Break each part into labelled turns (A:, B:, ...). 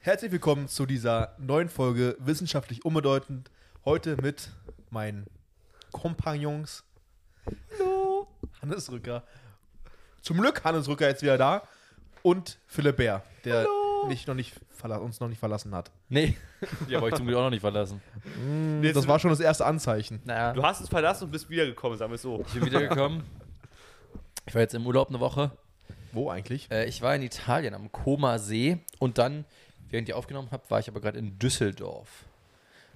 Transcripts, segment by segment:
A: Herzlich willkommen zu dieser neuen Folge Wissenschaftlich Unbedeutend. Heute mit meinen Kompagnons. Hallo. Hannes Rücker. Zum Glück Hannes Rücker jetzt wieder da. Und Philipp Bär, der nicht, noch nicht verla- uns noch nicht verlassen hat.
B: Nee,
C: Die habe ich zum Glück auch noch nicht verlassen.
A: Jetzt das war schon das erste Anzeichen.
B: naja.
D: Du hast es verlassen und bist wiedergekommen, sagen wir es so.
C: Ich bin wiedergekommen.
B: Ich war jetzt im Urlaub eine Woche.
A: Wo eigentlich?
B: Äh, ich war in Italien am Koma See und dann, während ihr aufgenommen habt, war ich aber gerade in Düsseldorf.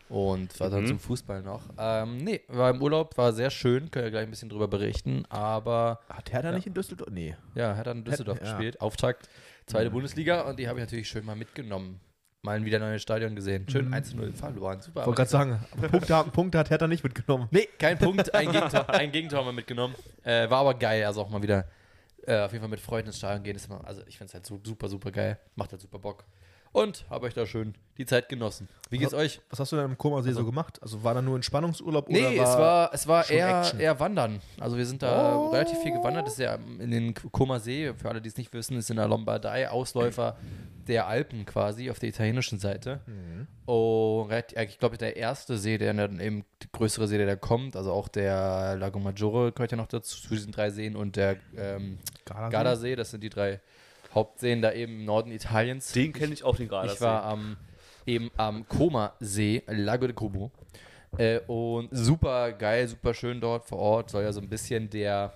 B: Und war
C: Mhm.
B: dann zum Fußball noch. Ähm, nee, war im Urlaub, war sehr schön, können wir gleich ein bisschen drüber berichten. Aber
A: Hat er da nicht in Düsseldorf? Nee.
B: ja, hat dann Düsseldorf
A: Hätten- ja.
B: gespielt, Auftakt, zweite
C: Mhm.
B: Bundesliga und die habe ich natürlich schön mal mitgenommen. Mal wieder ein neues Stadion gesehen. Schön 1-0 verloren,
A: Mhm.
B: super.
A: Ich wollte gerade sagen, aber Punkte, hat- Punkte hat Hertha nicht mitgenommen.
B: Nee, kein Punkt, ein Gegentor, ein Gegentor haben wir mitgenommen. Äh, war aber geil, also auch mal wieder äh, auf jeden Fall mit Freunden ins Stadion gehen. Ist immer, also ich finde es halt so, super, super geil. Macht halt super Bock. Und habe euch da schön die Zeit genossen. Wie geht's euch?
A: Was hast du denn im Komasee so gemacht? Also war da nur Entspannungsurlaub
B: Nee,
A: oder
B: es war, es war
A: schon
B: eher,
A: Action?
B: eher Wandern. Also wir sind da relativ viel gewandert. Das ist ja in den Koma See, für alle, die es nicht wissen, ist in der Lombardei Ausläufer der Alpen quasi auf der italienischen Seite.
A: Hm.
B: Oh, ret- ich glaube, der erste See, der dann eben der größere See, der da kommt, also auch der Lago Maggiore gehört ja noch dazu, zu diesen drei Seen und der ähm,
A: Gardasee?
B: Gardasee, das sind die drei Hauptseen da eben im Norden Italiens.
D: Den kenne ich auch, den gerade.
B: Ich war am, eben am Koma-See, Lago de Como. Äh, und super geil, super schön dort vor Ort. Soll ja so ein bisschen der,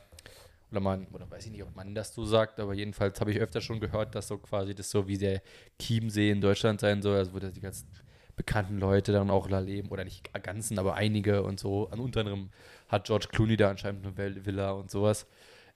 B: oder man, oder weiß ich nicht, ob man das so sagt, aber jedenfalls habe ich öfter schon gehört, dass so quasi das so wie der Chiemsee in Deutschland sein soll. Also, wo da die ganzen bekannten Leute dann auch da leben. Oder nicht ganzen, aber einige und so. An unter anderem hat George Clooney da anscheinend eine Well- Villa und sowas.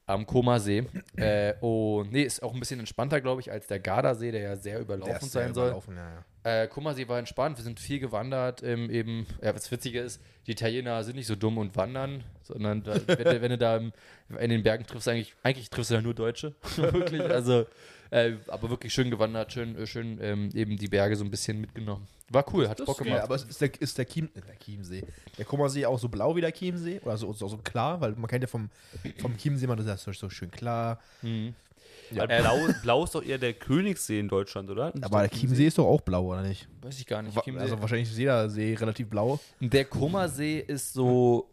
B: Am Komasee. Äh, und nee, ist auch ein bisschen entspannter, glaube ich, als der Gardasee, der ja sehr überlaufen
A: Der ist
B: sein
A: ja
B: soll.
A: überlaufen, Ja, ja.
B: Äh, Kummersee war entspannt, wir sind viel gewandert, ähm, eben, ja, was Witzige ist, die Italiener sind nicht so dumm und wandern, sondern da, wenn, du- wenn du da im, in den Bergen triffst, eigentlich, eigentlich triffst du ja nur Deutsche, wirklich, also, äh, aber wirklich schön gewandert, schön, äh, schön ähm, eben die Berge so ein bisschen mitgenommen. War cool, hat Bock
A: Ja,
B: gemacht.
A: aber es ist der, ist der, Chiem, der Chiemsee, der Kummersee auch so blau wie der Chiemsee? Oder so, so, so klar? Weil man kennt ja vom, vom Chiemsee, man das ist ja so, so schön klar.
D: Weil Blau, Blau ist doch eher der Königssee in Deutschland, oder?
A: Aber der Chiemsee ist doch auch blau, oder nicht?
B: Weiß ich gar nicht.
A: Wa-
B: Chiemsee.
A: Also wahrscheinlich ist jeder See relativ blau.
B: Der Kummersee ist so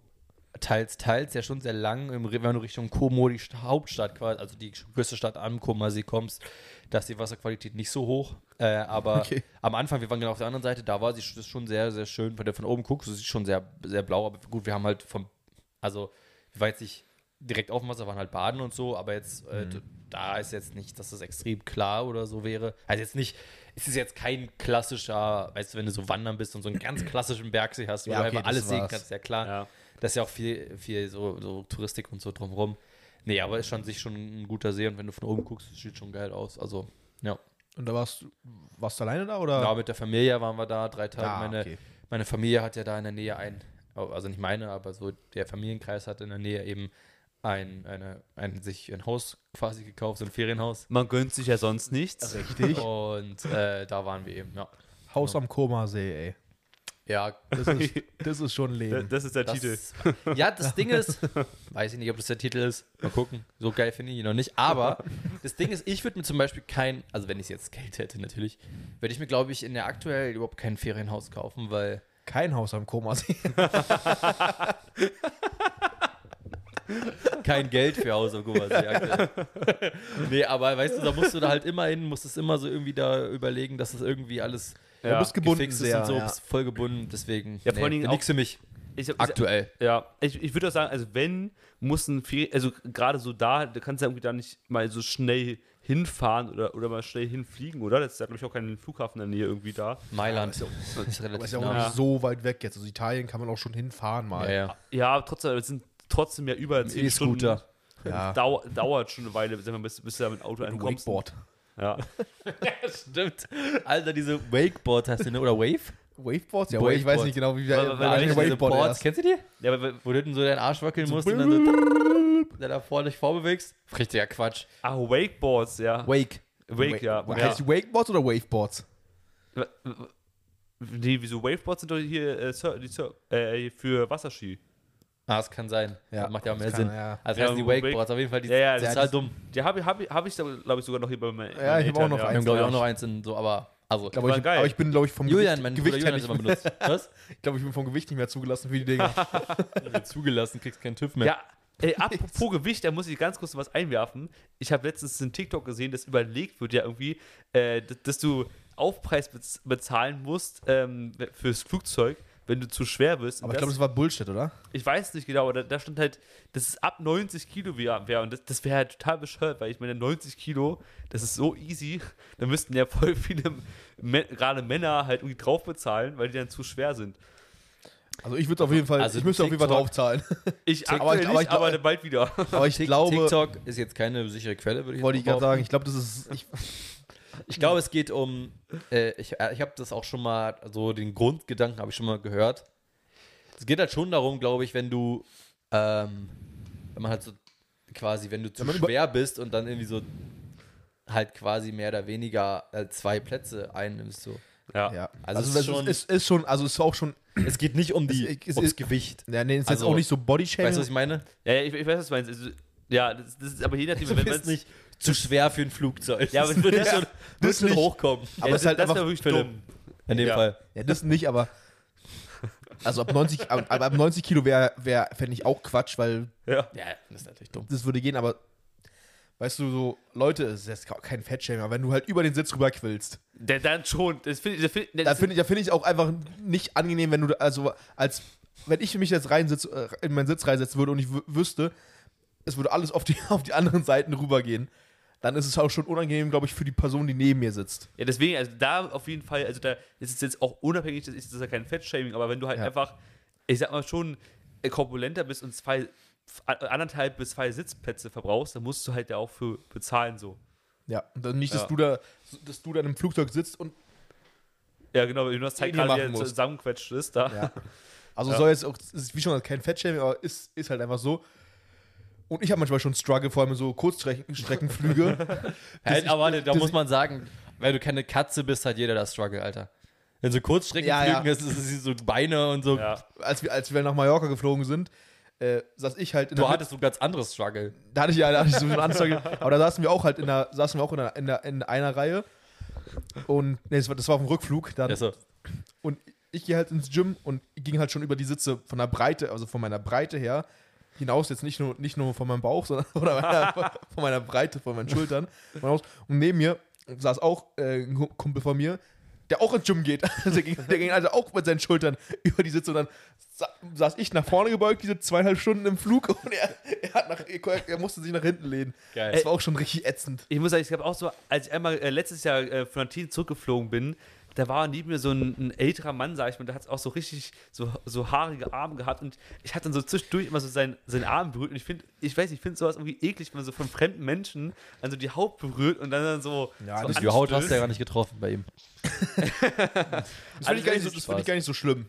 B: teils, teils ja schon sehr lang, im, Re- wenn du Richtung Como, die St- Hauptstadt quasi, also die größte Stadt am Kummersee kommst, da ist die Wasserqualität nicht so hoch. Äh, aber
A: Okay.
B: am Anfang, wir waren genau auf der anderen Seite, da war sie sch- das ist schon sehr, sehr schön. Wenn du von oben guckst, es ist schon sehr, sehr blau. Aber gut, wir haben halt vom, also wir waren jetzt nicht direkt auf dem Wasser, waren halt baden und so, aber jetzt,
A: Mhm.
B: äh, d- da ist jetzt nicht, dass das extrem klar oder so wäre. Also jetzt nicht, es ist jetzt kein klassischer, weißt du, wenn du so wandern bist und so einen ganz klassischen Bergsee hast, wo
A: Ja,
B: du
A: okay,
B: einfach
A: das
B: alles sehen
A: war's.
B: kannst, ja klar.
D: Ja.
B: Das ist ja auch viel, viel so, so Touristik und so drumherum. Nee, aber ist schon sich schon ein guter See und wenn du von oben guckst, sieht schon geil aus. Also, ja.
A: Und da warst, warst du alleine da? Oder?
B: Ja, mit der Familie waren wir da, drei Tage.
A: Ah,
B: meine,
A: okay.
B: meine Familie hat ja da in der Nähe ein, also nicht meine, aber so der Familienkreis hat in der Nähe eben ein, eine, ein, sich ein Haus quasi gekauft, so ein Ferienhaus.
D: Man gönnt sich ja sonst nichts.
A: Richtig.
B: Und äh, da waren wir eben, ja.
A: Haus am Komasee, ey.
B: Ja,
A: Das ist, das ist schon
D: Da-
A: Leben.
D: Das ist der
B: das,
D: Titel.
B: ja, das Ding ist, weiß ich nicht, ob das der Titel ist. Mal gucken. So geil finde ich ihn noch nicht. Aber das Ding ist, ich würde mir zum Beispiel kein, also wenn ich jetzt Geld hätte natürlich, würde ich mir, glaube ich, in der aktuell überhaupt kein Ferienhaus kaufen, weil
A: Kein Haus am Komasee.
B: kein Geld für Haus auf Kummersee aktuell. nee, aber weißt du, da musst du da halt immer hin, musst es immer so irgendwie da überlegen, dass das irgendwie alles
A: Du bist gebunden
B: gefixt ist
A: sehr.
B: und so,
A: ja.
B: bist voll gebunden, deswegen
D: Ja, vor allen Dingen
B: nix für mich
D: Ich, ich,
B: aktuell.
D: Ja, ich, ich würde auch sagen, also wenn, muss ein Ferien, also gerade so da, da kannst du ja irgendwie da nicht mal so schnell hinfahren oder, oder mal schnell hinfliegen, oder? Das ist ja, glaube ich, auch kein Flughafen in der Nähe irgendwie da.
B: Mailand
A: Ja,
B: ist
A: Aber
B: relativ
A: ist ja auch
B: nah.
A: nicht so weit weg jetzt. Also Italien kann man auch schon hinfahren mal.
B: Ja, ja.
D: Ja, trotzdem, es sind trotzdem ja über 10
B: E-Scooter.
D: Stunden.
A: Ja.
D: Dau dauert schon eine Weile, sagen wir, bis, bis du da mit dem Auto
A: Ein
D: ankommst.
A: Ah. Wakeboard.
D: Ja.
B: Stimmt. Alter, diese Wakeboard hast du, ne? Oder Wave?
A: Wakeboards? Ja,
B: Wakeboards.
A: aber ich weiß nicht genau, wie wir
D: Weil- weil- weil-
A: ein
B: diese Boards, ne,
A: erst.
B: kennst du die?
D: ja aber,
B: Wo du denn so deinen Arsch wackeln musst und dann so dann da vorne dich vorbewegst. Richtiger Quatsch.
D: ah, Wakeboards, ja.
B: Wake.
D: Wake, ja.
A: Wa-
D: ja.
A: Heißt die Wakeboards oder Waveboards?
D: W- w- Nee, wieso Waveboards sind doch hier äh, Sur die Sur äh, für Wasserski.
B: Ah, es kann sein.
A: Ja,
B: Das macht ja auch mehr
A: das
B: Sinn.
A: kann, ja.
B: Also
D: Ja,
B: heißen die
D: Wake-
B: Wakeboards, auf jeden Fall die
D: Ja, ja,
B: das ist
D: das-
B: halt dumm.
D: Die habe hab, ich- hab ich, glaube ich, sogar noch hier bei meinen
A: Ja, ich hab auch noch
B: Wir
A: eins.
B: haben, glaube ich, auch
A: ja.
B: noch eins in so, aber Also,
A: Aber
D: War
A: ich,
D: geil.
A: aber ich bin, glaube ich, vom
B: Julian,
A: Gewicht,
B: mein Bruder
A: Gewicht her
B: Julian hat
A: nicht
B: immer benutzt. Was?
A: Ich glaube, ich bin vom Gewicht nicht mehr zugelassen für die Dinger.
B: Zugelassen, kriegst keinen TÜV mehr.
D: Ja, ey, apropos Gewicht, da muss ich ganz kurz was einwerfen. Ich habe letztens einen TikTok gesehen, das überlegt wird ja irgendwie, äh, d- dass du Aufpreis bez bezahlen musst ähm, fürs Flugzeug, wenn du zu schwer bist.
A: aber
D: Und
A: ich glaube,
D: das-
A: das war Bullshit, oder?
D: ich weiß nicht genau, aber da, da stand halt, dass es ab 90 Kilo wäre. Wär, und das, das wäre halt total bescheuert, weil ich meine, 90 Kilo, das ist so easy. Da müssten ja voll viele, Mä- gerade Männer, halt irgendwie drauf bezahlen, weil die dann zu schwer sind.
A: Also ich würde auf jeden Fall,
B: Also
A: ich müsste auf jeden Fall
B: TikTok-
A: drauf zahlen.
D: Ich
A: Aber
D: aktuell
A: ich- aber
D: nicht,
A: ich glaub-
D: aber bald wieder.
A: Aber ich
B: Tik-
A: glaube,
B: TikTok ist jetzt keine sichere Quelle, würde ich
A: wollte ich
B: jetzt
A: gerade
B: behaupten.
A: sagen, ich glaube, das ist, ich,
B: Ich glaube, es geht um. Äh, ich äh, ich habe das auch schon mal, so den Grundgedanken habe ich schon mal gehört. Es geht halt schon darum, glaube ich, wenn du. Ähm, wenn man halt so quasi, wenn du zu
A: Wenn man über-
B: schwer bist und dann irgendwie so halt quasi mehr oder weniger äh, zwei Plätze einnimmst. So.
A: ja.
B: Also
A: Also,
B: es
A: es
B: ist
A: ist,
B: schon-
A: ist, ist schon, also es ist auch schon,
B: Es geht nicht um die,
A: Es- es-
B: ums
A: es-
B: Gewicht.
A: ja, nee, es ist
B: Also-
A: jetzt auch nicht so Bodyshaming.
B: Weißt du, was ich meine?
D: Ja, ja ich, ich weiß, was du meinst. Also, ja, das, das ist aber je nachdem,
B: Du
D: wenn
B: bist
D: man's-
B: nicht zu schwer für ein Flugzeug.
D: Ja, aber das-
B: wirst schon, wirst schon
A: nicht.
B: hochkommen.
A: aber es ist halt
D: das
A: einfach,
D: wär wirklich
B: Philipp.
D: dumm.
B: In dem
D: Ja.
B: Fall.
A: ja, das nicht, aber also ab 90, ab, ab 90 Kilo wäre, wär, fände ich auch Quatsch, weil
D: Ja.
B: Ja, Äh, das ist natürlich dumm.
A: das würde gehen, aber weißt du, so Leute, es ist jetzt kein Fettshaming, aber wenn du halt über den Sitz rüber quillst,
D: Der, dann schon. Das finde ich, das find,
A: da
D: das
A: finde ich, da finde ich auch einfach nicht angenehm, wenn du, da- also als, wenn ich mich jetzt reinsitz, äh, in meinen Sitz reinsetzen würde und ich wü- wüsste, es würde alles auf die, auf die anderen Seiten rübergehen, dann ist es auch schon unangenehm, glaube ich, für die Person, die neben mir sitzt.
D: Ja, deswegen, also da auf jeden Fall, also da ist es jetzt auch unabhängig, das ist das ist ja kein Fettshaming, aber wenn du halt
A: Ja.
D: einfach, ich sag mal schon, äh, korpulenter bist und zwei, a- anderthalb bis zwei Sitzplätze verbrauchst, dann musst du halt ja auch für bezahlen so.
A: Ja, und dann nicht, dass
D: Ja.
A: du da, dass du dann im Flugzeug sitzt und
D: Ja, genau, wenn du das Zeit
A: Den du
D: gerade
A: machen
D: wieder
A: musst.
D: zusammenquetscht ist, da.
A: Ja. Also
D: Ja.
A: soll jetzt auch, es ist wie schon gesagt, kein Fettshaming, aber ist, ist halt einfach so. Und ich habe manchmal schon Struggle, vor allem so Kurzstreckenflüge.
B: Halt,
A: ich-
B: aber da
A: das
B: muss
A: ich-
B: man sagen, weil du keine Katze bist, hat jeder das Struggle, Alter. Wenn so Kurzstreckenflügen
A: Ja, ja.
B: ist, ist es so Beine und so.
D: Ja.
A: als, wir, als wir nach Mallorca geflogen sind, äh, saß ich halt in
B: Du
A: der
B: hattest so ein ganz anderes Struggle.
A: Da hatte ich ja da hatte ich so einen Anzeige. Aber da saßen wir auch halt in der, saßen wir auch in, der, in, der, in einer Reihe. Und nee, das war, das war auf dem Rückflug. Dann,
B: Also,
A: Und ich gehe halt ins Gym und ging halt schon über die Sitze von der Breite, also von meiner Breite her, hinaus, jetzt nicht nur, nicht nur von meinem Bauch, sondern von meiner, von meiner Breite, von meinen Schultern. hinaus. Und neben mir saß auch äh, ein Kum- Kumpel von mir, der auch ins Gym geht. Also der, ging, der ging also auch mit seinen Schultern über die Sitze und dann sa saß ich nach vorne gebeugt, diese zweieinhalb Stunden im Flug und er, er, hat nach, er musste sich nach hinten lehnen.
B: Geil.
A: Das war auch schon richtig ätzend.
D: Ich muss sagen, ich habe auch so, als ich einmal äh, letztes Jahr äh, von Athen zurückgeflogen bin, da war neben mir so ein, ein älterer Mann, sag ich mal, der hat auch so richtig so, so haarige Arme gehabt und ich hatte dann so zwischendurch immer so seinen, seinen Arm berührt und ich finde, ich weiß nicht, ich finde sowas irgendwie eklig, wenn man so von fremden Menschen an so die Haut berührt und dann, dann so.
A: Ja,
D: so
A: das-
B: die Haut hast du ja
D: anstößt.
B: gar nicht getroffen bei ihm.
A: Das finde
D: Also
A: ich, gar nicht so-
D: richtig
A: das find ich gar nicht so schlimm.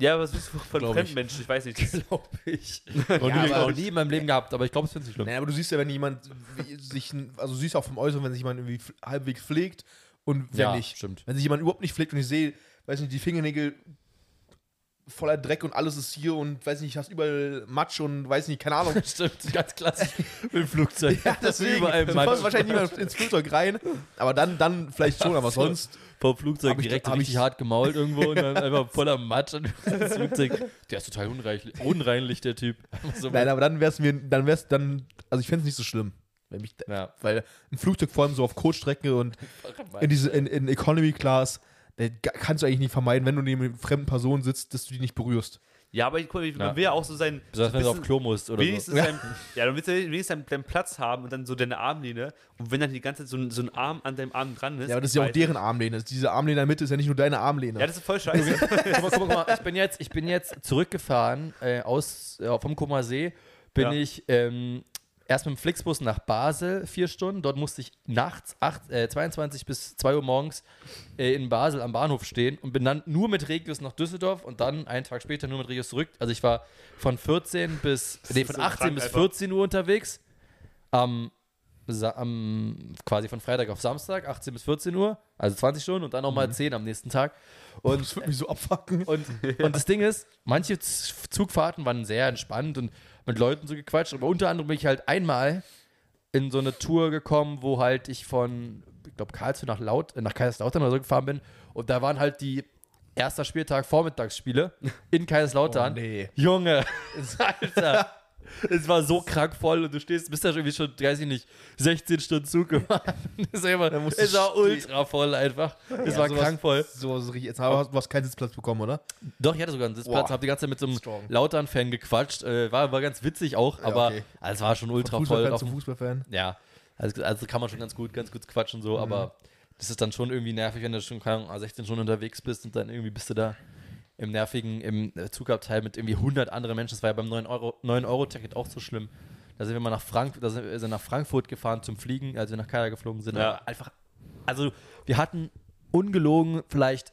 D: Ja, aber was ist von
B: Glaub
D: fremden
B: ich.
D: Menschen? Ich weiß nicht. Das,
B: Glaube ich. Und ja,
A: aber-
B: aber nie in meinem Leben gehabt, aber ich glaube, es finde ich schlimm.
A: Nein, aber du siehst ja, wenn jemand wie- sich, n- also du siehst auch vom Äußeren, wenn sich jemand irgendwie f- halbwegs pflegt und wenn
B: Ja,
A: nicht.
B: stimmt.
A: Wenn sich jemand überhaupt nicht pflegt und ich sehe, weiß nicht, die Fingernägel voller Dreck und alles ist hier und weiß nicht, hast überall Matsch und weiß nicht, keine Ahnung.
B: Stimmt, ganz klassisch. Im Flugzeug. Ja, Überall
A: Du
B: Matsch.
A: passt wahrscheinlich niemand ins Flugzeug rein, aber dann, dann vielleicht schon, aber sonst.
B: Vom Flugzeug
A: Hab ich-
B: direkt
A: hab
B: richtig
A: ich-
B: hart gemault irgendwo und dann einfach voller Matsch. Und das Flugzeug. Der ist total unreich, unreinlich, der Typ. So
A: Nein, aber dann wär's mir, dann wär's dann, also ich fände es nicht so schlimm. Wenn mich,
B: Ja.
A: Weil ein Flugzeug vor allem so auf Kurzstrecke und in, diese, in, in Economy Class, da ga- kannst du eigentlich nicht vermeiden, wenn du neben einer fremden Person sitzt, dass du die nicht berührst.
D: ja, aber ich, guck mal, ich-
B: Ja.
D: man will ja auch so sein.
B: Besonders wenn du
D: so
B: auf Klo musst oder so.
D: wenigstens dein, ja, dann willst du wenigstens deinen, deinen Platz haben und dann so deine Armlehne. Und wenn dann die ganze Zeit so ein, so ein Arm an deinem Arm dran ist.
A: Ja, aber das ist ja auch
D: weiß ich
A: deren Armlehne. Also Diese Armlehne in der Mitte ist ja Genau. nicht nur deine Armlehne.
D: Ja, das ist voll scheiße.
B: guck mal, guck mal, guck mal. Ich, bin jetzt, ich bin jetzt zurückgefahren äh, aus, äh, vom Kummer See. Bin
D: Ja.
B: ich ähm, erst mit dem Flixbus nach Basel vier Stunden. Dort musste ich nachts acht, äh, 22 bis 2 Uhr morgens äh, in Basel am Bahnhof stehen und bin dann nur mit Regius nach Düsseldorf und dann einen Tag später nur mit Regius zurück. Also ich war von 14 bis, nee,
D: ist
B: von
D: so
B: 18
D: krank
B: bis
D: einfach.
B: 14 Uhr unterwegs. Am, Sa- am quasi von Freitag auf Samstag, 18 bis 14 Uhr, also 20 Stunden und dann
D: Mhm.
B: nochmal 10 am nächsten Tag. Und
A: das würde mich so abfacken.
B: und, und das Ding ist, manche Z- Zugfahrten waren sehr entspannt und mit Leuten so gequatscht. Aber unter anderem bin ich halt einmal in so eine Tour gekommen, wo halt ich von, ich glaube, Karlsruhe nach, Laut, äh, nach Kaiserslautern oder so gefahren bin. Und da waren halt die erster Spieltag Vormittagsspiele in Kaiserslautern.
A: Oh, nee.
B: Junge, Alter. Es war so krank voll und du stehst, bist da irgendwie schon, weiß ich nicht, 16 Stunden Zug gefahren. Es war, immer,
A: musst du
B: es war
A: stehen.
B: ultra voll einfach. Es war
A: sowas-
B: krank voll.
A: So, so richtig. Jetzt aber du hast keinen Sitzplatz bekommen, oder?
B: Doch, ich hatte sogar einen Sitzplatz,
A: Boah.
B: hab die ganze Zeit mit so einem
A: Strong.
B: Lautern-Fan gequatscht. Äh, war, war ganz witzig auch, aber
A: okay.
B: also, es war schon ultra voll.
A: Fußballfan
B: Auf,
A: zu Fußballfan.
B: ja, also, also kann man schon ganz gut, ganz gut quatschen so, aber das ist dann schon irgendwie nervig, wenn du schon keine Ahnung, 16 Stunden unterwegs bist und dann irgendwie bist du da im nervigen, im äh, Zugabteil mit irgendwie 100 anderen Menschen. Das war ja beim 9-Euro-Ticket auch so schlimm. Da sind wir mal nach, Frank da sind wir sind nach Frankfurt gefahren zum Fliegen, als wir nach Kaja geflogen sind.
D: Ja.
B: Aber Einfach, also wir hatten ungelogen vielleicht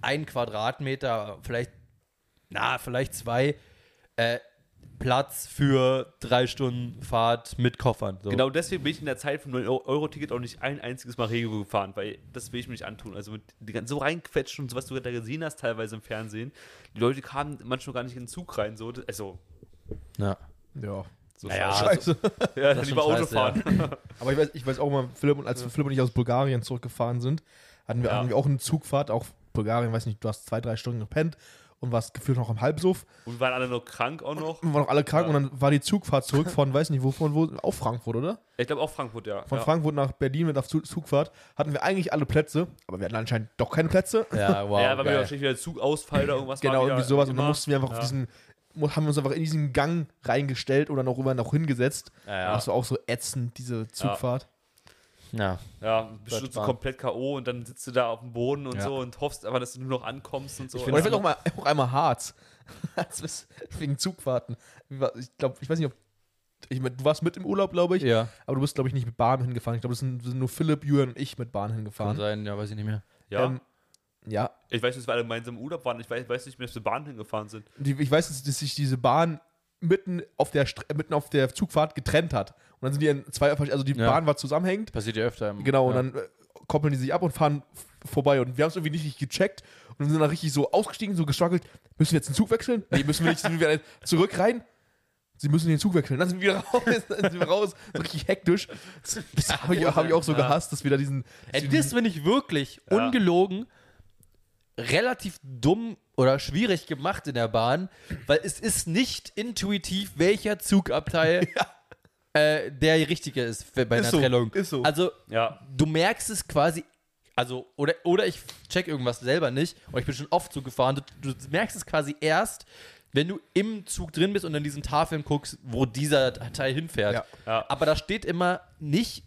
B: ein Quadratmeter, vielleicht, na, vielleicht zwei äh, Platz für drei Stunden Fahrt mit Koffern. So.
D: Genau deswegen bin ich in der Zeit vom 9-Euro-Ticket auch nicht ein einziges Mal Regio gefahren, weil das will ich mir nicht antun. Also mit die ganzen, so reinquetschen und sowas, du da gesehen hast teilweise im Fernsehen. Die Leute kamen manchmal gar nicht in den Zug rein. So, also,
B: Ja.
A: Ja.
D: so
B: Naja,
D: scheiße.
A: Scheiße.
D: Ja,
B: Das
D: dann
B: ist
D: lieber
B: schon
D: Auto
B: scheiße, ja.
D: fahren.
A: Aber ich weiß, ich weiß auch mal, Philipp und als Philipp und ich aus Bulgarien zurückgefahren sind, hatten wir,
D: Ja.
A: hatten wir auch eine Zugfahrt, auch Bulgarien, weiß nicht, du hast zwei, drei Stunden gepennt und warst gefühlt noch im Halbsuff.
D: Und waren alle noch krank auch noch.
A: Wir waren noch alle krank
D: Ja.
A: und dann war die Zugfahrt zurück von, weiß nicht, wovon, wo, auch Frankfurt, oder?
D: Ich glaube auch Frankfurt, ja.
A: Von
D: ja.
A: Frankfurt nach Berlin mit auf Zug- Zugfahrt hatten wir eigentlich alle Plätze, aber wir hatten anscheinend doch keine Plätze.
B: Ja, wow.
D: ja, weil wir
B: geil.
D: wahrscheinlich wieder Zugausfall oder irgendwas
A: genau,
D: war wieder
A: irgendwie sowas. Und dann
D: immer.
A: mussten wir einfach auf
D: Ja.
A: diesen, mu- haben wir uns einfach in diesen Gang reingestellt oder noch rüber noch hingesetzt.
B: Ja, ja.
A: Das war auch so ätzend, diese Zugfahrt.
B: Ja.
D: Ja, bestimmt so
B: fahren.
D: komplett K.O. und dann sitzt du da auf dem Boden und
B: Ja.
D: so und hoffst aber, dass du nur noch ankommst und so. Also,
A: Oder ich will auch, mal, auch einmal Harz. Das ist Wegen Zugfahrten. Wie war- Ich glaube, ich weiß nicht, ob. Ich mein, du warst mit im Urlaub, glaube ich,
B: Ja,
A: aber du bist, glaube ich, nicht mit Bahn hingefahren. Ich glaube, das sind, sind nur Philipp, Jürgen und ich mit Bahn
B: kann
A: hingefahren.
B: sein, ja, weiß ich nicht mehr.
D: ja,
A: Ähm, ja,
D: ich weiß, dass wir alle gemeinsam im Urlaub waren. Ich weiß, weiß nicht mehr, dass wir Bahn hingefahren sind.
A: die, ich weiß, dass, dass sich diese Bahn mitten auf der Str- mitten auf der Zugfahrt getrennt hat. Und dann sind die in zwei, also die
B: Ja.
A: Bahn war zusammenhängend.
B: Passiert ja öfter. Im,
A: Genau,
B: ja.
A: und dann äh, koppeln die sich ab und fahren f- vorbei. Und wir haben es irgendwie nicht richtig gecheckt und dann sind dann richtig so ausgestiegen, so gestruggelt. Müssen wir jetzt den Zurück wechseln? Nee, müssen wir nicht sind wir wieder zurück rein? Sie müssen den Zug wechseln. Dann sind wir wieder raus. Dann sind wir raus. So richtig hektisch. Das habe ich, hab ich auch so gehasst, dass wir da diesen.
B: Ey, Äh, das finde ich wirklich
D: Ja.
B: ungelogen relativ dumm oder schwierig gemacht in der Bahn, weil es ist nicht intuitiv, welcher Zugabteil äh, der richtige ist für- bei
A: Ist
B: einer
A: so,
B: Trennung.
A: ist so.
B: Also
D: Ja,
B: du merkst es quasi, also, oder, oder ich check irgendwas selber nicht, und ich bin schon oft Zug gefahren, du, du merkst es quasi erst, wenn du im Zug drin bist und an diesen Tafeln guckst, wo dieser Teil hinfährt.
A: Ja.
D: Ja.
B: Aber da steht immer nicht,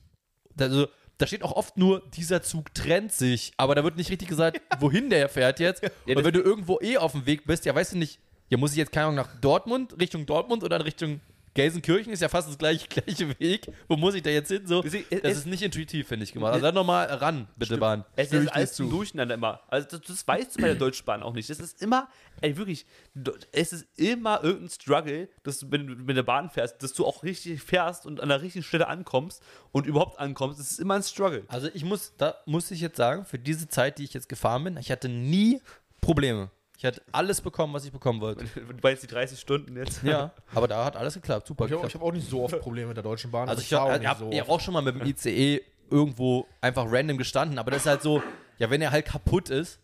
B: also da steht auch oft nur, dieser Zug trennt sich, aber da wird nicht richtig gesagt, wohin der fährt jetzt. und
D: das-
B: wenn du irgendwo eh auf dem Weg bist, ja weißt du nicht, ja muss ich jetzt keine Ahnung nach Dortmund, Richtung Dortmund oder in Richtung Gelsenkirchen ist ja fast das gleiche, gleiche Weg. Wo muss ich da jetzt hin? So,
D: Es-
B: das
D: es-
B: ist nicht intuitiv, finde ich, gemacht. Also dann nochmal ran, bitte Bahn.
D: Es
A: Stimme ich
D: ist
A: dir
D: alles
A: zu.
D: zu. durcheinander immer. Also das, das weißt du bei der Deutschen Bahn auch nicht. Es ist immer, ey wirklich, do- es ist immer irgendein Struggle, dass du, wenn du mit der Bahn fährst, dass du auch richtig fährst und an der richtigen Stelle ankommst und überhaupt ankommst. Es ist immer ein Struggle.
B: Also ich muss, da muss ich jetzt sagen, für diese Zeit, die ich jetzt gefahren bin, ich hatte nie Probleme. Ich hatte alles bekommen, was ich bekommen wollte.
D: Du meinst die 30 Stunden jetzt?
B: Ja, aber da hat alles geklappt, super
A: ich habe
B: geklappt.
A: hab auch nicht so oft Probleme mit der Deutschen Bahn.
B: also ich,
A: war auch
B: hab-
A: nicht
B: hab
A: so
B: ja
A: oft.
B: auch schon mal mit dem ICE irgendwo einfach random gestanden, aber das ist halt so, ja, wenn er halt kaputt ist,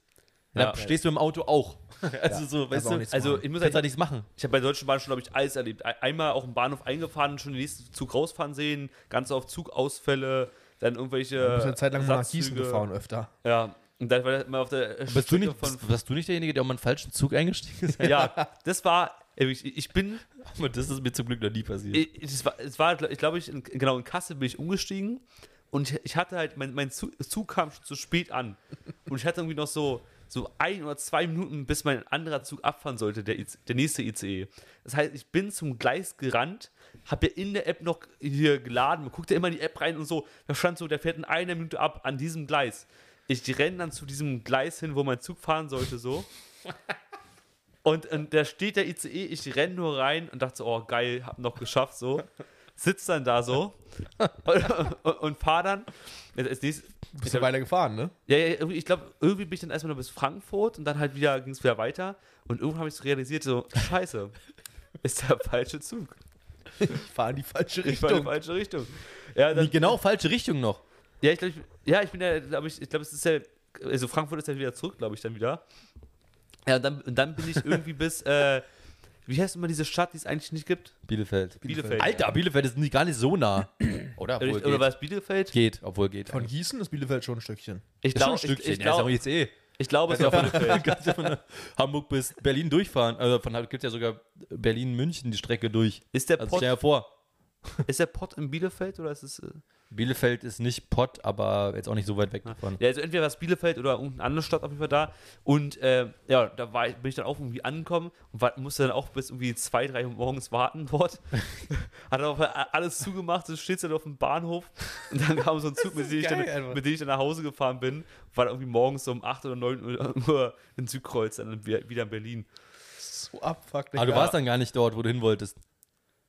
B: dann
D: Ja.
B: stehst du im Auto auch. Also so, weißt
A: auch
B: du,
A: nichts
B: also
A: machen.
B: ich muss
D: Kannst
B: halt
D: halt
B: nichts machen.
D: Ich habe bei der Deutschen Bahn schon, glaube ich, alles erlebt. Ein- Einmal auch im Bahnhof eingefahren, schon den nächsten Zug rausfahren sehen, ganz oft Zugausfälle, dann irgendwelche.
A: Ich bin eine Zeit lang mal nach
D: Ersatzzüge.
A: Gießen gefahren öfter.
D: Ja. Und dann war das immer auf der äh,
B: Bist du,
D: Strecke
B: nicht, bist, warst du nicht derjenige, der mal einen falschen Zug eingestiegen ist?
D: Ja, das war. ey, Ich, ich bin
B: Aber das ist mir zum Glück noch nie passiert.
D: Ich, es war, es war, ich glaube, ich, in, genau, in Kassel bin ich umgestiegen und ich, ich hatte halt, mein, mein Zug, Zug kam schon zu spät an und ich hatte irgendwie noch so, so ein oder zwei Minuten, bis mein anderer Zug abfahren sollte, der, IC der nächste ICE. Das heißt, ich bin zum Gleis gerannt, habe ja in der App noch hier geladen, man guckt ja immer in die App rein und so, da stand so, der fährt in einer Minute ab an diesem Gleis. Ich renne dann zu diesem Gleis hin, wo mein Zug fahren sollte, so. Und, und da steht der ICE, ich renn nur rein und dachte so, oh geil, hab noch geschafft so. Sitz dann da so und, und, und fahr dann. Als- als nächstes-
A: Bist du weiter gefahren, ne?
D: Ja, ja, irgendwie- ich glaube, irgendwie bin ich dann erstmal noch bis Frankfurt und dann halt wieder ging es wieder weiter. Und irgendwann habe ich so realisiert, so, scheiße, ist der falsche Zug.
A: Ich fahre in die falsche
D: Ich war in die
A: Richtung.
D: falsche Richtung. Ja,
B: Die
D: dann,
B: genau falsche Richtung noch.
D: ja ich glaube, ich, ja, ich bin ja, glaube ich, ich glaube, es ist ja, also Frankfurt ist ja wieder zurück, glaube ich, dann wieder. Ja, und dann, und dann bin ich irgendwie bis, äh, wie heißt immer diese Stadt, die es eigentlich nicht gibt?
B: Bielefeld.
D: Bielefeld.
B: Alter, Bielefeld ist nie- gar nicht so nah. Oder?
D: Oder,
B: Obwohl
D: oder war
B: geht.
D: es Bielefeld?
B: geht, obwohl geht.
A: Von Gießen ist Bielefeld schon ein Stückchen.
D: Ich
B: ist schon ein
D: glaube, ich,
B: Stückchen.
D: ich
B: ja, ist auch
D: glaube,
B: jetzt eh.
D: ich glaube, es war Bielefeld.
B: Kannst ja von Hamburg bis Berlin durchfahren. Also von Hamburg gibt ja sogar Berlin-München die Strecke durch.
D: Ist der
B: Also
D: Pott,
B: stell dir vor,
D: ist der Pott in Bielefeld oder ist es, äh,
B: Bielefeld ist nicht Pott, aber jetzt auch nicht so weit weg davon.
D: Ja, also entweder war es Bielefeld oder irgendeine andere Stadt auf jeden Fall da. Und äh, ja, da war, ich- bin ich dann auch irgendwie angekommen und war, musste dann auch bis irgendwie zwei, drei Uhr morgens warten dort. Hat dann auf einmal a- alles zugemacht, so stehst du dann auf dem Bahnhof und dann kam so ein Zug, mit dem, ich
A: geil einfach.
D: dann, mit dem ich dann nach Hause gefahren bin. War dann irgendwie morgens um 8 oder 9 Uhr- Uhr in Südkreuz, dann wieder wieder in Berlin.
A: So abfuckt.
B: Aber Ah, du warst dann gar nicht dort, wo du hin wolltest.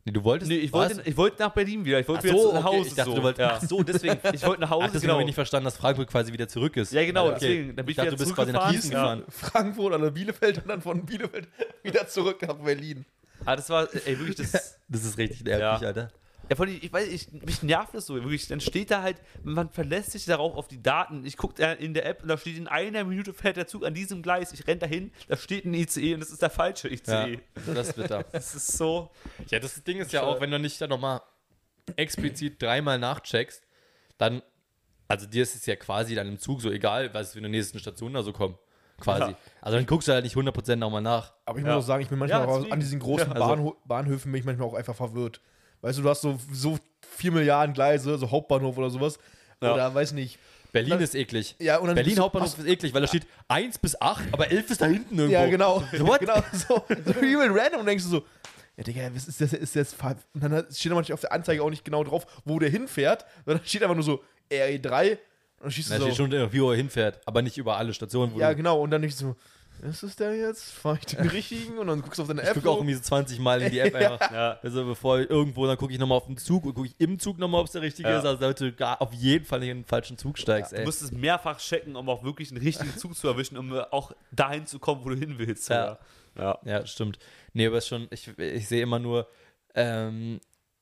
B: Nee, du wolltest.
D: Nee, ich
B: warst-
D: wollte, ich wollte nach Berlin wieder. Ich
B: Ach
D: wollte wieder
B: so,
D: nach Hause.
B: okay. Ich dachte,
D: so.
B: du wolltest.
D: ja.
B: Ach so, deswegen.
D: ich wollte nach
B: Ach,
D: Hause,
B: deswegen
D: genau.
B: habe ich nicht verstanden, dass Frankfurt quasi wieder zurück ist.
D: Ja, genau,
B: Okay.
D: deswegen. Dann bin ich,
B: dachte,
D: wieder
B: du bist quasi nach
D: zurückgefahren.
B: Gießen
D: Ja.
B: gefahren.
A: Frankfurt oder Bielefeld und dann von Bielefeld wieder zurück nach Berlin.
D: Ah, das war, ey, wirklich, das.
B: Das ist richtig nervig,
D: Ja.
B: Alter.
D: Ja, vor allem, ich weiß, ich, mich nervt das so. Wirklich, dann steht da halt, man verlässt sich darauf auf die Daten. Ich gucke in der App und da steht, in einer Minute fährt der Zug an diesem Gleis. Ich renn dahin, da steht ein ICE und das ist der falsche
B: Ja,
D: ICE.
B: das ist bitter.
D: Das ist so.
B: Ja, das Ding ist ja auch, wenn du nicht dann nochmal explizit dreimal nachcheckst, dann, also dir ist es ja quasi dann im Zug so egal, was wir in der nächsten Station da so kommen. Quasi.
D: Ja.
B: Also dann guckst du halt nicht 100% nochmal nach.
A: Aber ich
D: Ja.
A: muss auch sagen, ich bin manchmal
D: Ja,
A: auch
D: deswegen.
A: an diesen großen
B: Ja, also-
A: Bahnho Bahnhöfen bin ich manchmal auch einfach verwirrt. Weißt du, du hast so, so 4 Milliarden Gleise, so Hauptbahnhof oder sowas.
D: Ja.
A: Oder weiß nicht.
B: Berlin
A: Das-
B: ist eklig.
A: Ja, und dann
B: Berlin
A: bist du-
B: Hauptbahnhof ist eklig, weil da steht 1 bis 8, aber 11 ist da hinten irgendwo.
A: Ja, genau.
B: So, what?
A: Genau, so, so übel random und denkst du so, ja, Digga, was ist das, ist das, Fahr- und dann hat- steht da manchmal auf der Anzeige auch nicht genau drauf, wo der hinfährt, sondern steht einfach nur so RE3 und dann schießt
B: Da
A: du
B: steht
A: so,
B: schon, äh, wie er hinfährt, aber nicht über alle Stationen. Wo
A: ja,
B: du,
A: genau, und dann denkst du so, ist das der jetzt? Fahr ich den richtigen? Und dann guckst du auf deine App.
B: ich gucke auch
A: so.
B: irgendwie so 20 Mal in die App einfach.
D: Ja.
B: Also bevor ich irgendwo, dann gucke ich nochmal auf den Zug und gucke ich im Zug nochmal, ob es der richtige
D: Ja.
B: ist. Also damit du gar auf jeden Fall nicht in den falschen Zug steigst,
D: Du
B: ey.
D: musst es mehrfach checken, um auch wirklich einen richtigen Zug zu erwischen, um äh, auch dahin zu kommen, wo du hin willst.
B: Ja.
D: Ja.
B: Ja, stimmt. Nee, aber ist schon, ich, ich sehe immer nur, ähm,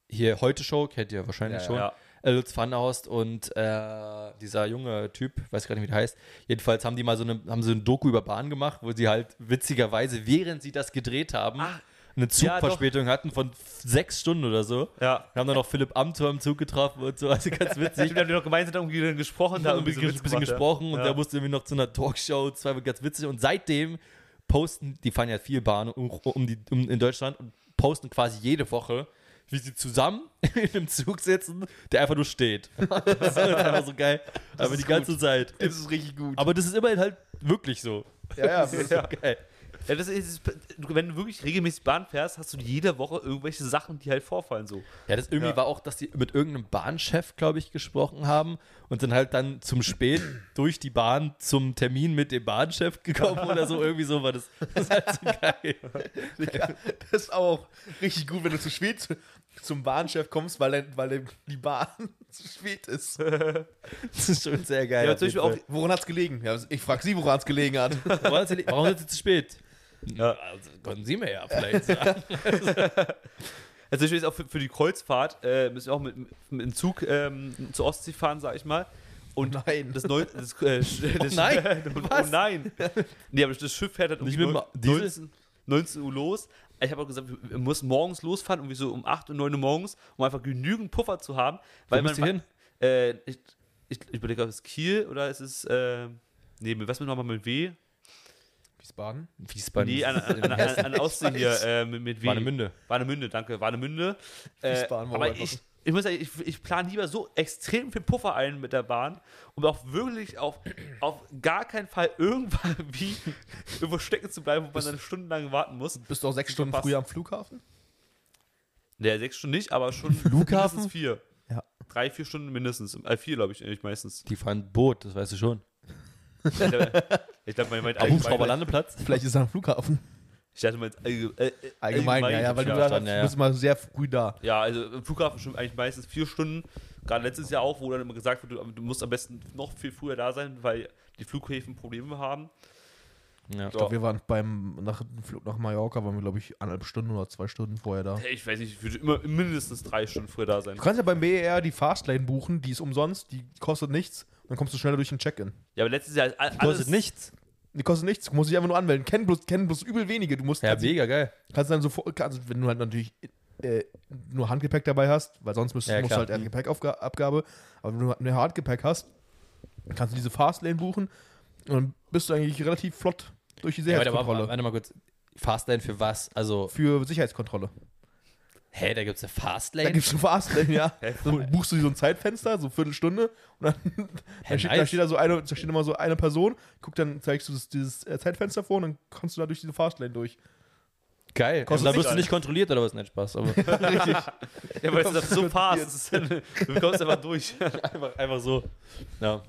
B: hier heute Show, kennt ihr wahrscheinlich
D: Ja,
B: schon.
D: ja.
B: Äh, Lutz Vanderhorst und äh, dieser junge Typ, weiß gar nicht, wie der heißt. Jedenfalls haben die mal so eine, haben so ein Doku über Bahn gemacht, wo sie halt witzigerweise, während sie das gedreht haben,
D: Ah.
B: eine Zugverspätung hatten von f- sechs Stunden oder so.
D: Ja.
B: Wir haben dann noch Philipp Amthor im Zug getroffen und so, also ganz witzig.
D: Ich habe noch gemeinsam irgendwie gesprochen,
B: da
D: da
B: haben
D: irgendwie
B: wir
D: so
B: ein bisschen
D: Witze gemacht, ja.
B: gesprochen und
D: ja.
B: der musste irgendwie noch zu einer Talkshow, das war ganz witzig. Und seitdem posten, die fahren ja viel Bahn um, um die, um, in Deutschland und posten quasi jede Woche, wie sie zusammen in einem Zug sitzen, der einfach nur steht. Das ist halt einfach so geil. Aber die
A: ist
B: ganze Zeit.
A: Das ist richtig gut.
B: Aber das ist immerhin halt wirklich so.
A: ja, ja,
B: Das ist so geil.
D: Ja, das ist, du- wenn du wirklich regelmäßig Bahn fährst, hast du jede Woche irgendwelche Sachen, die halt vorfallen so.
B: Ja, das irgendwie
D: Ja.
B: war auch, dass die mit irgendeinem Bahnchef, glaube ich, gesprochen haben und sind halt dann zum Spät durch die Bahn zum Termin mit dem Bahnchef gekommen oder so. Irgendwie so war das. Das ist halt so geil.
A: Digga, das ist auch richtig gut, wenn du zu spät zu, zum Bahnchef kommst, weil, dein- weil dein- die Bahn zu spät ist.
B: Das ist schon sehr geil.
D: Ja,
B: auf
D: zum
B: jeden
D: Beispiel auch
B: Fall.
A: Woran hat's gelegen? Ja, ich frag sie, woran es gelegen hat.
B: Warum sind Sie- Warum sind sie zu spät? Ja, also konnten sie mir ja vielleicht sagen.
D: Also ich weiß auch für, für die Kreuzfahrt äh, müssen wir auch mit, mit dem Zug ähm, zur Ostsee fahren, sag ich mal. Und
A: Nein.
D: das neue das, äh, das,
B: Oh nein,
D: oh
B: was?
D: nein. Nee, aber das Schiff fährt halt um
B: Nicht mit dem Diesel?
D: 19, 19 Uhr los. Ich habe auch gesagt, wir müssen morgens losfahren, irgendwie so um 8 und 9 Uhr morgens, um einfach genügend Puffer zu haben. Weil
B: müsst
D: man,
B: ihr hin?
D: Äh, ich, ich, ich überlege, ob es Kiel oder ist es, äh, nee, mit- was mit nochmal mit W?
A: Wiesbaden?
B: Wiesbaden.
D: Nee, an, an, an, an, an Ostsee hier, äh, mit, mit W.
B: Warnemünde.
D: Warnemünde, danke, Warnemünde. Äh,
A: Wiesbaden war
D: aber
A: einfach
D: ich, ich muss sagen, ich, ich plane lieber so extrem viel Puffer ein mit der Bahn, um auch wirklich auf, auf gar keinen Fall irgendwann wie irgendwo stecken zu bleiben, wo man dann stundenlang warten muss.
A: Bist du auch sechs Stunden
D: verpasst.
A: früher am Flughafen?
D: Naja, sechs Stunden nicht, aber schon
B: Flughafen?
D: mindestens vier.
A: Ja.
D: Drei, vier Stunden mindestens. Äh, vier, glaube ich, eigentlich meistens.
B: Die fahren Boot, das weißt du schon.
D: Ich glaube, ich glaub, man meint
B: Aber
D: allgemein.
B: Hubschrauberlandeplatz?
A: Vielleicht ist er am Flughafen.
D: Ich dachte, man meint allge- äh, äh,
A: Allgemein, ja, ja, weil du
D: ja.
A: da
B: verstanden, ja, ja.
A: bist immer sehr früh da.
D: Ja, also im Flughafen schon eigentlich meistens vier Stunden. Gerade letztes Jahr auch, wo dann immer gesagt wurde, du musst am besten noch viel früher da sein, weil die Flughäfen Probleme haben.
C: Ja.
A: Ich glaube, wir waren beim nach dem Flug nach Mallorca, waren wir, glaube ich, anderthalb Stunden oder zwei Stunden vorher da.
D: Hey, Ich weiß nicht, ich würde immer mindestens drei Stunden früher da sein.
A: Du kannst ja beim BER die Fastlane buchen, die ist umsonst, die kostet nichts. Dann kommst du schneller durch den Check-In.
D: Ja, aber letztes Jahr ist all- alles
C: Kostet nichts.
A: Die kostet nichts, du musst dich einfach nur anmelden. Kennen bloß, kennen bloß übel wenige. Du musst halt
B: Ja,
A: kannst,
B: mega geil.
A: kannst dann sofort, kannst, wenn du halt natürlich äh, nur Handgepäck dabei hast, weil sonst müsst,
B: Ja,
A: musst du
B: klar.
A: halt
D: Mhm.
A: eine Gepäckabgabe. Aber wenn du halt nur Handgepäck hast, kannst du diese Fastlane buchen und dann bist du eigentlich relativ flott durch die
B: Ja, warte, mal,
A: Sicherheitskontrolle.
B: warte mal kurz. Fastlane für was? Also,
A: Für Sicherheitskontrolle.
B: hä, da gibt's eine
A: Da
B: Fastlane?
A: gibt es eine Fastlane, ja.
D: Hey,
A: Dann buchst du so ein Zeitfenster, so Viertelstunde, und dann, dann, steht, da,
B: nice.
A: steht da, so eine, da steht immer so eine Person, guck, dann zeigst du das, dieses äh, Zeitfenster vor und dann kommst du da durch diese Fastlane durch.
B: Geil.
A: Kostet
B: Und da wirst
A: nichts.
B: du nicht kontrolliert oder was? Nein, Spaß. Aber
A: Richtig.
D: Ja, weil es ist so fast. Du kommst einfach durch.
B: einfach, einfach so. Ja.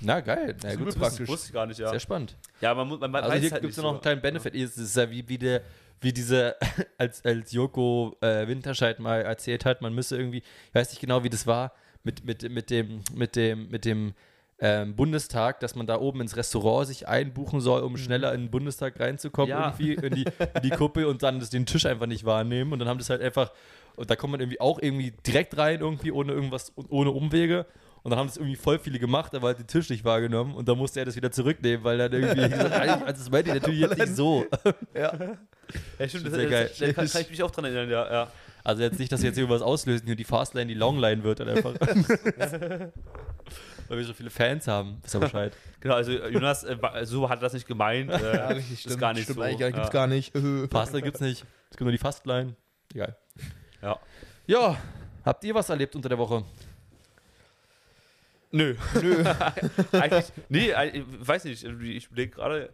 B: Na, geil. Na, gut,
A: Übel
B: zu wissen.
A: praktisch.
D: Wusste ich gar nicht, ja.
B: Sehr spannend.
D: Ja, man, muss- man
B: Also
D: weiß
B: hier
D: halt
B: gibt es
D: nicht
B: noch
D: so.
B: einen kleinen Benefit. Es ist ja wie, wie, der, wie diese, als, als Joko äh, Winterscheid mal erzählt hat, man müsse irgendwie, ich weiß nicht genau, wie das war, mit, mit, mit dem, mit dem, mit dem ähm, Bundestag, dass man da oben ins Restaurant sich einbuchen soll, um schneller in den Bundestag reinzukommen,
D: Mhm. Ja.
B: irgendwie in die, in die Kuppel und dann das, den Tisch einfach nicht wahrnehmen. Und dann haben das halt einfach, und da kommt man irgendwie auch irgendwie direkt rein, irgendwie ohne irgendwas, ohne Umwege. Und dann haben das irgendwie voll viele gemacht, aber hat den Tisch nicht wahrgenommen. Und dann musste er das wieder zurücknehmen, weil dann irgendwie. gesagt, "Eigentlich- also das meinte ich natürlich jetzt nicht so.
A: ja.
D: Ja, stimmt, das,
B: Sehr
D: das,
B: geil.
D: das, kann, kann ich mich auch dran erinnern, ja. ja.
B: Also jetzt nicht, dass wir jetzt irgendwas auslösen und die Fastlane die Longline wird dann einfach. weil wir so viele Fans haben. Wisst ihr Bescheid.
D: Genau, also äh, Jonas, äh, wa- so hat er das nicht gemeint. Äh, Ist gar nicht
A: stimmt
D: so.
A: eigentlich, gar nicht, gibt's
D: ja.
A: gar nicht. Äh.
B: Fastlane gibt's nicht. Es gibt nur die Fastline. Egal.
D: Ja.
B: Ja, habt ihr was erlebt unter der Woche?
D: Nö. eigentlich, nee, eig- ich weiß nicht, irgendwie, ich überlege gerade.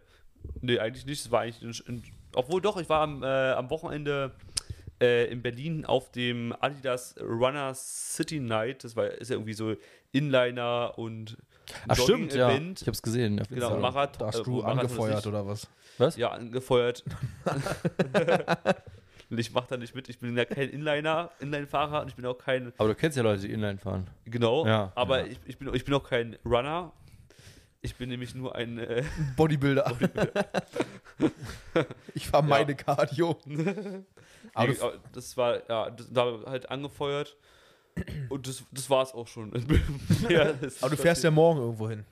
D: Nee, eigentlich nicht. Es war eigentlich. Ein, ein, obwohl doch, ich war am, äh, am Wochenende äh, in Berlin auf dem Adidas Runner City Night. Das war, ist ja irgendwie so Inliner und
B: Ach stimmt, ja.
D: Jogging-Event.
B: Ich hab's gesehen. auf
D: Genau,
B: Instagram.
D: Marathon.
A: Da hast
D: äh,
A: du
D: Marathon ist
A: angefeuert
D: nicht-
A: oder was?
D: Ja, angefeuert. Und ich mache da nicht mit. Ich bin ja kein Inliner, Inline-Fahrer und ich bin auch kein,
B: Aber du kennst ja Leute, die Inline fahren.
D: genau,
B: Ja,
D: aber
B: ja.
D: Ich, ich, bin, ich bin auch kein Runner. Ich bin nämlich nur ein, äh,
A: Bodybuilder. ich vermeide Cardio. Aber du,
D: äh, das war, ja, das, da halt angefeuert. Und das, das war es auch schon. ja, das
A: aber du
D: ist
A: fährst
D: das-
A: ja morgen irgendwo hin.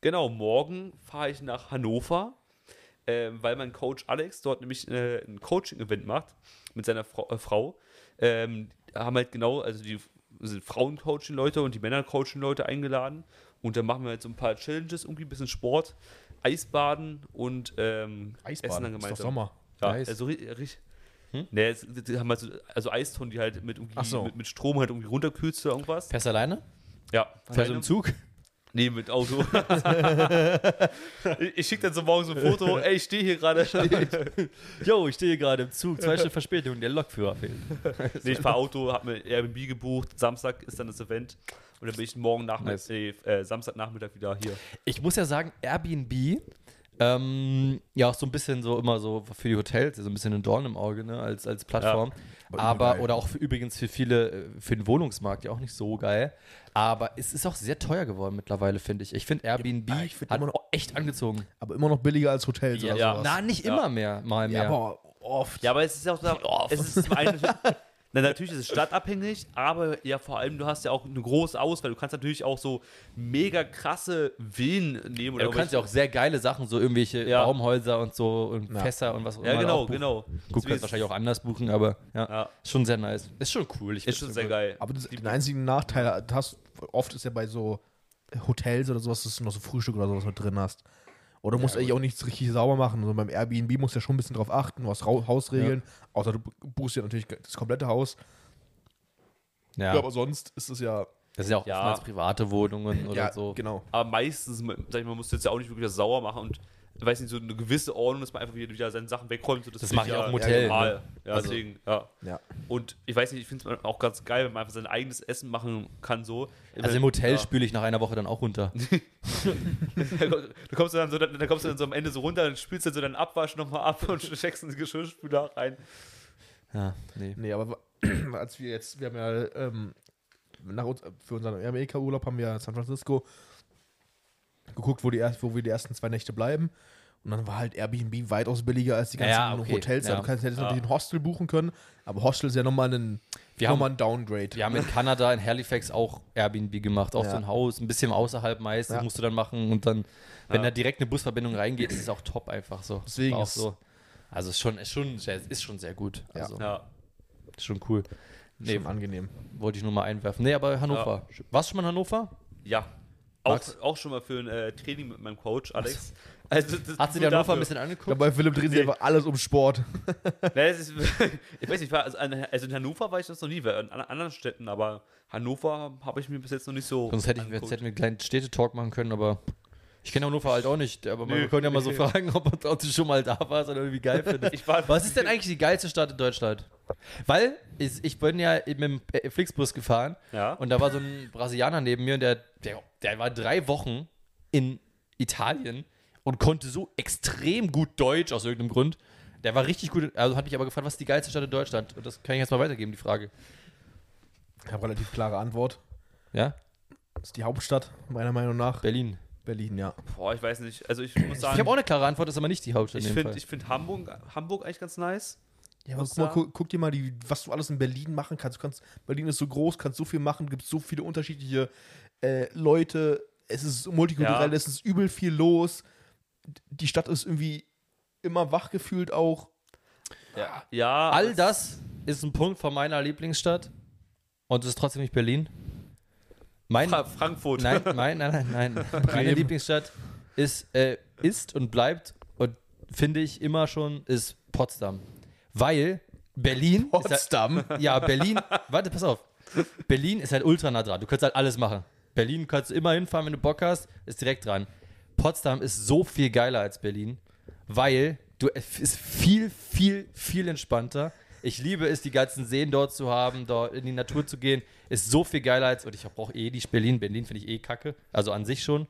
D: Genau, morgen fahre ich nach Hannover, ähm, weil mein Coach Alex dort nämlich äh, ein Coaching-Event macht mit seiner Frau. Äh, Frau. Ähm, haben halt genau, also die sind Frauen coachen Leute und die Männer coachen Leute eingeladen. Und dann machen wir halt so ein paar Challenges, irgendwie ein bisschen Sport, Eisbaden und ähm, Essen dann
A: Eisbaden, ist
D: gemeinsam.
A: doch Sommer.
D: Ja,
B: Eis.
D: also richtig.
B: Hm?
D: Nee, es, die haben halt so, also Eistonnen, die halt mit, irgendwie,
A: Ach so.
D: mit, mit Strom halt irgendwie runterkühlst oder irgendwas.
B: Fährst du alleine?
D: Ja,
B: Fährst du im Zug?
D: Nee, mit Auto. ich ich schicke dann so morgen so ein Foto. Ey, ich stehe hier gerade.
B: Jo, ich stehe gerade im Zug, zwei Stunden Verspätung, der Lokführer fehlt.
D: Nee, ich fahre Auto, habe mir Airbnb gebucht. Samstag ist dann das Event. Und dann bin ich morgen
B: Nice.
D: Nachmittag, nee, äh, Samstagnachmittag wieder hier.
B: Ich muss ja sagen, Airbnb, ähm, ja, auch so ein bisschen so immer so für die Hotels, so ein bisschen ein Dorn im Auge, ne, als, als Plattform.
A: Aber
B: Aber,
A: geil.
B: oder auch für, übrigens für viele, äh, für den Wohnungsmarkt ja auch nicht so geil. Aber es ist auch sehr teuer geworden mittlerweile, finde ich. Ich finde Airbnb
A: Ja, ich find
B: hat
A: immer noch-
B: echt angezogen.
A: Aber immer noch billiger als Hotels oder
D: ja.
A: sowas.
B: Na, nicht
D: Ja.
B: immer mehr, mal mehr.
A: ja, aber oft.
D: Ja, aber es ist ja auch da, es ist zum einen, na, natürlich ist es stadtabhängig, aber ja vor allem, du hast ja auch eine große Auswahl. Du kannst natürlich auch so mega krasse Villen nehmen. Oder
B: Ja, du kannst ja auch sehr geile Sachen, so irgendwelche
D: Ja.
B: Baumhäuser und so und
A: Ja.
B: Fässer und was auch
D: Ja,
B: immer.
D: genau,
B: auch buchen.
D: genau.
B: Gut,
D: Deswegen
B: kannst halt wahrscheinlich auch anders buchen, aber ja,
D: Ja.
B: Ist schon sehr nice. Ist schon cool. Ich
D: Ist schon
B: find's
D: sehr
B: cool.
D: geil.
A: Aber das, den einzigen Nachteil hast, oft ist ja bei so Hotels oder sowas, dass du noch so Frühstück oder sowas mit drin hast. Oder du musst eigentlich auch nichts richtig sauber machen. So beim Airbnb musst du ja schon ein bisschen drauf achten, du hast Rau Hausregeln, außer du buchst ja natürlich das komplette Haus.
B: Ja.
A: Ja, aber sonst ist es ja.
B: das sind ja auch
D: Ja.
B: oftmals private Wohnungen oder
A: ja,
B: so.
A: genau.
D: Aber meistens, sag ich mal, musst du jetzt ja auch nicht wirklich das sauer machen und weiß nicht, so eine gewisse Ordnung, dass man einfach wieder, wieder seine Sachen wegräumt. So,
B: Das
D: ist
B: mach ich
D: ja-
B: auch im Hotel,
D: Ja, normal.
B: ne?
D: ja
B: Also-
D: deswegen, ja.
A: Ja.
D: Und ich weiß nicht, ich finde es auch ganz geil, wenn man einfach sein eigenes Essen machen kann, so.
B: Also im Hotel
D: ja.
B: spüle ich nach einer Woche dann auch runter.
D: Da kommst du dann so, da kommst du dann so am Ende so runter, dann spülst du dann so deinen Abwasch nochmal ab und steckst in den Geschirrspüler rein.
B: Ja, nee.
A: Nee, aber wa- als wir jetzt, wir haben ja ähm, nach uns, für unseren Amerika-Urlaub haben wir San Francisco geguckt, wo, die erst, wo wir die ersten zwei Nächte bleiben. Und dann war halt Airbnb weitaus billiger als die ganzen
B: Ja, okay,
A: Hotels. Also
B: ja.
A: Du kannst hättest natürlich ein Hostel buchen können, aber Hostel ist ja nochmal ein,
B: Wir
A: noch mal
B: haben-
A: ein Downgrade.
B: Wir haben in Kanada, in Halifax auch Airbnb gemacht, auch
A: Ja.
B: so ein Haus, ein bisschen außerhalb meistens
A: Ja.
B: musst du dann machen und dann, wenn
D: Ja.
B: da direkt eine Busverbindung reingeht, ist es auch top einfach so.
A: Deswegen
B: auch
A: ist-
B: so. Also ist schon, ist schon, sehr, ist schon sehr gut.
A: Ja.
B: Also
D: Ja.
B: ist schon cool. Nee,
A: Schon angenehm.
B: wollte ich nur mal einwerfen. Nee, aber Hannover. Warst du schon mal in Hannover?
D: ja.
B: Max?
D: Auch, auch schon mal für ein äh, Training mit meinem Coach, Alex. Also, das-
B: Hast du dir
D: nur
B: Hannover ein
D: dafür.
B: bisschen angeguckt?
A: Dabei Philipp dreht sich
D: Nee.
A: einfach alles um Sport.
D: Nein, das ist, ich weiß nicht, ich war- also, an- also in Hannover war ich das noch nie, weil an an anderen Städten, aber Hannover habe ich mir bis jetzt noch nicht so.
B: Sonst hätte ich, jetzt
D: angeguckt.
B: hätten wir einen kleinen Städtetalk machen können, aber ich kenne Hannover halt auch nicht. Aber wir
D: Nö.
B: können ja mal so fragen, ob, ob du schon mal da warst oder irgendwie geil findest.
D: Ich war-
B: Was ist denn eigentlich die geilste Stadt in Deutschland? Weil ich, ich bin ja mit dem äh, Flixbus gefahren
D: Ja.
B: und da war so ein Brasilianer neben mir und der, der, der war drei Wochen in Italien und konnte so extrem gut Deutsch aus irgendeinem Grund. Der war richtig gut, also hat mich aber gefragt, was ist die geilste Stadt in Deutschland? Und das kann ich jetzt mal weitergeben, die Frage.
A: Ich habe relativ klare Antwort.
B: Ja?
A: Das ist die Hauptstadt, meiner Meinung nach.
B: Berlin.
A: Berlin, ja.
D: Boah, ich weiß nicht. Also ich muss
B: Ich habe
D: sagen,
B: auch eine klare Antwort, ist aber nicht die Hauptstadt.
D: ich
B: in dem
D: finde
B: Fall.
D: ich find Hamburg, Hamburg eigentlich ganz nice.
A: Ja, aber
D: Muss
A: guck, mal,
D: sagen.
A: guck, guck dir mal, die, was du alles in Berlin machen kannst. Du kannst. Berlin ist so groß, kannst so viel machen, gibt so viele unterschiedliche äh, Leute. Es ist multikulturell,
D: Ja.
A: es ist übel viel los. Die Stadt ist irgendwie immer wach gefühlt auch.
D: Ja.
B: All das ist ein Punkt von meiner Lieblingsstadt und es ist trotzdem nicht Berlin. Mein,
D: Fra Frankfurt.
B: nein, nein, nein, nein, nein. Meine Lieblingsstadt ist, äh, ist und bleibt und finde ich immer schon ist Potsdam. Weil Berlin. Ist
A: Potsdam.
B: halt, ja, Berlin. Warte, pass auf. Berlin ist halt ultra nah dran. Du kannst halt alles machen. Berlin kannst du immer hinfahren, wenn du Bock hast, ist direkt dran. Potsdam ist so viel geiler als Berlin, weil du es ist viel, viel, viel entspannter. Ich liebe es, die ganzen Seen dort zu haben, dort in die Natur zu gehen. Ist so viel geiler als, und ich brauche eh die Berlin. Berlin finde ich eh kacke. Also an sich schon.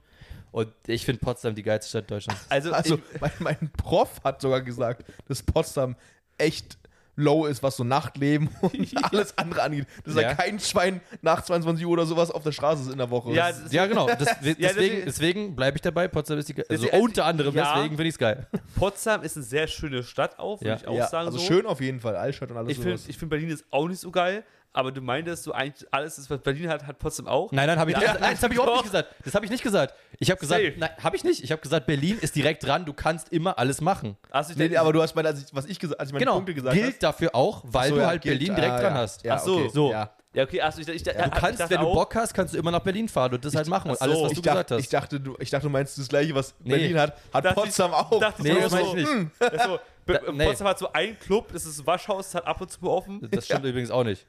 B: Und ich finde Potsdam die geilste Stadt Deutschlands.
D: Also,
A: Also,
D: ich,
A: mein, mein Prof hat sogar gesagt, dass Potsdam echt low ist, was so Nachtleben und alles andere angeht. Dass
B: Ja.
A: da kein Schwein nach 22 Uhr oder sowas auf der Straße ist in der Woche.
D: ja,
A: Das-
D: das-
B: Ja, genau. Das, deswegen
D: deswegen-
B: deswegen bleibe ich dabei. Potsdam ist die geilste. Also
D: Deswegen-
B: unter anderem
D: Ja.
B: deswegen finde ich es geil.
D: Potsdam ist eine sehr schöne Stadt auch, würde
B: Ja.
D: ich auch
A: ja,
D: sagen.
A: also
D: so.
A: schön auf jeden Fall, Altstadt und alles
D: Ich finde
A: sowas.
D: ich find Berlin ist auch nicht so geil, aber du meintest so eigentlich alles, ist, was Berlin hat, hat Potsdam auch.
B: Nein, nein, habe ich
D: Ja.
B: nicht gesagt. Nein, das habe ich überhaupt
D: Doch.
B: nicht gesagt. Das habe ich nicht gesagt. Ich habe gesagt,
D: Safe.
B: nein, habe ich nicht. Ich habe gesagt, Berlin ist direkt dran. Du kannst immer alles machen.
D: Hast du dich
A: Nee,
D: denn-
A: nee, aber du hast meine, als ich, was ich gesagt, als ich meine
B: genau.
A: Punkte gesagt
B: gilt
A: hast.
B: dafür auch, weil
A: Ach so,
B: du
A: ja,
B: halt
A: gilt.
B: Berlin
A: Ah,
B: direkt dran
A: ja.
B: hast.
A: Ja,
D: Ach so.
A: okay.
B: So.
A: Ja.
D: ja, okay, also ich, ich,
B: Du kannst, wenn du Bock hast, kannst du immer nach Berlin fahren und das halt machen und
D: ach
B: alles,
D: so.
B: was du
A: Ich, dacht,
B: gesagt hast.
A: ich, dachte, du, ich dachte, du meinst das gleiche, was
B: Nee.
A: Berlin hat, hat
D: Dachte ich-
A: Potsdam auch.
D: dachte ich
B: nee,
D: auch
B: das
D: so.
B: meine ich nicht.
A: hm.
D: Also, Be-
B: Da- nee.
D: Potsdam hat so einen Club, das ist das Waschhaus, das hat ab und zu offen.
B: Das stimmt übrigens auch nicht.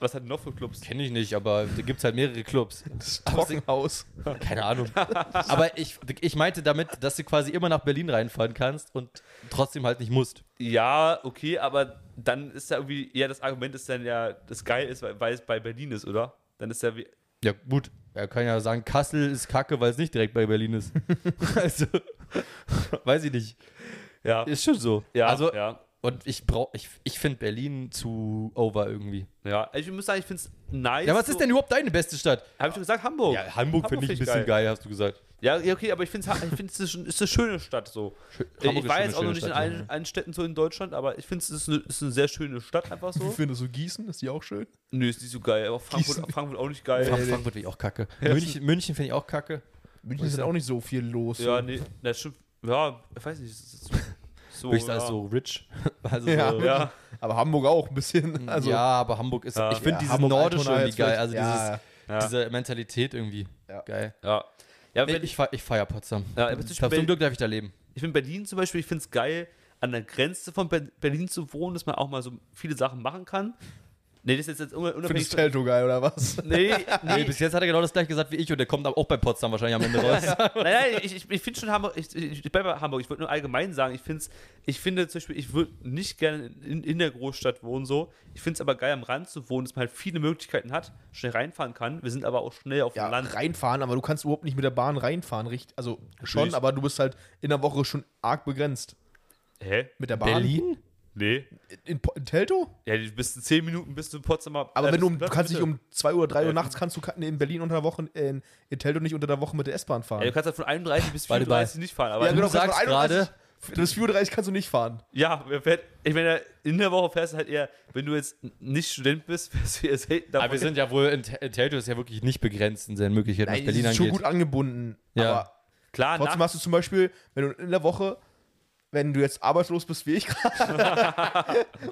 D: Was hat denn noch für Clubs?
B: Kenne ich nicht, aber da gibt es halt mehrere Clubs.
A: das Trockenhaus.
B: Keine Ahnung. aber ich, ich meinte damit, dass du quasi immer nach Berlin reinfahren kannst und trotzdem halt nicht musst.
D: Ja, okay, aber dann ist ja irgendwie, ja, das Argument ist dann ja, das geil ist, weil, weil es bei Berlin ist, oder? Dann ist ja wie.
B: Ja, gut. Er kann ja sagen, Kassel ist kacke, weil es nicht direkt bei Berlin ist. also, weiß ich nicht.
D: Ja,
B: Ist schon so.
D: ja,
B: also,
D: ja.
B: Und ich brauche, ich, ich finde Berlin zu over irgendwie.
D: Ja, also ich muss sagen, ich finde es nice.
B: Ja, was ist denn überhaupt deine beste Stadt?
D: Habe ich schon gesagt, Oh. Hamburg. Ja,
B: Hamburg
D: find ich ein bisschen
B: hast du gesagt.
D: ja, okay, aber ich finde es ich find's, ist, ist eine schöne Stadt so.
B: Hamburg ist
D: ich war
B: schon
D: jetzt
B: eine
D: auch noch
B: schöne
D: nicht in
B: Stadt,
D: allen,
B: ja.
D: allen Städten so in Deutschland, aber ich finde es ist eine, ist eine sehr schöne Stadt einfach
A: Wie
D: so.
A: findest du Gießen? Ist die auch schön?
D: Nö, ist nicht so geil, aber Frankfurt,
A: Gießen.
D: Frankfurt auch nicht geil.
B: Frankfurt Frankfurt finde ich auch kacke. München, München finde ich auch kacke.
D: Oh,
A: München ist halt auch nicht so viel los.
D: Ja, nee, das stimmt. Ja, ich weiß nicht. es ist so, so,
B: Höchstens
D: ja.
B: als so rich. Also
A: Ja.
B: so,
D: Ja,
A: Aber Hamburg auch ein bisschen. Also,
B: ja, aber Hamburg ist.
D: Ja.
B: Ich finde
A: ja,
B: dieses
A: Hamburg,
B: Nordische
A: Altona
B: irgendwie
A: jetzt
B: geil.
A: vielleicht-
B: Also
A: ja,
D: ja,
B: dieses, diese Mentalität irgendwie.
A: Ja.
B: Geil.
D: ja. ja
B: Nee,
D: wenn,
B: ich fe- ich feier Potsdam.
D: Ja, aber
B: ich
D: zum
B: darf,
D: Beispiel-
B: zum Glück darf ich da leben.
D: Ich bin Berlin zum Beispiel, ich finde es geil, an der Grenze von Ber- Berlin zu wohnen, dass man auch mal so viele Sachen machen kann. Nee, das ist jetzt un- unabhängig.
A: Findest halt Telto geil oder was?
D: nee,
B: Nee,
D: nee,
B: bis jetzt hat er genau das gleiche gesagt wie ich und der kommt aber auch bei Potsdam wahrscheinlich am Ende raus.
D: nein, nein, ich, ich, ich finde schon Hamburg, ich, ich, ich bleib bei Hamburg, ich würde nur allgemein sagen, ich finde ich finde zum Beispiel, ich würde nicht gerne in, in der Großstadt wohnen so, ich finde es aber geil am Rand zu wohnen, dass man halt viele Möglichkeiten hat, schnell reinfahren kann, wir sind aber auch schnell auf
A: Ja,
D: dem Land.
A: reinfahren, aber du kannst überhaupt nicht mit der Bahn reinfahren. Richtig, also schon,
D: Natürlich.
A: aber du bist halt in der Woche schon arg begrenzt
D: Hä?
A: mit der Bahn.
B: Berlin?
D: Nee.
A: In, Po- in Teltow?
D: Ja, du bist in 10 Minuten bist du in Potsdamer.
A: Aber
D: äh,
A: wenn du, um, du
D: Platz,
A: kannst
D: bitte.
A: nicht um 2 oder 3 Uhr
D: Äh,
A: nachts kannst du ka- nee, in Berlin unter der Woche in, in Teltow nicht unter der Woche mit der S-Bahn fahren.
D: Ja, du kannst halt von 31 bis
B: Warte mal.
D: 34 nicht fahren, aber
A: um- Ja,
D: ja,
A: genau.
B: du sagst
A: kannst du von
B: gerade,
A: 31 bis 4:30 kannst du nicht fahren.
D: wer fährt, ich meine, in der Woche fährst du halt eher, wenn du jetzt nicht Student bist, fährst du eher selten davon.
B: aber wir sind ja wohl, in Te- Teltow ist ja wirklich nicht begrenzt in seinen Möglichkeiten, was Berlin
A: ist schon
B: angeht.
A: gut angebunden.
B: Ja.
A: Aber
D: klar,
A: Trotzdem
D: nach,
A: hast du zum Beispiel, wenn du in der Woche, wenn du jetzt arbeitslos bist wie ich gerade,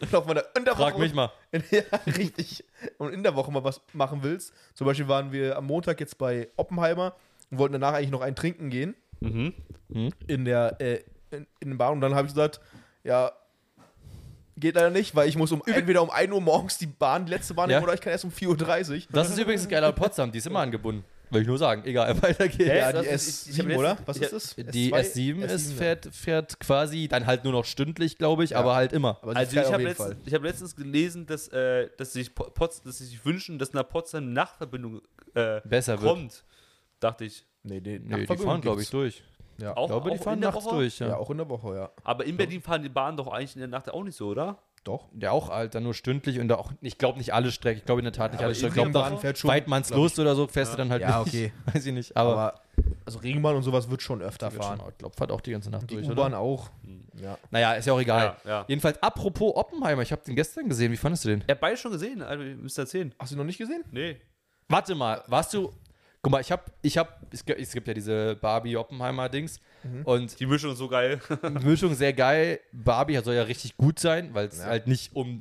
A: und auf meiner in der
B: Frag
A: Woche,
B: mich mal.
A: ja, richtig, und in der Woche mal was machen willst, zum Beispiel waren wir am Montag jetzt bei Oppenheimer und wollten danach eigentlich noch ein Trinken gehen
D: mhm.
A: in der äh, in, in den Bar und dann habe ich gesagt, ja, geht leider nicht, weil ich muss um entweder um 1 Uhr morgens die Bahn, die letzte Bahn
B: Ja.
A: nehmen oder ich kann erst um 4.30 Uhr.
B: Das ist übrigens geil an Potsdam, die ist immer angebunden. Will ich nur sagen, egal, weiter geht's.
D: Hä?
A: Ja,
D: das
A: die
D: ist- ich- ich hab
A: S7,
D: letztens-
A: oder? Was
D: ich
A: ist das?
B: Die
A: S2?
B: S7, ist,
A: ja.
B: fährt, fährt quasi dann halt nur noch stündlich, glaube ich, aber halt immer.
A: Aber sie ist
D: Also
A: geil
D: ich
A: auf
D: habe
A: jeden Fall.
D: letztens, ich hab letztens gelesen, dass, äh, dass, sich Po- Pots, dass sie sich wünschen, dass nach Potsdam eine Nachtverbindung äh,
B: Besser wird.
D: kommt. Dachte ich.
A: Nee, nee,
B: Nö, die fahren, glaube ich, durch.
A: Ja.
B: Ich glaube, die
D: in
B: fahren
D: der
B: nachts
D: Woche?
B: durch.
A: Ja,
B: Ja.
A: auch Oh, in der Woche, ja.
D: Aber in Berlin fahren die Bahnen doch eigentlich in der Nacht auch nicht so, oder?
A: Doch.
B: Ja, auch halt dann nur stündlich und da auch, ich glaube nicht alle Strecken, ich glaube in der Tat nicht
A: aber
B: alle Strecken. Ich
A: Regenbahn
B: glaube,
A: fährt
B: fährt
A: schon,
B: Weidmanns Lust oder so, fährst du dann halt
A: Ja,
B: nicht.
A: okay.
B: Weiß ich nicht, aber,
A: Aber also Regenbahn und sowas wird schon öfter
B: wird schon,
A: fahren.
B: ich glaube, fährt auch die ganze Nacht
A: Die
B: durch, oder? Hm.
A: U-Bahn auch. Ja.
B: Naja, ist ja auch egal.
D: Ja, ja.
B: Jedenfalls, apropos Oppenheimer, ich habe den gestern gesehen, wie fandest du den?
D: Ja, beide schon gesehen, also ihr müsst erzählen.
A: Hast du noch nicht gesehen?
D: Nee.
B: Warte mal, warst du. Guck mal, ich habe, ich habe, es gibt es gibt ja diese Barbie-Oppenheimer-Dings
A: Mhm.
B: und
D: Die Mischung ist so geil.
B: Die Mischung sehr geil. Barbie soll ja richtig gut sein, weil es
A: Ja.
B: halt nicht um.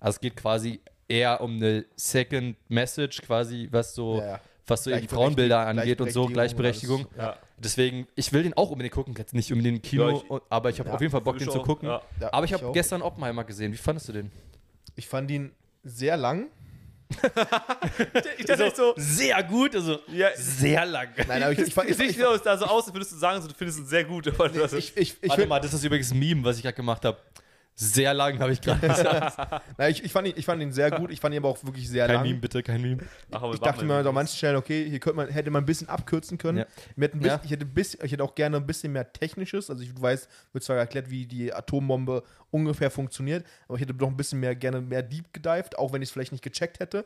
B: Also es geht quasi eher um eine Second Message, quasi, was so,
A: Ja, ja.
B: was so eben
A: Gleichberechtig-
B: Frauenbilder angeht und so,
A: Gleichberechtigung und
B: Gleichberechtigung.
A: alles.
D: Ja.
B: Deswegen, ich will den auch unbedingt gucken, jetzt nicht unbedingt im Kino,
D: Ja, ich-
B: und- aber ich habe
A: Ja.
B: auf jeden Fall Bock, den zu
D: Mischung,
B: gucken.
D: ja.
A: Ja,
B: Aber ich habe
A: auch.
B: gestern Oppenheimer gesehen. Wie fandest du den?
A: Ich fand ihn sehr lang.
D: Ich dachte echt so,
B: Sehr gut, also
D: ja,
B: sehr lang.
A: Nein, aber ich, ich, fand- ich,
D: Gesicht
A: ich,
D: sah da so aus, als würdest du sagen, so, du findest ihn sehr gut. Aber du hast-
A: ich, ich, ich,
B: Warte
A: find-
B: mal, das ist übrigens ein Meme, was ich gerade gemacht habe. Sehr lang habe ich gerade gesagt.
A: nein, ich, ich, fand ihn, ich fand ihn sehr gut. Ich fand ihn aber auch wirklich sehr
B: Kein
A: lang.
B: Meme, bitte, kein Meme.
D: Ach, aber
A: Ich
D: machen
A: dachte
D: wir
A: mir so an manchen Stellen, okay, hier könnte man, hätte man ein bisschen abkürzen können.
B: Ja.
A: Mir hätte ein
B: Ja.
A: bisschen, ich, hätte ein bisschen, ich hätte auch gerne ein bisschen mehr Technisches. Also ich weiß, wird zwar erklärt, wie die Atombombe ungefähr funktioniert, aber ich hätte noch ein bisschen mehr gerne mehr deep gedived, auch wenn ich es vielleicht nicht gecheckt hätte.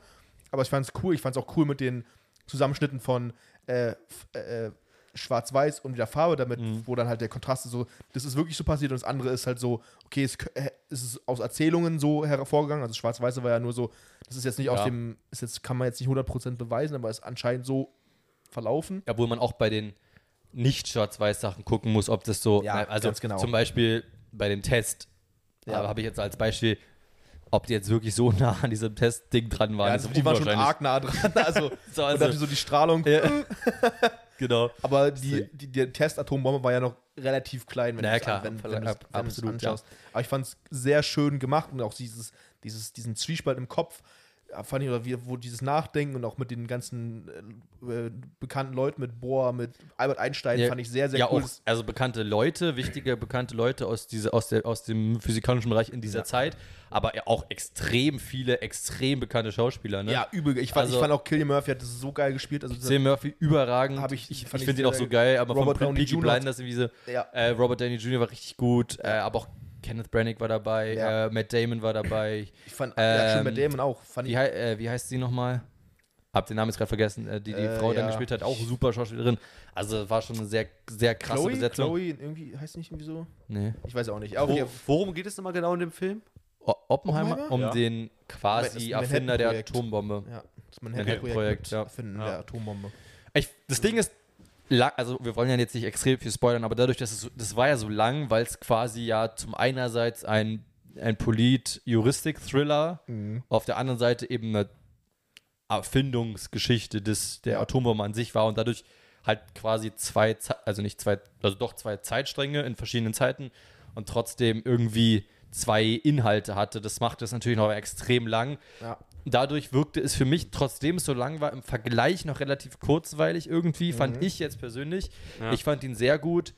A: Aber ich fand es cool. Ich fand es auch cool mit den Zusammenschnitten von äh, f- äh, Schwarz-Weiß und wieder Farbe damit,
B: Mhm.
A: wo dann halt der Kontrast ist so, das ist wirklich so passiert und das andere ist halt so, okay, es, kö- äh, es ist aus Erzählungen so hervorgegangen, also Schwarz-Weiße war ja nur so, das ist jetzt nicht aus
B: Ja.
A: dem, ist jetzt, kann man jetzt nicht 100% beweisen, aber ist anscheinend so verlaufen.
B: obwohl man auch bei den nicht schwarz-weiß Sachen gucken muss, ob das so,
A: Ja,
B: na, also
A: ganz genau.
B: zum Beispiel bei dem Test,
A: Ja.
B: aber habe ich jetzt als Beispiel, ob die jetzt wirklich so nah an diesem Testding dran waren.
A: Ja,
B: ist
A: also die waren schon
B: unwahrscheinlich.
A: arg nah dran, also,
B: So,
A: und
B: also,
A: dann so die Strahlung,
B: ja. genau.
A: aber die, die, die Testatombombe war ja noch relativ klein, wenn
B: Na
A: du
B: ja,
A: es
B: klar,
A: an- wenn,
B: ab-
A: wenn du es-
B: ab-
A: wenn du es
B: absolut,
A: anschaust. Aber ich fand es sehr schön gemacht und auch dieses, dieses, diesen Zwiespalt im Kopf, ja, fand ich, oder wie, wo dieses Nachdenken und auch mit den ganzen äh, äh, bekannten Leuten, mit Bohr, mit Albert Einstein,
B: Ja,
A: fand ich sehr, sehr
B: ja,
A: cool.
B: auch, also bekannte Leute, wichtige bekannte Leute aus, diese, aus, der, aus dem physikalischen Bereich in dieser Zeit, aber ja auch extrem viele, extrem bekannte Schauspieler. Ne?
A: Ja, übel. Ich fand, ich
B: Also-
A: fand auch Killian Murphy hat das so geil gespielt. Also,
B: Sam Murphy überragend.
A: Hab ich-
B: ich ich,
A: fand ich
B: finde ihn
A: sehr
B: auch so
A: geil.
B: geil, aber
A: Robert
B: von
A: Downey
B: Peaky
A: Jr.
B: Blinders irgendwie so.
A: Ja.
B: Äh, Robert Downey Jr. war richtig gut, äh, aber auch Kenneth Branagh war dabei,
A: Ja.
B: äh, Matt Damon war dabei.
A: ich fand ja, schon
B: ähm,
A: mit Damon auch. Fand
B: Wie,
A: ich,
B: hei äh, wie heißt sie nochmal? Hab den Namen jetzt gerade vergessen, äh, die die
A: Äh,
B: Frau dann
A: ja.
B: gespielt hat, auch super Schauspielerin. Also war schon eine sehr, sehr krasse
A: Chloe,
B: Besetzung.
A: Chloe, irgendwie heißt nicht irgendwie so.
B: Nee.
A: Ich weiß auch nicht. Aber
D: Wo, worum geht es nochmal genau in dem Film?
B: O Oppenheimer?
A: Oppenheimer?
B: Um
D: Ja.
B: den
A: Das ist
B: quasi
A: ein
B: Erfinder der
A: Manhattan-Projekt.
B: Atombombe.
A: ja, das
B: Manhattan-Projekt,
A: Manhattan-Projekt
B: ja.
A: ja. Finden
D: Ja.
A: der Atombombe.
B: Ich, das Ding ist, la- also wir wollen ja jetzt nicht extrem viel spoilern, aber dadurch, dass es so, das war ja so lang, weil es quasi ja zum einerseits ein, ein Polit-Juristik-Thriller, auf der anderen Seite eben eine Erfindungsgeschichte des, der Atombombe an sich war und dadurch halt quasi zwei, Ze- also nicht zwei, also doch zwei Zeitstränge in verschiedenen Zeiten und trotzdem irgendwie zwei Inhalte hatte. Das macht es natürlich noch extrem lang
A: Ja.
B: dadurch wirkte es für mich, trotzdem es so lang war, im Vergleich noch relativ kurzweilig irgendwie, fand ich jetzt persönlich.
D: Ja.
B: Ich fand ihn sehr gut,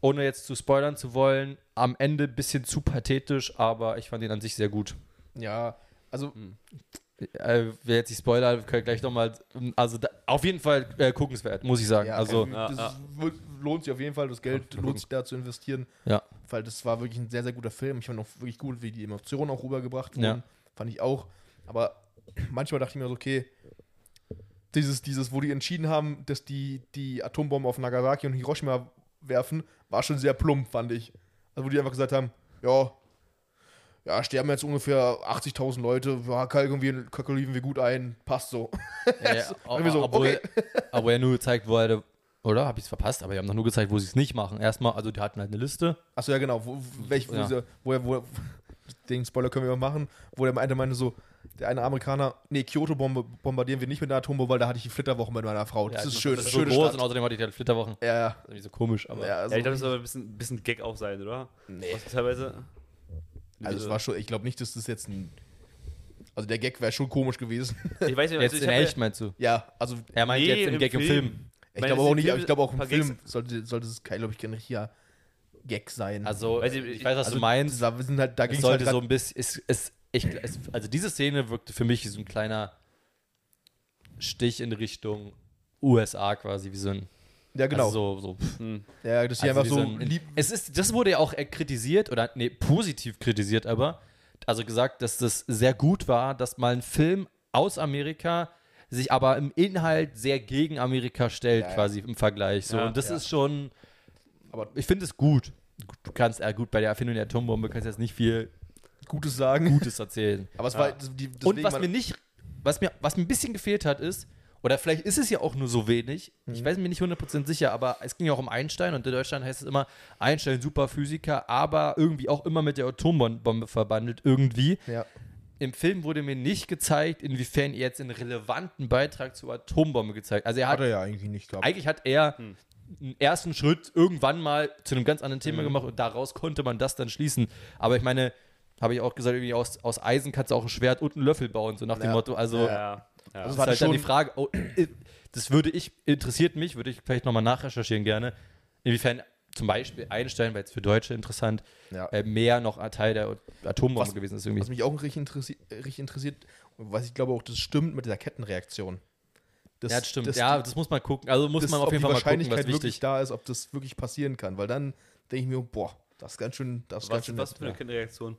B: ohne jetzt zu spoilern zu wollen. Am
D: Hm.
B: Ende ein bisschen zu pathetisch, aber ich fand ihn an sich sehr gut.
A: Ja, also
B: Äh, wer jetzt die Spoiler, wir können gleich nochmal. Also da, auf jeden Fall äh, guckenswert, muss ich sagen.
A: Ja,
B: also,
A: also
D: ja,
A: das
D: ja.
A: ist- wird- lohnt sich auf jeden Fall, das Geld lohnt sich da zu investieren,
B: ja.
A: weil das war wirklich ein sehr, sehr guter Film. Ich fand auch wirklich gut, wie die Emotionen auch rübergebracht wurden.
B: Ja.
A: Fand ich auch. Aber manchmal dachte ich mir so, okay, dieses, dieses, wo die entschieden haben, dass die die Atombombe auf Nagasaki und Hiroshima werfen, war schon sehr plump, fand ich. Also wo die einfach gesagt haben, ja, ja, sterben jetzt ungefähr 80.000 Leute, ja, kalkulieren wir, kalkulieren wir gut ein, passt so.
B: Ja, ja,
A: irgendwie so,
B: äh,
A: okay.
B: obwohl, obwohl ja nur gezeigt wurde, oder? Habe ich es verpasst? Aber die haben doch nur gezeigt, wo sie es nicht machen. Erstmal, also die hatten halt eine Liste.
A: Achso, ja, genau. Wo, welch, wo,
B: Ja.
A: Dieser, wo, er- wo, er- den Spoiler können wir mal machen, wo der eine meinte so, der eine Amerikaner, nee, Kyoto bombe, bombardieren wir nicht mit einer Atombombe, weil da hatte ich die Flitterwochen mit meiner Frau. Das
B: Ja,
A: ist schön, das
B: Das ist
A: ist
B: so
A: schöne
B: groß und
A: Stadt.
B: außerdem hatte ich halt Flitterwochen.
A: Ja, ja.
B: Das ist irgendwie so komisch, aber.
A: ja, also,
D: ja, ich glaube, das soll aber ein bisschen, bisschen Gag auch sein, oder? Nee. Teilweise.
A: also es war schon, ich glaube nicht, dass das jetzt ein, also der Gag wäre schon komisch gewesen.
D: Ich weiß nicht,
B: Jetzt
D: also ich
B: in
D: hab ja-
B: echt meinst du?
A: ja, also
B: Er meint
D: Nee,
B: jetzt im
D: im
B: Gag im
D: Film.
B: Film.
A: ich
D: meine,
A: glaube
D: es
A: auch
D: sind
A: nicht,
D: Filme,
A: aber ich glaube auch
D: ein paar
A: im Film sollte, sollte es, glaube ich, kein richtiger Gag sein.
B: Also,
D: Weiß ich-
B: ich weiß, was
A: Also,
B: du meinst.
A: da sind halt, da
B: Es
A: ging
B: sollte
A: halt
B: so
A: grad-
B: ein bisschen. Es, es, ich, es, also, diese Szene wirkte für mich wie so ein kleiner Stich in Richtung USA quasi, wie so ein.
A: ja genau,
B: Also so, so, pff.
A: ja, dass die
B: Also
A: einfach so
B: diesen-
A: lieb,
B: Es ist, das wurde ja auch äh, kritisiert oder nee, positiv kritisiert, aber also gesagt, dass das sehr gut war, dass mal ein Film aus Amerika sich aber im Inhalt sehr gegen Amerika stellt,
A: Ja, ja.
B: quasi im Vergleich. So.
D: Ja,
B: und das
A: ja.
B: ist schon,
A: Aber-
B: ich finde es gut. Du kannst äh, gut bei der Erfindung der Atombombe kannst jetzt nicht viel
A: Gutes sagen.
B: Gutes erzählen.
A: Aber es war die,
B: Und
A: deswegen
B: was
A: man-
B: mir nicht, was mir, was mir ein bisschen gefehlt hat, ist, oder vielleicht ist es ja auch nur so wenig, ich weiß mir nicht 100% sicher, aber es ging ja auch um Einstein und in Deutschland heißt es immer, Einstein, super Physiker, aber irgendwie auch immer mit der Atombombe verbandelt, irgendwie.
A: ja.
B: Im Film wurde mir nicht gezeigt, inwiefern er jetzt einen relevanten Beitrag zur Atombombe gezeigt Also er hat,
A: Hat er ja eigentlich nicht gehabt.
B: eigentlich hat er
A: Hm.
B: einen ersten Schritt irgendwann mal zu einem ganz anderen
A: Hm.
B: Thema gemacht und daraus konnte man das dann schließen. Aber ich meine, habe ich auch gesagt, irgendwie aus, aus Eisen kannst du auch ein Schwert und einen Löffel bauen, so nach dem
A: Ja.
B: Motto. Also,
A: Ja,
D: Ja, ja.
A: Also
B: das
A: war
B: ist halt dann die
A: schon-
B: Frage, oh, äh, das würde ich, interessiert mich, würde ich vielleicht nochmal nachrecherchieren gerne, inwiefern zum Beispiel Einstein, weil es für Deutsche interessant,
A: Ja.
B: äh, mehr noch ein Teil der Atombombe
A: Was-
B: gewesen ist
A: Was
B: irgendwie.
A: mich auch richtig, interessi äh, richtig interessiert, und was ich glaube auch, das stimmt mit dieser Kettenreaktion. Das,
B: ja, das stimmt.
A: dass
B: ja,
A: die-
B: das muss man gucken. Also muss
A: dass
B: man auf
A: ob
B: jeden
A: die
B: Fall mal gucken,
A: Wahrscheinlichkeit
B: was
A: wirklich
B: wichtig
A: da ist, ob das wirklich passieren kann. Weil dann denke ich mir, boah, das ist ganz schön, das ist ganz
D: was,
A: schön.
D: was für eine
A: nett.
D: Kettenreaktion?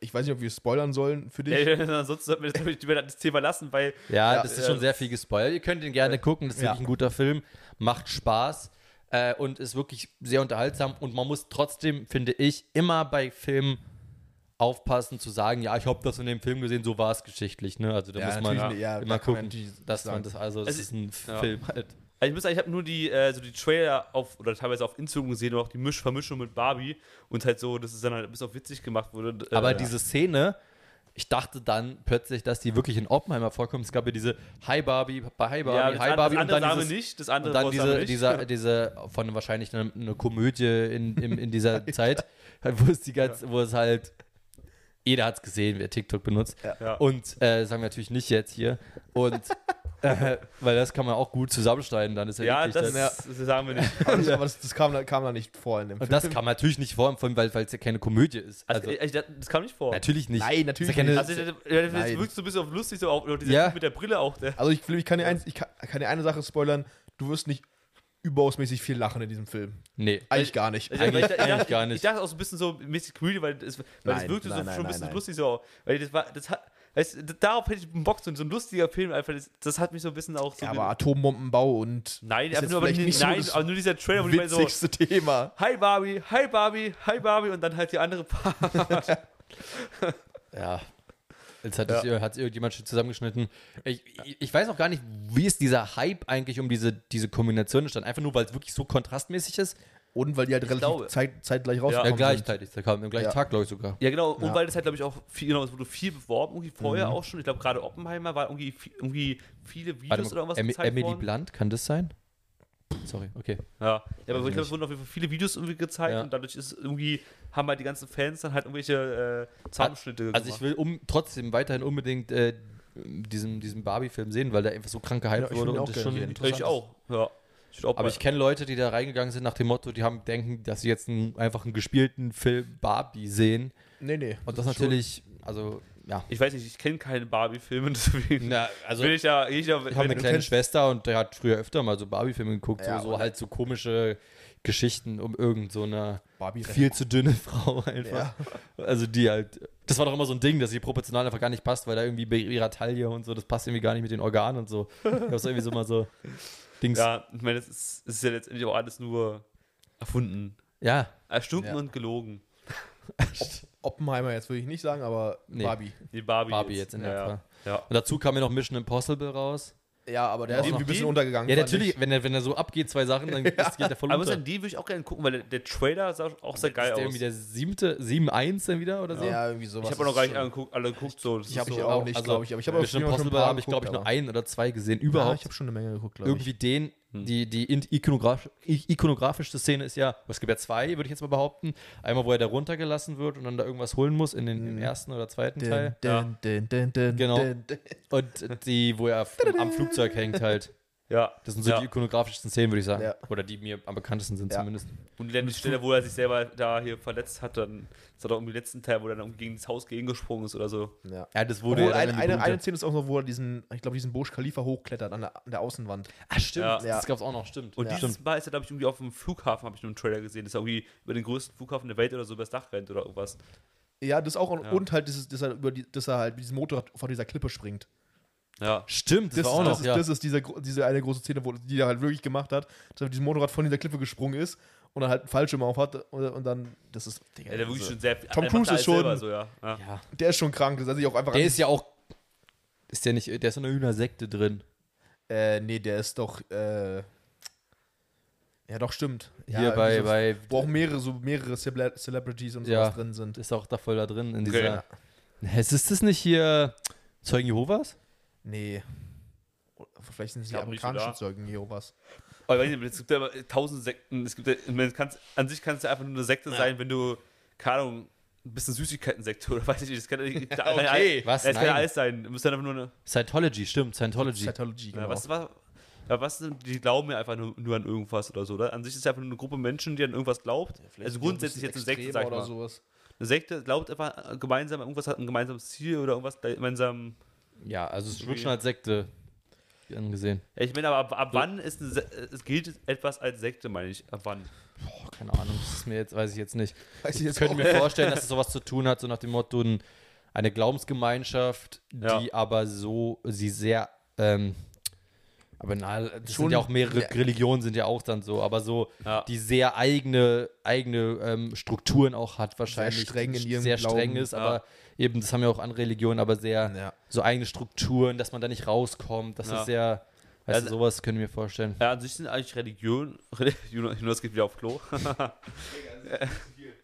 A: ich weiß nicht, ob wir spoilern sollen für dich.
D: Ja, ja, ansonsten sollten wir das, glaub ich, lieber das Thema lassen, weil
B: Ja,
A: Ja,
B: das ist
D: ja.
B: schon sehr viel gespoilt. Ihr könnt ihn gerne gucken, das ist
A: Ja.
B: wirklich ein guter Film, macht Spaß äh, und ist wirklich sehr unterhaltsam. Und man muss trotzdem, finde ich, immer bei Filmen aufpassen zu sagen, ja, ich habe das in dem Film gesehen, so war es geschichtlich. Ne? Also da
A: Ja,
B: muss man
A: natürlich, ja,
B: immer
A: da kann man
B: gucken,
A: natürlich
B: dass man
A: sagen.
B: das, also das
D: Also,
B: ist ein
D: ja.
B: Film.
A: Halt,
D: Also ich muss sagen, ich habe nur die, äh, so die Trailer auf, oder teilweise auf Instagram gesehen, und auch die Misch Vermischung mit Barbie und halt so, dass es dann halt ein bisschen auf witzig gemacht wurde. Äh,
B: Aber diese Szene, ich dachte dann plötzlich, dass die wirklich in Oppenheimer vorkommt. Es gab ja diese Hi Barbie, bei Hi
D: ja,
B: Barbie,
D: das,
B: Hi
D: an-
B: Barbie
D: das
B: und dann
D: andere Same
B: dieses,
D: nicht, das andere
B: Und dann
D: Wort Same
B: diese,
D: nicht.
B: dieser, diese von wahrscheinlich einer eine Komödie in, in, in dieser Zeit, halt, wo es die ganz, wo es halt, jeder hat es gesehen, wer TikTok benutzt.
D: Ja.
B: Und äh, sagen wir natürlich nicht jetzt hier. Und äh, weil das kann man auch gut zusammenschneiden, dann ist ja,
D: ja,
B: eklig,
D: das,
B: dann-
D: das sagen wir nicht.
A: Aber das, aber das, das kam, da- kam da nicht vor in dem
B: Und das kann man natürlich nicht vor, vor allem, weil weil es ja keine Komödie ist.
D: Also,
B: Also,
D: ich, das, das kam nicht vor.
B: natürlich nicht.
A: Nein, natürlich
B: Ist ja keine-
A: nicht.
D: Also, das, das, das
A: Nein.
D: wirkst du ein bisschen auf lustig, so auch oder dieser
B: Ja.
D: Typ mit der Brille auch. Der,
A: Also ich, ich, kann, dir eins, ich kann, kann dir eine Sache spoilern, du wirst nicht überausmäßig viel lachen in diesem Film.
B: Nee.
A: Eigentlich gar nicht.
D: Also, weil
B: Eigentlich-
D: ich,
B: eigentlich
D: dachte,
B: gar nicht.
D: ich dachte auch so ein bisschen so mäßig Comedy, weil es, weil es
A: Nein,
D: wirkte so
A: nein, nein,
D: schon ein
A: nein,
D: bisschen
A: nein.
D: lustig so. Weil das war, das hat, weißt du, darauf hätte ich Bock, so ein so ein lustiger Film einfach, das, das hat mich so ein bisschen auch so.
A: Ja, aber Atombombenbau und
D: Nein,
A: ist
D: aber
A: jetzt
D: nur, aber,
A: vielleicht
D: die-
A: nicht so
D: nein
B: also
A: das
D: aber nur dieser Trailer, wo die beiden so,
A: witzigste Thema.
D: hi Barbie, hi Barbie, hi Barbie und dann halt die andere Paar.
B: Ja. Jetzt hat es hat's irgendjemand schon zusammengeschnitten. Ich, ich, ich weiß auch gar nicht, wie ist dieser Hype eigentlich um diese, diese Kombination entstanden. Einfach nur, weil es wirklich so kontrastmäßig ist.
A: Und weil die halt relativ
D: glaube-
A: zeit, zeitgleich rausgekommen
B: Ja,
A: sind.
B: gleichzeitig. Da kam, Am gleichen
A: Ja.
B: Tag, glaube ich, sogar.
D: Ja, genau. Und
A: Ja.
D: weil das halt, glaube ich, auch viel, genau, es wurde viel beworben, irgendwie vorher
B: Mhm.
D: auch schon. Ich glaube, gerade Oppenheimer war irgendwie, viel- irgendwie viele
B: Warte
D: Videos
B: mal,
D: oder irgendwas
B: Em
D: gezeigt
B: Emily
D: worden.
B: Blunt, kann das sein? Sorry, okay.
D: Ja, ja aber ich
B: nicht.
D: glaube, es wurden auf jeden Fall viele Videos irgendwie gezeigt
B: Ja.
D: und dadurch ist irgendwie, haben halt die ganzen Fans dann halt irgendwelche äh, Zusammenschnitte
B: Also ich will um, trotzdem weiterhin unbedingt äh, diesen, diesen Barbie-Film sehen, weil der einfach so krank gehypt
A: Ja, ich
B: wurde
A: find ihn
B: und
A: auch
B: das
A: gerne
B: schon
A: sehen.
D: will
B: interessant
D: ich
B: ist.
D: auch. Ja. Ich will auch
B: Aber
D: mal-
B: ich kenne Leute, die da reingegangen sind nach dem Motto, die haben denken, dass sie jetzt einen, einfach einen gespielten Film Barbie sehen.
A: Nee, nee.
B: Und das, natürlich, also ja.
D: Ich weiß nicht, ich kenne keine Barbie-Filme, deswegen
B: Na, also
D: will ich ja. Ich, ja
B: Ich habe eine
D: wenn-
B: kleine Schwester und der hat früher öfter mal so Barbie-Filme geguckt,
A: Ja,
B: so, so
A: oder-
B: halt so komische Geschichten um irgend so eine
A: Barbie
B: viel zu dünne Frau einfach. Also die halt, das war doch immer so ein Ding, dass sie proportional einfach gar nicht passt, weil da irgendwie bei ihrer Taille und so, das passt irgendwie gar nicht mit den Organen und so. Ich hab's irgendwie so mal so Dings. Ja,
D: Ja, ich meine, das ist, das ist ja letztendlich auch alles nur erfunden. Erstunken
B: Ja.
D: und gelogen.
A: Oppenheimer jetzt würde ich nicht sagen, aber
B: Nee.
A: Barbie.
D: Die Barbie,
B: Barbie jetzt in
D: ja,
B: dem
D: ja.
B: Fall.
D: Ja.
B: Und dazu kam ja noch Mission Impossible raus.
A: Ja, aber der
B: Ja,
A: ist
B: die-
A: irgendwie ein bisschen
D: die-
A: untergegangen.
B: Ja,
A: fand ich.
B: natürlich, wenn er, wenn er so abgeht, zwei Sachen, dann ist- geht der voll
D: Aber muss
B: unter.
D: sagen, die würde ich auch gerne gucken, weil der, der Trailer sah auch sehr geil
B: ist der
D: aus.
B: irgendwie der siebte, 7-1 dann wieder oder so?
A: Ja, irgendwie sowas.
D: ich habe auch noch gar nicht angeguckt, alle geguckt. So. Das
A: Ich habe
D: ist
A: ich
D: so,
A: auch nicht, glaube ich. Aber ich habe
B: also Mission Impossible habe ich, glaube ich, nur ein oder zwei gesehen.
A: überhaupt. Ah, ich
B: Überhaupt.
A: habe schon eine Menge geguckt, glaube ich. Hm.
B: irgendwie den, die, die in- ikonograf, i- ikonografischste Szene ist ja, es gibt ja zwei, würde ich jetzt mal behaupten. Einmal, wo er da runtergelassen wird und dann da irgendwas holen muss in den
A: Mhm.
B: im ersten oder zweiten Teil.
A: Dun, dun, dun, dun,
B: Genau.
A: dun, dun.
B: Und die, wo er f- am Flugzeug hängt halt.
D: Ja,
B: Das sind so
D: ja.
B: die ikonografischsten Szenen, würde ich sagen.
A: Ja.
B: Oder die mir am bekanntesten sind
A: Ja.
B: zumindest.
D: Und dann die Stelle, wo er sich selber da hier verletzt hat, dann ist er doch um den letzten Teil, wo er dann irgendwie gegen das Haus gegengesprungen ist oder so.
A: Ja.
B: Ja, das wurde
A: Obwohl,
B: ja
A: eine,
B: dann
A: eine,
B: berühmte-
A: eine Szene ist auch noch, wo er diesen, ich glaube, diesen Burj Khalifa hochklettert an der, an der Außenwand.
B: Ah, stimmt,
D: Ja.
B: das gab es auch noch, stimmt.
D: Und
A: Ja.
D: dieses Mal ist er, glaube ich, irgendwie auf dem Flughafen, habe ich nur einen Trailer gesehen, dass er irgendwie über den größten Flughafen der Welt oder so übers Dach rennt oder irgendwas.
A: Ja, das auch. Und halt, dieses, dass, er über die, dass er halt diesen Motorrad von dieser Klippe springt.
D: Ja.
B: Stimmt, das,
A: Das,
B: war
A: ist,
B: auch
A: das,
B: noch,
A: ist,
B: ja.
A: das ist diese, gro- diese eine große Szene, wo, die er halt wirklich gemacht hat, dass er mit diesem Motorrad von dieser Klippe gesprungen ist und dann halt einen Fallschirm auf hat und, und dann, das ist, Digga,
D: ja der
A: das
D: wirklich
A: ist-
D: schon sehr viel.
A: also Tom
D: er macht
A: Cruise
D: da
A: ist
D: alles selber
A: schon-
D: So, ja. Ja.
B: ja.
A: der ist schon krank, das hat sich auch einfach
B: Der
A: an-
B: ist ja auch, ist der nicht, der ist in einer Hühnersekte drin.
A: Äh, nee, der ist doch. Äh, ja, doch, stimmt.
B: Hier
A: ja,
B: bei,
A: irgendwie so-
B: bei,
A: Wo auch mehrere, so mehrere Cele Celebrities und
B: Ja.
A: sowas drin sind.
B: ist auch da voll da drin in
D: Okay.
B: dieser. Hä, Ist, ist das nicht hier Zeugen Jehovas?
A: Nee. Oder Vielleicht sind es die
D: glaub nicht
A: amerikanischen
D: sogar.
A: Zeugen Jehovas.
D: Aber ich weiß nicht, aber es gibt ja immer tausend Sekten. Es gibt ja, ich meine, es kann's- an sich kann es ja einfach nur eine Sekte sein, wenn du, keine Ahnung, ein bisschen Süßigkeiten-Sekte oder weiß ich nicht. Das kann, okay.
B: Okay. Was?
D: Das kann ja
B: Nein.
D: alles sein. Du musst dann einfach nur eine.
B: Scientology, stimmt, Scientology.
A: Scientology, genau.
D: Ja, was war. Ja, was denn? Die glauben ja einfach nur, nur an irgendwas oder so, oder? An sich ist es einfach nur eine Gruppe Menschen, die an irgendwas glaubt. also grundsätzlich jetzt eine Sekte, sag ich
A: oder
D: mal.
A: sowas.
D: Eine Sekte glaubt einfach gemeinsam an irgendwas, hat ein gemeinsames Ziel oder irgendwas gemeinsam.
B: ja, also es wird schon als Sekte angesehen.
D: Ja, ich meine, aber ab, ab wann ist eine Se es gilt etwas als Sekte, meine ich. Ab wann?
B: Boah, keine Ahnung, das ist mir jetzt, weiß ich jetzt nicht.
A: Weiß ich
B: Ich
A: jetzt
B: könnte
A: auch
B: mir vorstellen, dass es sowas zu tun hat, so nach dem Motto, ein- eine Glaubensgemeinschaft,
D: Ja.
B: die aber so, sie sehr, ähm, aber na, das
A: Schon-
B: sind ja auch mehrere
A: Ja.
B: Religionen sind ja auch dann so, aber so,
D: Ja.
B: die sehr eigene, eigene ähm, Strukturen auch hat wahrscheinlich.
A: streng in
B: die
A: ihrem
B: Sehr streng
A: Glauben.
B: ist, aber eben, das haben ja auch andere Religionen, aber sehr
A: Ja.
B: so eigene Strukturen, dass man da nicht rauskommt, das
D: Ja.
B: ist sehr, weißt
D: Also-
B: du, sowas könnte ich mir vorstellen.
D: Ja, an sich sind eigentlich Religion. Religion Jonas geht wieder auf Klo.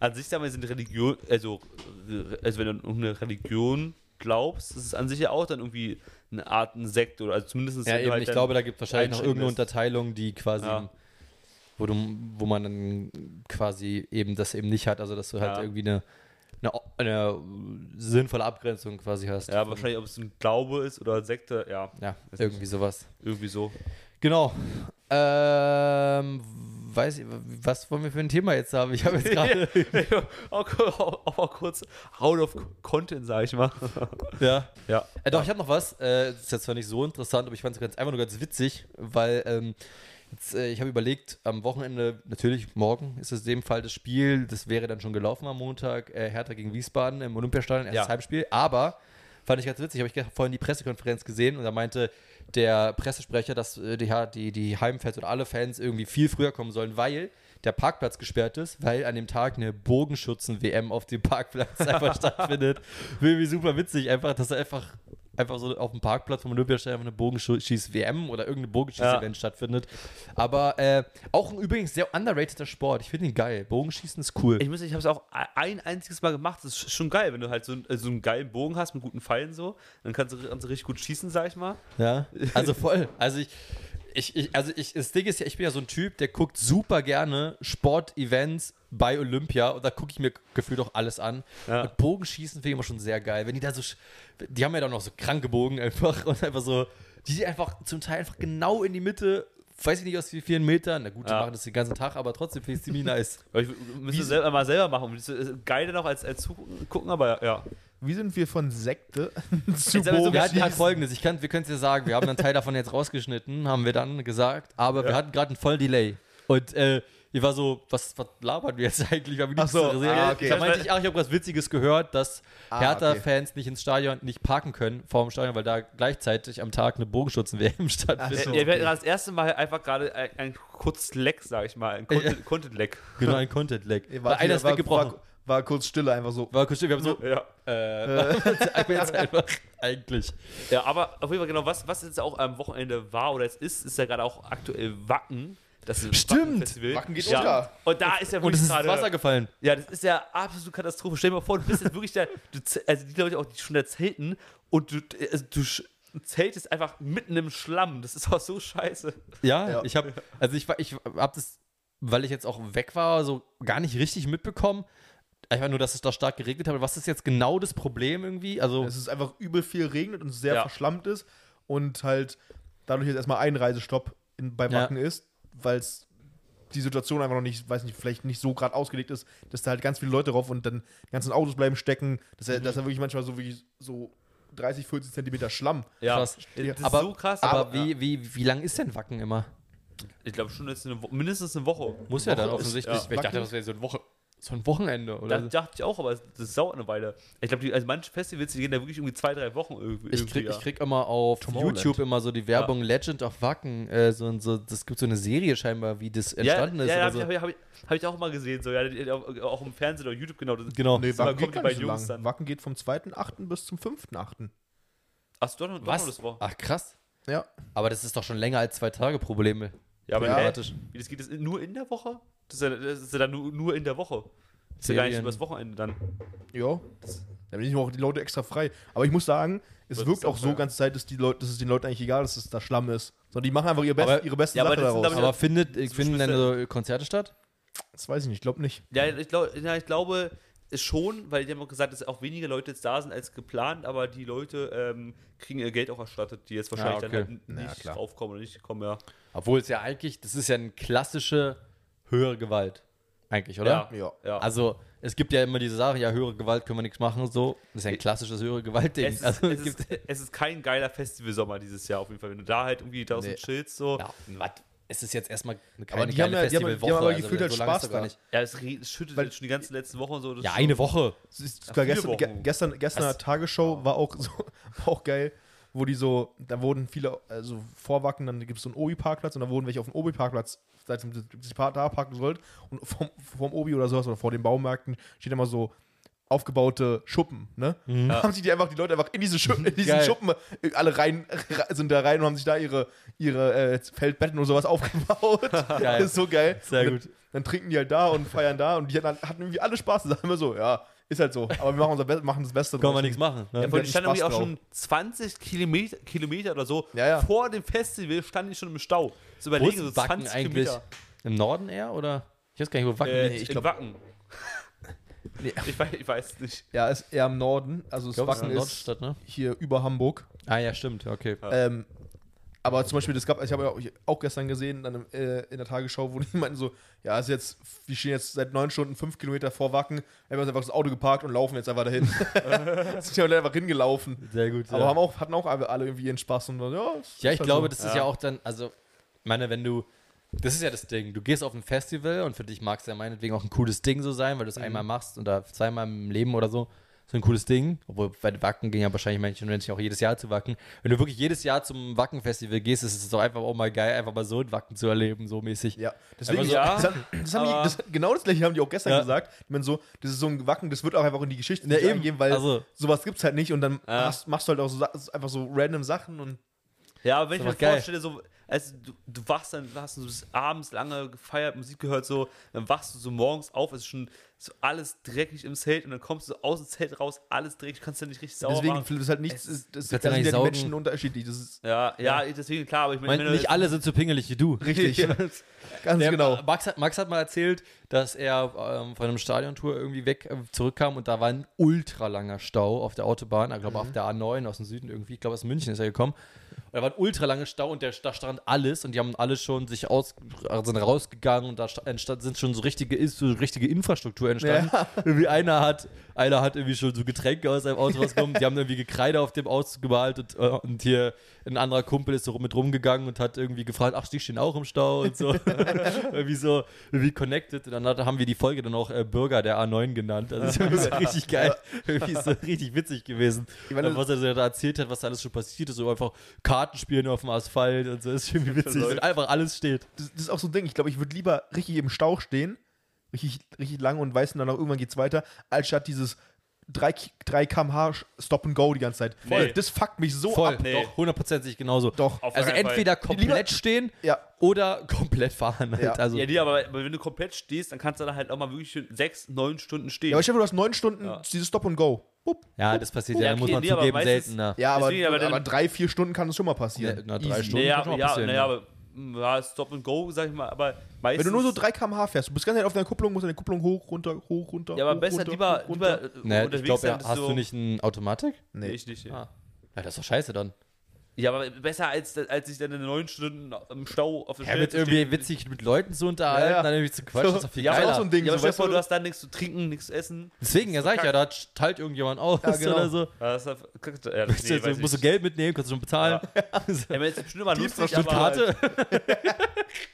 D: an sich sagen wir, sind Religion, also, äh, also wenn du an irgendeine Religion glaubst, ist es an sich ja auch dann irgendwie eine Art eine Sekte oder also zumindest
B: Ja,
D: wenn du
B: eben,
D: halt
B: ich
D: dann-
B: glaube, da gibt es wahrscheinlich noch
D: einschränken
B: irgendeine
D: lässt.
B: Unterteilung, die quasi,
D: Ja.
B: wo, du, wo man dann quasi eben das eben nicht hat, also dass du halt
D: Ja.
B: irgendwie eine, eine, eine sinnvolle Abgrenzung quasi hast.
D: Ja, wahrscheinlich, ob es ein Glaube ist oder Sekte, ja,
B: Ja,
D: Weiß
B: irgendwie sowas.
D: irgendwie so.
B: Genau. Ähm, weiß ich, was wollen wir für ein Thema jetzt haben? Ich habe jetzt gerade.
D: auch, auch, auch kurz out of content, sag ich mal.
B: ja.
D: ja.
B: Äh, doch, ich habe noch was. Äh, das ist jetzt zwar nicht so interessant, aber ich fand es ganz, einfach nur ganz witzig, weil ähm, jetzt, äh, ich habe überlegt, am Wochenende, natürlich morgen ist es in dem Fall das Spiel, das wäre dann schon gelaufen am Montag, äh, Hertha gegen Wiesbaden im Olympiastadion, erstes
D: Ja.
B: Heimspiel, aber fand ich ganz witzig, habe ich ge- vorhin die Pressekonferenz gesehen und da meinte der Pressesprecher, dass äh, die, Ha- die, die Heimfans oder alle Fans irgendwie viel früher kommen sollen, weil der Parkplatz gesperrt ist, weil an dem Tag eine Bogenschützen-WM auf dem Parkplatz einfach stattfindet. Irgendwie super witzig, einfach, dass er einfach, einfach so auf dem Parkplatz vom Olympiastadion einfach eine Bogenschieß-WM oder irgendeine Bogenschieß-Event stattfindet. Aber äh, auch ein übrigens sehr underrateder Sport. Ich finde ihn geil. Bogenschießen ist cool.
D: Ich muss, ich habe es auch e-, ein einziges Mal gemacht. Das ist schon geil, wenn du halt so, einen- so einen geilen Bogen hast mit guten Pfeilen so, dann kannst du, kannst du richtig gut schießen, sag ich mal.
B: Ja, also voll. Also ich, ich, ich also ich, das Ding ist ja, ich bin ja so ein Typ, der guckt super gerne Sportevents bei Olympia und da gucke ich mir gefühlt auch alles an.
D: Ja.
B: Und Bogenschießen finde ich immer schon sehr geil. Wenn die da so, sch- die haben ja dann noch so kranke Bogen einfach und einfach so, die einfach zum Teil einfach genau in die Mitte, weiß ich nicht aus wie vielen Metern, na gut, die
D: Ja.
B: machen das den ganzen Tag, aber trotzdem finde ich es ziemlich nice.
D: Aber ich müsste selber mal selber machen. Das ist Geiler noch als, als zugucken, gucken, aber ja.
A: Wie sind wir von Sekte zu
D: Jetzt haben wir so
A: Bogen?
B: Wir hatten
A: Ja,
B: halt folgendes, ich kann, wir können es dir sagen, wir haben einen Teil davon jetzt rausgeschnitten, haben wir dann gesagt, aber wir hatten gerade einen vollen Delay. Und äh, ich war so, was, was labern wir jetzt eigentlich? Wir haben
A: Ach so,
B: nichts gesehen.
A: ah, okay.
B: Da meinte ich, ach, ich habe was Witziges gehört, dass
A: Ah,
B: Hertha-Fans nicht ins Stadion, nicht parken können vor dem Stadion, weil da gleichzeitig am Tag eine Bogenschützen-WM stattfindet.
A: so,
D: ja, wir hatten
A: okay.
D: das erste Mal einfach gerade ein, ein kurzes Leck, sag ich mal. Ein
B: Ja.
D: Content- Content-Leck.
B: Genau, ein Content-Lag.
A: Ihr
B: Weil
A: wart
B: einer
A: hier-
B: ist weggebrochen.
A: War, war kurz Stille, einfach so.
B: War kurz still, wir haben so,
D: Ja.
B: äh, ich bin jetzt einfach, eigentlich.
D: ja, aber auf jeden Fall genau, was, was jetzt auch am Wochenende war oder es ist, ist ja gerade auch aktuell Wacken. Das
B: Stimmt.
D: Wacken,
A: Wacken geht
D: ja.
A: unter.
D: Und da ist ja
B: Und
D: wirklich
B: es ist ins
D: gerade-
B: Wasser gefallen.
D: Ja, das ist ja absolute Katastrophe. Stell dir mal vor, du bist jetzt wirklich da, du, ze- also die Leute auch, die schon da zelten und du, also du sch- zeltest einfach mitten im Schlamm. Das ist auch so scheiße.
B: Ja,
A: Ja.
B: ich habe, also ich, war- ich habe das, weil ich jetzt auch weg war, so gar nicht richtig mitbekommen. Einfach nur, dass es da stark geregnet hat. Aber was ist jetzt genau das Problem irgendwie? Also,
A: Es ist einfach übel viel regnet und sehr
D: Ja.
A: verschlammt ist und halt dadurch jetzt erstmal Einreisestopp in, bei
B: Ja.
A: Wacken ist, weil es die Situation einfach noch nicht, weiß nicht, vielleicht nicht so gerade ausgelegt ist, dass da halt ganz viele Leute drauf und dann die ganzen Autos bleiben stecken, dass er, dass er wirklich manchmal so wie so 30, 40 Zentimeter Schlamm.
D: Ja,
B: Krass.
D: das ist
B: Aber-
D: so krass.
B: aber wie, wie, wie lang ist denn Wacken immer?
D: Ich glaube schon jetzt eine, Wo- mindestens eine Woche.
B: Muss ja dann
A: Woche ist-
B: offensichtlich.
A: ja.
B: Ich dachte, das wäre so, eine Woche, so ein Wochenende
D: Da
B: oder so.
D: dachte ich auch, aber das dauert eine Weile. Ich glaube, die- also manche Festivals, die gehen da wirklich irgendwie zwei, drei Wochen irgendwie.
B: Ich krieg,
D: irgendwie,
B: ich krieg immer auf
A: Tomorrowland.
B: YouTube immer so die Werbung Legend of Wacken. Äh, so, und so, das gibt so eine Serie scheinbar, wie das
D: ja.
B: entstanden
D: ja,
B: ist.
D: ja,
B: oder
D: habe
B: so.
D: ich, hab ich, hab ich, hab ich auch mal gesehen. So, ja, die- auch, auch im Fernsehen oder YouTube, genau. Das,
B: Genau.
A: Nee,
D: Das war-
A: Wacken geht
D: kommt
A: gar
D: bei
A: nicht so
D: Jungs
A: lang.
D: dann.
A: Wacken geht vom 2.8. bis zum 5.8.
D: Achso, doch, noch- doch noch
B: Was?
D: das war.
B: Ach krass.
A: Ja.
B: Aber das ist doch schon länger als zwei Tage Probleme.
D: Ja, aber
A: Ja.
D: hä? Wie, das geht das nur in der Woche? Das ist ja, das ist ja dann nur, nur in der Woche. Das ist ja gar nicht
B: Ferien.
D: übers Wochenende dann.
A: Ja. Da bin ich auch die Leute extra frei. Aber ich muss sagen, es
D: Das
A: wirkt
D: ist auch
A: auch so
D: fair.
A: ganze Zeit, dass, die Leute, dass es den Leuten eigentlich egal ist, dass da Schlamm ist. Sondern die machen einfach ihr Best,
B: Aber-
A: ihre beste
D: Ja, aber
A: Sache
D: das sind,
A: daraus.
D: glaub
B: Aber findet,
D: zum
B: finden
D: Schluss
B: dann so Konzerte statt?
A: Das weiß ich nicht, ich glaube nicht.
D: Ja, ich, glaub, ja, ich glaube es schon, weil die haben auch gesagt, dass auch weniger Leute jetzt da sind als geplant, aber die Leute ähm, kriegen ihr Geld auch erstattet, die jetzt wahrscheinlich
B: okay.
D: dann halt
A: Na,
D: nicht
A: klar.
D: draufkommen oder nicht kommen, ja.
B: Obwohl es ja eigentlich, das ist ja eine klassische höhere Gewalt. Eigentlich, oder?
A: Ja.
D: ja.
B: Also, es gibt ja immer diese Sache, ja, höhere Gewalt können wir nichts machen, so. Das ist ja ein klassisches höhere Gewalt-Ding.
D: es, ist,
B: also,
D: es, ist, es ist kein geiler Festivalsommer dieses Jahr auf jeden Fall, wenn du da halt irgendwie draußen
B: Nee.
D: chillst, so. Ja,
B: ja, wat, es ist jetzt erstmal eine
A: Aber die
B: keine
A: haben
B: geile
A: ja- die haben- die haben
B: Festivalwoche.
A: aber
B: also,
A: gefühlt halt
B: so lange ist
A: Spaß
B: doch gar
A: da.
B: nicht.
D: es, re- es schüttet
A: Weil-
D: jetzt schon die ganzen letzten Wochen so. das
B: Ja,
D: ist
B: eine Woche.
A: Es ist
D: Ach,
A: sogar
D: viele
A: gestern, ge
D: Wochen.
A: gestern, gestern
B: Was?
A: eine Tagesschau war auch so, war auch geil, wo die so, da wurden viele, also vorwacken, dann gibt es so einen Obi-Parkplatz und da wurden welche auf dem Obi-Parkplatz, da da parken sollt und vom, vom Obi oder sowas oder vor den Baumärkten steht immer so aufgebaute Schuppen, ne? Da haben sich die einfach, die Leute einfach in diese Schu in diesen
B: Mhm. Geil.
A: Schuppen äh, alle rein, re- sind da rein und haben sich da ihre, ihre äh, Feldbetten und sowas aufgebaut.
B: Geil.
A: Das ist so geil.
B: Sehr
A: Und
B: gut.
A: Dann, dann trinken die halt da und feiern da und die hatten, hatten irgendwie alle Spaß zusammen. Immer so, ja, ist halt so. Aber wir machen, unser Be machen das Beste
B: Können wir
A: draus.
B: nichts machen. Ne?
D: Ja, vor allem,
A: hatten
D: die standen irgendwie
A: Spaß
D: auch schon 20 Kilometer, Kilometer oder so
A: Ja, ja.
D: vor dem Festival, standen die schon im Stau. So
B: Wo
D: überlegen,
B: ist
D: so
B: Wacken
D: 20
B: eigentlich?
D: Kilometer.
B: Im Norden eher, oder? Ich weiß gar nicht, wo Wacken
D: Äh,
B: ist.
D: ich
A: ich glaub-
D: Wacken. ich, weiß, ich weiß nicht.
A: Ja, ist eher im Norden. Also das
B: Ich glaube, es ist
A: Wacken ist
B: eine Nordstadt, ne?
A: hier über Hamburg.
B: Ah, ja, stimmt, okay.
A: Ähm, aber zum Beispiel, das gab, ich habe ja auch- auch gestern gesehen, dann, äh, in der Tagesschau, wo die meinten so, ja, ist jetzt, wir stehen jetzt seit neun Stunden fünf Kilometer vor Wacken, haben uns einfach das Auto geparkt und laufen jetzt einfach dahin. sind ja einfach hingelaufen.
B: Sehr gut.
A: Aber haben auch, hatten auch alle alle irgendwie ihren Spaß und ja, es
B: Ja,
A: ist
B: ich
A: halt
B: glaube,
A: so.
B: das ist ja. auch dann, also, ich meine, wenn du, das ist ja das Ding, du gehst auf ein Festival und für dich mag es ja meinetwegen auch ein cooles Ding so sein, weil du es
D: Mhm.
B: einmal machst oder zweimal im Leben oder so, so ein cooles Ding, obwohl bei Wacken gehen ja wahrscheinlich manche Menschen auch jedes Jahr zu Wacken. Wenn du wirklich jedes Jahr zum Wacken-Festival gehst, ist es doch einfach auch mal geil, einfach mal so ein Wacken zu erleben, so mäßig.
A: Ja, deswegen,
B: Aber so-
A: ja, das, haben- das haben die,
D: aber-
A: das, genau das gleiche haben die auch gestern
B: Ja.
A: gesagt. Ich meine, so, das ist so ein Wacken, das wird auch einfach in die Geschichte
B: Ja,
A: nicht
B: eben.
A: eingehen, weil
B: Also-
A: sowas gibt's halt nicht und dann
D: Ja.
A: machst, machst du halt auch so, Sa- einfach so random Sachen und
D: Ja, aber wenn ich
B: Ist
D: mir
B: aber geil.
D: vorstelle, so, also du, du wachst dann, hast du bis abends lange gefeiert, Musik gehört, so, dann wachst du so morgens auf, es ist schon so alles dreckig im Zelt und dann kommst du aus dem Zelt raus, alles dreckig, kannst du nicht richtig sauber
A: deswegen
D: machen.
A: das ist halt nichts, ist, das,
B: kannst
A: da
B: ja
A: sind
B: nicht
A: ja die
B: saugen.
A: Menschen unterschiedlich. Das ist
D: Ja, ja, deswegen klar, aber
B: Ich
D: ich meine,
B: meine,
D: wenn du
B: nicht
D: jetzt-
B: alle sind so pingelig wie du.
A: richtig. Ganz
B: Der-
A: genau.
B: Max hat, Max hat mal erzählt, dass er ähm, von einem Stadiontour irgendwie weg äh, zurückkam und da war ein
A: Mhm.
B: ultra langer Stau auf der Autobahn, ich glaube auf der A9 aus dem Süden irgendwie, ich glaube aus München ist er gekommen. Da war ein ultra lange Stau und der, da stand alles und die haben alle schon sich aus, also sind rausgegangen und da sta- entstand, sind schon so richtige, ist so richtige Infrastruktur entstanden. Irgendwie einer hat, einer hat irgendwie schon so Getränke aus seinem Auto rausgenommen, die haben irgendwie Gekreide auf dem Auto gemalt und, äh, und hier ein anderer Kumpel ist so rum- mit rumgegangen und hat irgendwie gefragt, ach, die stehen auch im Stau und so. irgendwie so, irgendwie connected. Und dann hat, haben wir die Folge dann auch äh, Bürger der A9 genannt. Also das ist irgendwie so richtig geil, irgendwie so richtig witzig gewesen.
A: Ich meine,
B: Äh, was er so da erzählt hat, was da alles schon passiert ist, so einfach Kartenspielen auf dem Asphalt und so, ist irgendwie witzig,
D: Läuft.
B: und einfach alles steht.
A: Das, das ist auch so ein Ding. Ich glaube, ich würde lieber richtig im Stau stehen, richtig, richtig lang und weiß und dann auch irgendwann geht's weiter, als statt dieses 3, Ki- 3 km/h Stop and Go die ganze Zeit.
D: Nee.
A: Das fuckt mich so
B: Voll,
A: Oh, ab.
D: nee.
B: doch, hundertprozentig genauso.
A: Doch.
D: Auf
B: also
D: keinen Fall.
B: entweder
A: Lieber-
B: komplett stehen
A: Ja.
B: oder komplett fahren. Halt.
A: Ja.
B: Also,
D: Ja, nee, aber, aber wenn du komplett stehst, dann kannst du dann halt auch mal wirklich schön sechs, neun Stunden stehen.
A: Ja, aber ich glaube, du hast neun Stunden
D: Ja.
A: dieses Stop and Go. Bup.
B: ja, das passiert ja,
D: Ja,
B: muss
D: okay,
B: man
D: nee, aber
B: zugeben,
D: meistens-
B: seltener.
A: Ja, aber,
D: Deswegen, aber dann-
A: aber drei, vier Stunden kann es schon mal passieren.
B: Nee, na, drei
A: Easy.
B: Stunden.
D: naja,
B: kann schon mal
D: ja,
B: passieren,
D: naja,
B: ja.
D: aber mm, ja, Stop and Go, sag ich mal, aber meistens.
A: Wenn du nur so 3 km/h fährst, du bist ganz auf der Kupplung, musst an der Kupplung hoch, runter, hoch, runter.
D: Ja, aber
A: hoch,
D: besser
A: runter,
D: lieber,
A: hoch,
D: lieber
A: runter.
D: äh,
B: Nee, ich
D: unterwegs
B: glaube, ja,
D: sein,
B: hast
D: so-
B: du nicht eine Automatik?
D: Nee,
A: Nee.
D: ich nicht. Ja.
B: Ah. Ja, das ist doch scheiße dann.
D: Ja, aber besser als, als ich dann in neun Stunden im Stau auf der
B: Ja, mit
D: zu
B: irgendwie
D: stehen.
B: witzig mit Leuten zu unterhalten,
A: Ja, ja.
B: dann irgendwie zu quatschen,
A: So.
B: ist doch viel
D: Ja, aber
B: geiler.
A: auch so ein Ding,
D: Ja, aber
A: so,
D: stell dir
A: weißt
D: vor,
A: du-
D: du hast dann nichts zu trinken, nichts zu essen.
B: Deswegen, ja, sag ich ja, da teilt irgendjemand aus
A: Ja, genau.
B: oder so.
D: Ja, das ist ja- kriegst du- ja,
B: Musst
D: nee,
B: du-
D: weiß
B: musst du
D: ich.
B: Geld mitnehmen, kannst du schon bezahlen.
D: Ja, aber jetzt bestimmt immer lustig,
B: Mit
D: aber halt.
B: Karte?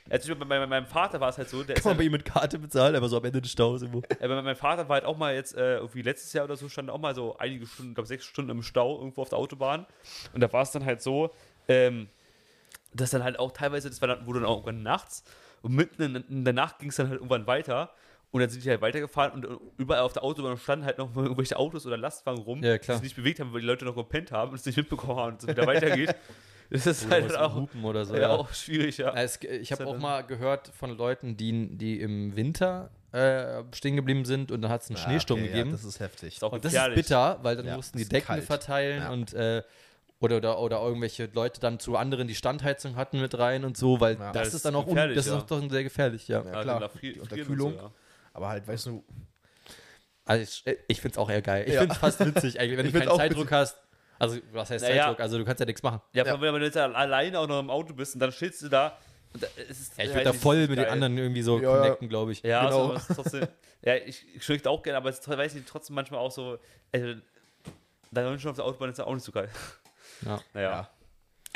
D: Als ich bei meinem, meinem Vater war es halt so, der ist
B: Kann man bei
D: halt,
B: ihm mit Karte bezahlen, aber so am Ende des Staus irgendwo.
D: äh, bei meinem Vater war halt auch mal jetzt, äh, irgendwie letztes Jahr oder so, stand auch mal so einige Stunden, ich glaube sechs Stunden im Stau irgendwo auf der Autobahn. Und da war es dann halt so, ähm, dass dann halt auch teilweise, das war dann, wurde dann auch irgendwann nachts und mitten in, in der Nacht ging es dann halt irgendwann weiter. Und dann sind die halt weitergefahren und überall auf der Autobahn standen halt noch mal irgendwelche Autos oder Lastwagen rum,
B: Ja, klar.
D: die sich nicht bewegt haben, weil die Leute noch gepennt haben und es nicht mitbekommen haben und es wieder weitergeht. Das ist
B: Oder
D: halt
B: Oh, was
D: auch,
B: Hupen oder so.
D: ja,
B: ja.
D: auch schwierig, ja.
B: Äh, Es, ich habe
D: Ist ja
B: auch
D: dann-
B: mal gehört von Leuten, die, die im Winter äh, stehen geblieben sind und dann hat es einen Schneesturm
A: Ah, okay,
B: gegeben.
A: Ja, das ist heftig.
D: auch
B: Und das ist
D: gefährlich.
B: bitter, weil dann
A: Ja,
B: mussten
A: ist
B: die Decken
A: kalt.
B: verteilen
A: Ja.
B: und äh, oder, oder, oder irgendwelche Leute dann zu anderen, die Standheizung hatten, mit rein und so, weil
A: Ja.
B: das,
D: Das ist
B: ist dann auch un-
D: gefährlich,
B: das ist
D: ja.
B: auch doch sehr gefährlich, ja.
A: Ja,
D: Ja,
A: klar.
D: klar. Frieren,
A: Die
D: und so,
A: Unterkühlung.
D: ja.
A: Aber halt, weißt du,
B: Also ich, äh, ich finde es auch eher geil. Ich
A: Ja.
B: finde es fast witzig, eigentlich, wenn
A: Ich
B: du
A: find's
B: keinen
A: auch
B: Zeitdruck hast. Also, was heißt
D: Naja.
B: Zeitdruck? Also, du kannst ja nichts machen.
D: Ja, vor allem, wenn du jetzt alleine auch noch im Auto bist und dann stehst du da. Und da es ist
B: Ja, ich
D: halt
B: würde da
D: nicht
B: voll
D: so
B: mit den
D: geil.
B: anderen irgendwie so
A: Ja, ja.
B: connecten, glaube ich.
D: Ja,
A: Genau.
D: so, aber es ist trotzdem, ja ich, ich schlägt auch gerne, aber es ist, weiß nicht, trotzdem manchmal auch so. Also, da schon auf der Autobahn ist ja auch nicht so geil.
B: Ja.
D: Naja.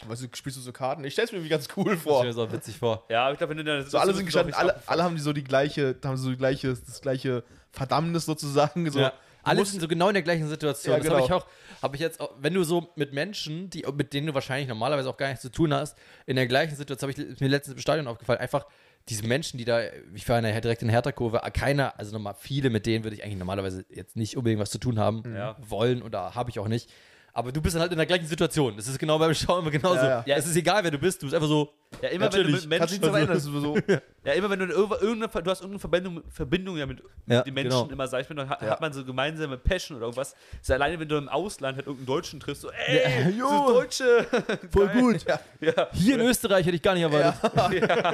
A: weißt du, spielst du so Karten? Ich stell's mir irgendwie ganz cool
B: Das
A: vor.
B: stell mir so witzig vor.
D: Ja, aber ich glaube, wenn du dann.
A: So alle sind gestanden, alle, alle haben die so die gleiche, haben so die gleiche, das gleiche Verdammnis sozusagen. So.
B: Ja. Alle
A: musst-
B: sind so genau in der gleichen Situation.
A: Ja,
B: Das
A: genau.
B: habe ich auch, habe ich jetzt auch, wenn du so mit Menschen, die, mit denen du wahrscheinlich normalerweise auch gar nichts zu tun hast, in der gleichen Situation, habe ich ist mir letztens im Stadion aufgefallen, einfach diese Menschen, die da, ich war in der, direkt in der Hertha-Kurve, keiner, also nochmal viele, mit denen würde ich eigentlich normalerweise jetzt nicht unbedingt was zu tun haben
D: Ja.
B: wollen oder habe ich auch nicht. Aber du bist dann halt in der gleichen Situation. Das ist genau beim Schauen genauso.
A: Ja, ja.
B: Ja, es ist egal, wer du bist, du bist einfach so.
D: Ja, immer wenn du
B: Natürlich.
D: mit
A: Kannst du nichts
D: Menschen.
A: daran ändern, das ist so.
D: Ja, immer wenn du irgendwo- irgendeine, Ver- du hast irgendeine Verbindung, Verbindung ja mit,
B: Ja,
D: mit den Menschen
B: genau.
D: immer, sag ich mal, dann hat,
A: Ja.
D: hat man so gemeinsame Passion oder irgendwas. Ist ja alleine, wenn du im Ausland halt irgendeinen Deutschen triffst, so, ey,
A: jo.
D: so Deutsche.
A: Voll gut. Ja.
D: ja.
B: Hier in Österreich hätte ich gar nicht erwartet.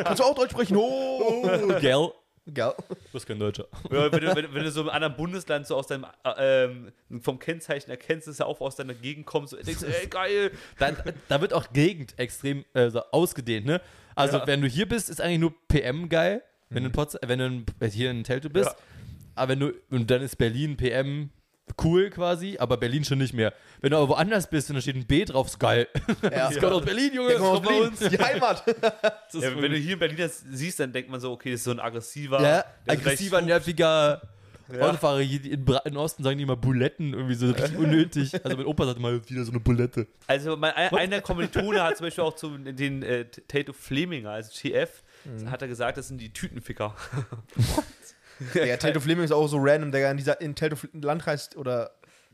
A: Kannst du auch Deutsch sprechen? Oh.
B: Ja. Gell?
A: Geil.
B: Du bist kein Deutscher.
D: Ja, wenn, du, wenn, du- wenn du so im anderen Bundesland so aus deinem äh, ähm, vom Kennzeichen erkennst, dass er auch aus deiner Gegend kommt, so denkst, du, ey geil.
B: da, da wird auch Gegend extrem äh, so ausgedehnt, ne? Also,
D: Ja.
B: wenn du hier bist, ist eigentlich nur PM geil, wenn, du, in Potsdam, wenn du in, äh, hier in Teltow bist.
D: Ja.
B: Aber wenn du, und dann ist Berlin PM cool quasi, aber Berlin schon nicht mehr. Wenn du aber woanders bist und da steht ein B drauf, ist geil.
A: Ja.
B: Das kommt aus Berlin, Junge,
A: Der
B: das
A: kommt aus
B: kommt bei
A: Berlin.
B: uns.
A: Die Heimat.
B: Das ist
D: Ja,
B: wohl-
D: wenn du hier in Berlin das siehst, dann denkt man so, okay, das ist so ein aggressiver,
B: ja,
D: der ist
B: aggressiver,
D: gleich-
B: nerviger Autofahrer. Hier In, Bra- in Osten sagen die immer Buletten, irgendwie so richtig unnötig. Also mein Opa sagt immer wieder so eine Bulette.
D: Also mein, ein- einer Kommilitone hat zum Beispiel auch zu den äh, Tato Fleminger, also TF,
A: Mhm.
D: hat er gesagt, das sind die Tütenficker.
A: Ja, Teltow Fleming ist auch so random, Digga. In, dieser, in Teltow Landkreis oder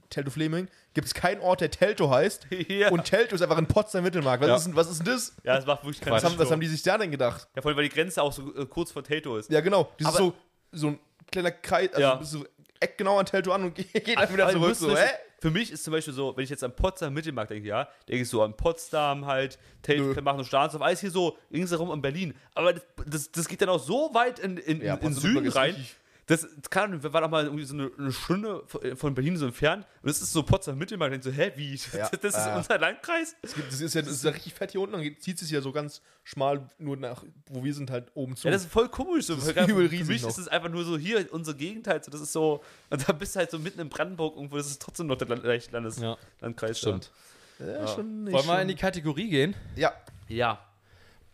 A: Teltow Fleming gibt es keinen Ort, der Teltow heißt.
D: ja.
A: Und Teltow ist einfach in Potsdam-Mittelmark. Was,
B: Ja.
A: ist denn- was ist denn das?
D: ja, das macht wirklich keinen
A: Was haben, was
D: Sinn.
A: haben die sich da denn gedacht?
D: Ja, vor allem, weil die Grenze auch so äh, kurz vor Tato ist.
A: Ja, genau. Das ist
D: Aber-
A: so, so ein kleiner Kreis, also
D: Ja.
A: ja. so Eck genau an Teltow an und geht dann wieder
D: Aber wir
A: zurück.
D: müssen
A: So,
D: wissen,
A: hä?
D: Für mich ist zum Beispiel so, wenn ich jetzt an Potsdam Mittelmarkt denke, ja, denke ich so an Potsdam halt,
A: Nö.
D: Tate, machen und Stahnsdorf, alles hier so ringsherum in Berlin. Aber das, das, das geht dann auch so weit in, in,
A: Ja,
D: in
A: Potsdam
D: Süden
A: ist
D: rein.
A: richtig-
D: Das kann, wir waren auch mal irgendwie so eine, eine Stunde von- von Berlin so entfernt und es ist so Potsdam Mitte, man denkt so, hä, wie? Das,
A: Ja,
D: das ist
A: ja.
D: unser Landkreis?
A: Es gibt, das ist ja das ist ja richtig fett hier unten, dann geht- zieht es ja so ganz schmal nur nach, wo wir sind, halt oben zu.
D: Ja, das ist voll komisch. So.
A: Das ist
D: Für
A: übel
D: Für
A: riesig
D: mich
A: noch.
D: ist es einfach nur so hier unsere Gegend halt. So, das ist so, und da bist du halt so mitten in Brandenburg irgendwo, das ist trotzdem noch der Land Landes
B: Ja.
D: Landkreis.
B: Stimmt.
A: ja, schon nicht.
B: Wollen wir in die Kategorie gehen?
A: schon- ja,
D: Ja.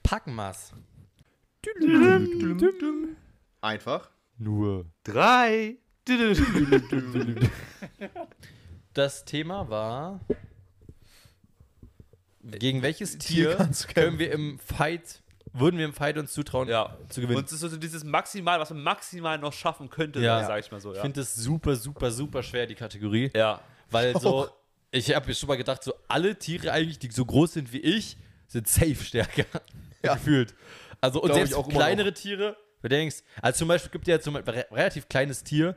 B: Packmaß.
A: einfach.
C: Nur.
D: Drei.
B: Das Thema war. Gegen welches
A: Tier
B: Tier
A: Äh, kannst du
B: können wir im Fight, würden wir im Fight uns zutrauen,
D: ja.
B: zu
D: Und
B: gewinnen?
D: es ist so dieses maximal, was man maximal noch schaffen könnte,
B: Ja.
D: sag ich mal so.
B: ich
D: Ja.
B: finde das super, super, super schwer, die Kategorie.
D: ja.
B: Weil so,
A: Auch.
B: ich habe mir schon mal gedacht, so alle Tiere eigentlich, die so groß sind wie ich, sind safe stärker.
A: Ja.
B: Gefühlt. Also und
A: Glaub ich
B: selbst
A: auch immer
B: kleinere Tiere, wenn du denkst, also zum Beispiel gibt ja zum Beispiel re- relativ kleines Tier,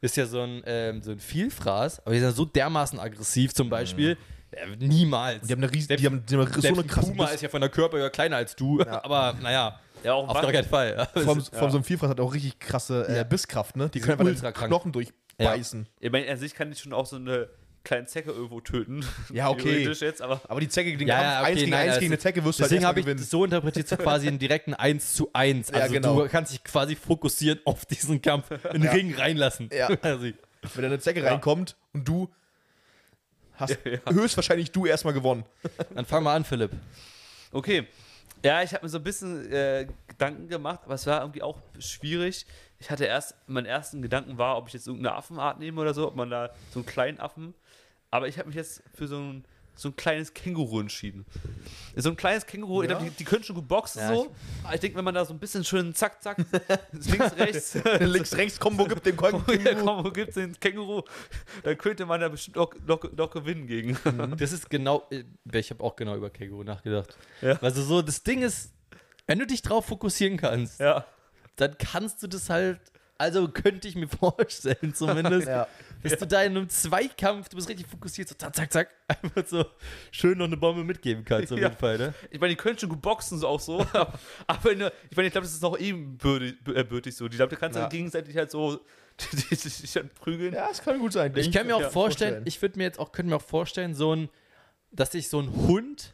B: ist ja so ein, ähm, so ein Vielfraß, aber die sind ja so dermaßen aggressiv zum Beispiel. Äh, niemals.
A: Mhm. Die haben eine riesen,
B: Selbst-
A: die haben, die haben so
B: selbst
A: eine
B: ein
A: krasse
B: Puma ist ja von der Körperhöhe kleiner als du, aber naja,
D: Ja, auch
B: auf gar keinen Fall. Also
A: Vor allem, vor allem so ein Vielfalt hat auch richtig krasse äh,
B: Ja.
A: Bisskraft, ne? Die,
B: Die
A: können
B: sind
A: einfach
B: ultra
A: den
B: krank.
A: Knochen durchbeißen.
D: Ich meine, an sich kann ich schon auch so eine kleine Zecke irgendwo töten.
A: Ja, okay.
D: Theoretisch jetzt, aber
A: Aber die Zecke gegen den
B: Ja,
A: Kampf,
B: ja,
A: eins
B: okay,
A: gegen
B: nein,
A: eins
B: also
A: gegen eine Zecke wirst du halt
B: Deswegen
A: erstmal
B: habe ich
A: gewinnen.
B: das so interpretiert, so quasi einen direkten 1 zu 1.
A: Ja,
B: Also
A: genau.
B: du kannst dich quasi fokussieren auf diesen Kampf, in den
A: Ja.
B: Ring reinlassen. Also,
A: Ja.
B: Quasi.
A: Wenn da eine Zecke reinkommt und du hast
D: Ja, ja.
A: höchstwahrscheinlich du erstmal gewonnen.
B: Dann fang mal an, Philipp.
D: Okay. Ja, ich habe mir so ein bisschen äh, Gedanken gemacht, aber es war irgendwie auch schwierig. Ich hatte erst, mein ersten Gedanken war, ob ich jetzt irgendeine Affenart nehme oder so, ob man da so einen kleinen Affen. Aber ich habe mich jetzt für so ein, so ein kleines Känguru entschieden. So ein kleines Känguru, ich
A: Ja.
D: glaube, die, die können schon gut boxen
B: Ja,
D: so. Aber ich denke, wenn man da so ein bisschen schön zack, zack, links, rechts,
A: Eine Links-Rechts-Kombo gibt dem Kolben.
D: ja, komm, wo gibt's den Känguru? Dann könnte man da bestimmt noch, noch, noch gewinnen gegen.
A: Mhm.
B: Das ist genau, äh, ich habe auch genau über Känguru nachgedacht.
D: Ja.
B: Also so, das Ding ist, wenn du dich drauf fokussieren kannst,
D: Ja.
B: dann kannst du das halt, also könnte ich mir vorstellen zumindest,
A: Ja.
B: dass du da in einem Zweikampf, du bist richtig fokussiert, so zack, zack, zack, einfach so schön noch eine Bombe mitgeben kannst auf
D: Ja.
B: jeden Fall, ne?
D: Ich meine, die können schon gut boxen, so auch so. aber- aber ne, ich meine, ich glaube, das ist noch ebenbürtig bü- äh, bürtig so. Die glaube, du kannst
A: Ja.
D: dann gegenseitig halt so die, die, die, sich dann prügeln. Oh,
A: Ja, das kann gut sein.
B: Ich kann mir auch
A: Ja,
B: vorstellen, ich würde mir jetzt auch, könnte mir auch vorstellen, so ein, dass sich so ein Hund,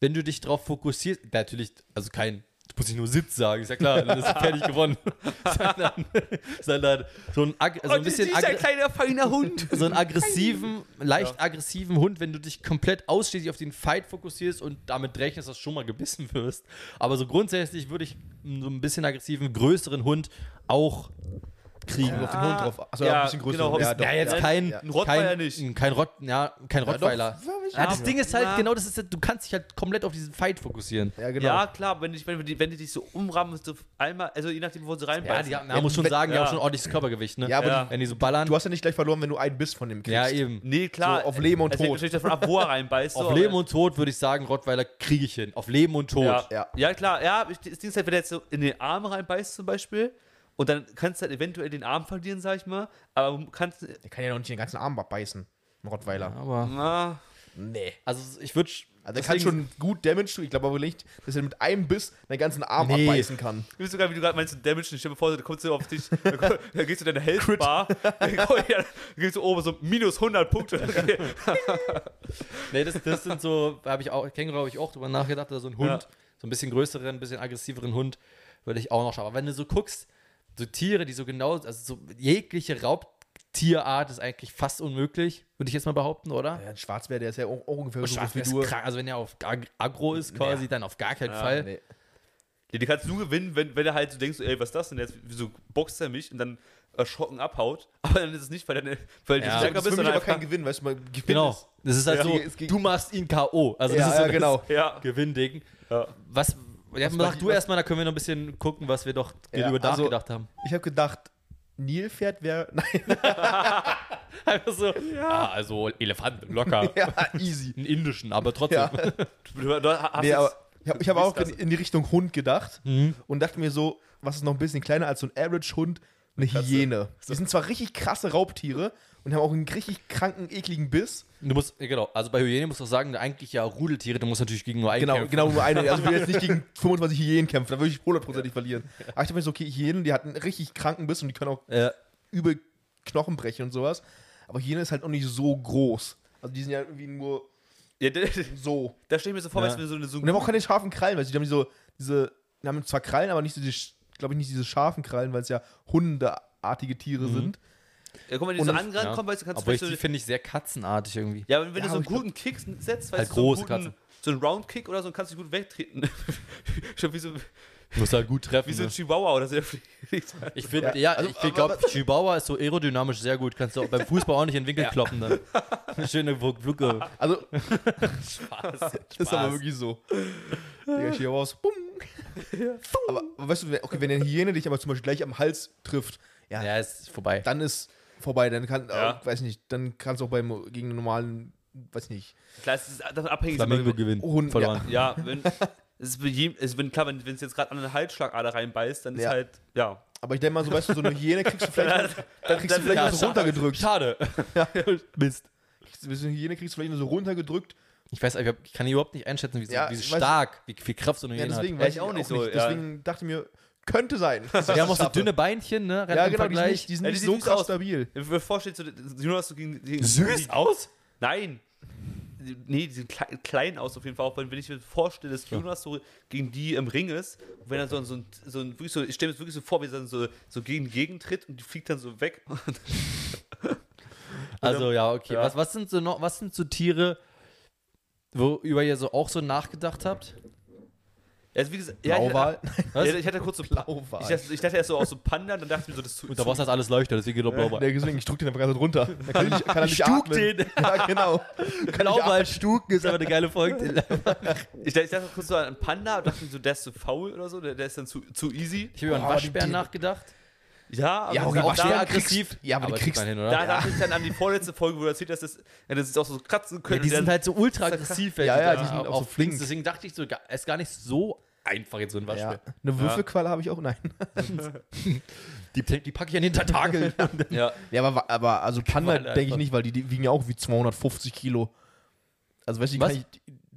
B: wenn du dich drauf fokussierst, natürlich, also kein, du musst nicht nur Sitz sagen, ist ja klar, dann ist er fertig gewonnen. sondern, sondern so ein, ag- so
D: Also
B: ein bisschen agg-
D: kleiner, feiner Hund.
B: so einen aggressiven, leicht aggressiven Hund, wenn du dich komplett ausschließlich auf den Fight fokussierst und damit rechnest, dass du schon mal gebissen wirst. Aber so grundsätzlich würde ich m, so ein bisschen aggressiven, größeren Hund auch kriegen.
A: Auf den Hund drauf. Achso,
D: Ja,
A: ja, ein bisschen größer.
D: genau.
A: ja,
D: Ist-
A: doch,
B: Ja, jetzt
A: ja.
B: kein,
A: Ah, Ja.
D: Ein Rottweiler
B: kein,
D: nicht.
B: Kein, Rott, ja, kein Rottweiler.
A: doch.
B: Ja, das Ding ist halt,
D: Ja.
B: genau das ist, halt, du kannst dich halt komplett auf diesen Fight fokussieren.
A: Ja, genau.
D: Ja, klar, wenn, ich, wenn, die, wenn die dich so umrammen, so einmal, also je nachdem, wo sie
B: Ja,
D: reinbeißen.
B: die haben, man muss schon
A: wenn-
B: sagen, die
D: ja.
B: haben schon ordentliches Körpergewicht, ne?
A: Ja, aber
D: Ja.
B: Wenn die so ballern.
A: Du hast ja nicht gleich verloren, wenn du einen Biss von dem kriegst.
B: ja, eben.
D: nee, klar.
A: So auf Leben und
D: es hängt
A: Tod.
D: natürlich davon ab, wo er reinbeißt. so,
B: Auf
D: aber-
B: Leben und Tod würde ich sagen, Rottweiler kriege ich hin. Auf Leben und Tod.
D: Ja,
A: Ja.
D: ja. klar. Ja, ich- das Ding ist halt, wenn er jetzt so in den Arm reinbeißt zum Beispiel, und dann kannst du halt eventuell den Arm verlieren, sag ich mal, aber du kannst.
A: Der kann ja noch nicht den ganzen Arm abbeißen. Ein Rottweiler.
B: Aber,
D: Na,
A: Nee.
B: also ich würde.
A: Also, der kann schon gut Damage tun. Ich glaube aber nicht, dass er mit einem Biss den ganzen Arm
B: Nee.
A: abbeißen kann.
D: du bist sogar, wie du gerade meinst, Damage. Stell dir mal vor, da kommst du auf dich, dann komm- dann gehst du in deine Health Bar, dann komm- ja, dann gehst du oben so minus 100 Punkte.
B: Nee, das, das sind so, habe ich auch, Känguru habe ich auch drüber nachgedacht, oder so ein Hund,
D: Ja.
B: so ein bisschen größeren, ein bisschen aggressiveren Hund, würde ich auch noch schauen. Aber wenn du so guckst, so Tiere, die so genau, also so jegliche Raubtierart ist eigentlich fast unmöglich, würde ich jetzt mal behaupten, oder?
A: Ja, ein Schwarzbär, der ist ja auch, auch ungefähr so groß
B: Schwarz
A: wie
B: Oh, ist
A: du.
B: krank. Also wenn er auf Ag Agro ist quasi, dann auf gar keinen Fall.
A: Nee.
D: Ja, die kannst du gewinnen, wenn, wenn er halt so denkst, ey, was ist das denn jetzt? Wieso boxt er mich und dann erschrocken abhaut? Aber dann ist es nicht, weil, dann, weil
B: Ja.
D: du
A: Das
D: stärker
A: ist für
D: bist,
A: mich
D: sondern
A: aber kein
D: einfach.
A: Gewinn, weißt du mal, Gewinn
B: Genau.
A: ist-
B: Das ist halt
A: Ja.
B: so,
A: Es geht-
B: du machst ihn K.O. Also das
A: Ja,
B: ist so
A: ja,
B: das
A: genau.
D: Ja.
B: Gewinnding.
D: ja.
B: Was, ja,
A: war
B: mach
A: die-
B: du
A: was-
B: erstmal, da können wir noch ein bisschen gucken, was wir doch
A: Ja,
B: über
A: also-
B: nachgedacht haben.
A: Ich habe gedacht, Nilpferd wäre. Nein,
B: Einfach so, ja, also Elefant, locker.
A: ja, easy.
B: Einen indischen, aber trotzdem.
A: Ja.
D: Du, du, du hast
A: Nee,
D: jetzt-
A: aber ich habe ich hab
D: du
A: auch
D: bist
A: Mhm. in, in die Richtung Hund gedacht und dachte mir so, was ist noch ein bisschen kleiner als so ein Average Hund? Eine Hyäne. Die sind zwar richtig krasse Raubtiere und haben auch einen richtig kranken, ekligen Biss.
B: Du musst, ja, genau, also bei Hyänen musst du auch sagen, eigentlich ja Rudeltiere, du musst natürlich gegen nur einen
A: Genau,
B: kämpfen.
A: genau nur eine. Also ich will jetzt nicht gegen 25 Hyänen kämpfen, da würde ich hundertprozentig verlieren. Aber ich dachte mir so, okay, Hyänen, die hatten einen richtig kranken Biss und die können auch
B: Ja.
A: übel Knochen brechen und sowas. Aber Hyäne ist halt auch nicht so groß. Also die sind ja irgendwie nur
D: Ja, da,
A: so.
D: da stelle ich mir so vor, als wenn so eine so
A: Und die haben auch keine scharfen Krallen, weil die haben so diese, die haben zwar Krallen, aber nicht so die, glaube ich, nicht diese scharfen Krallen, weil es ja hundeartige Tiere
B: Mhm.
A: sind.
D: Ja, guck mal, wenn die
A: Und
D: so
A: das-
D: angerannt kommen, weißt du, kannst du
B: Obwohl ich
D: vielleicht so.
B: die finde ich sehr katzenartig irgendwie.
D: Ja, wenn, wenn
A: Ja,
D: du so einen
A: aber ich
D: guten Kick setzt, weißt
B: Halt
D: du,
B: große
D: so einen guten,
B: Katzen.
D: so einen Roundkick oder so, dann kannst du dich gut wegtreten. Schon wie so,
B: Du musst halt gut treffen.
D: wie so ein
B: ne?
D: Chihuahua oder so. der fliegt so an.
B: Ich finde, ja,
A: Also,
B: ich glaube, Chihuahua ist so aerodynamisch sehr gut. Kannst du auch beim Fußball ordentlich in den Winkel kloppen dann. Eine schöne Wuck- Wucke.
A: Also,
B: Spaß.
A: ist aber wirklich so. Digga, ich hier raus. Bumm. aber, aber weißt du, wenn- okay, wenn eine Hyäne dich aber zum Beispiel gleich am Hals trifft, ja,
B: Ja, ist vorbei.
A: dann ist vorbei. Dann kann,
D: Ja.
A: äh, weiß nicht, dann kannst du auch beim gegen einen normalen, weiß nicht,
D: Klar, es ist davon abhängig.
B: Flamingo
D: wenn-
B: gewinnt.
A: Hund,
B: verloren.
D: Ja, wenn. Es ist, bei jedem- es wenn, klar, wenn wenn es jetzt gerade an eine Halsschlagader reinbeißt, dann ist
A: Ja.
D: halt, ja.
A: Aber ich denke mal, so weißt du, so eine Hyäne kriegst du vielleicht, dann kriegst du
D: dann-
A: vielleicht
D: ja,
A: noch so runtergedrückt.
B: Schade. Mist.
A: Kriegst du- So eine Hyäne kriegst du vielleicht noch so runtergedrückt.
B: Ich weiß, ich, hab, ich kann überhaupt nicht einschätzen, wie, so,
A: Ja,
B: wie so
A: ich weiß-
B: stark, wie viel Kraft so eine
A: Ja,
B: Hyäne
A: deswegen
B: hat.
A: weiß
D: ich
A: ich
D: auch
A: auch
D: nicht
A: nicht
D: so, ja.
A: Deswegen dachte ich mir, könnte sein. dass ich
B: Die haben auch
A: das
B: so
A: schaffe.
B: dünne Beinchen, ne?
A: Ja, genau, die sind nicht,
B: gleich.
A: die sind
D: Ja, die
A: nicht
D: sehen
A: so
D: süß
A: krass
D: aus.
A: stabil.
D: Wenn du dir vorstellst, so, nur hast du gegen. gegen
B: Süß aus?
D: Nein. Nee, die sind klein, klein aus auf jeden Fall. Auch wenn, wenn ich mir vorstelle, dass Jonas so gegen die im Ring ist, und wenn er so, so, ein, so ein, wirklich so, ich stelle mir das wirklich so vor, wie er dann so, so gegen die Gegend tritt und die fliegt dann so weg.
B: Also ja, okay.
D: Ja.
B: Was, was, sind so noch, was sind so Tiere, worüber ihr so auch so nachgedacht habt?
D: Also wie gesagt, ja, ich,
A: Blauwal.
D: hatte, ja, ich hatte kurz so
A: Blauwal.
D: Ich dachte, ich dachte erst so auch so Panda, dann dachte ich mir so, das zu.
B: Unter Wasser ist alles leuchter, deswegen geht doch Blauwal.
A: Ja, deswegen, ich drück den einfach gerade runter. Dann kann, ich, kann er nicht
B: Stuck
A: atmen.
B: den.
A: Ja, genau. Kann ich atmen.
B: Blauwal Stuken ist aber eine geile Folge.
D: Ich dachte, ich dachte kurz so an Panda und dachte mir so, der ist zu faul oder so, der, der ist dann zu, zu easy.
B: Ich habe über einen
A: Boah, aber die
B: Waschbären
A: Tiere-
B: nachgedacht.
D: Ja, aber
A: Ja, okay,
D: auch
A: Waschbären
D: da,
A: kriegst- ja, aber die
B: kriegt
A: kriegst-
B: man hin,
D: da
B: oder? Ja.
D: dachte ich dann an die vorletzte Folge, wo du erzählt hast, dass das, ja, dass es auch so kratzen können.
B: die
D: und
B: sind
D: dann-
B: halt so ultra aggressiv. wenn
A: Ja,
B: sie
A: ja,
B: da
A: die sind auch so
B: auf links.
A: flink.
B: Deswegen dachte ich so, ga- ist gar nicht so einfach jetzt so ein
A: Ja.
B: Waschbär.
A: Eine Würfelqualle habe ich auch, nein.
B: Die, die packe ich an den Tentakel.
D: ja.
A: Ja, aber, aber also Panda
B: Qualle
A: denke ich
B: einfach.
A: nicht, weil die, die wiegen ja auch wie 250 Kilo. Also weißt du, die
B: Was?
A: kann ich,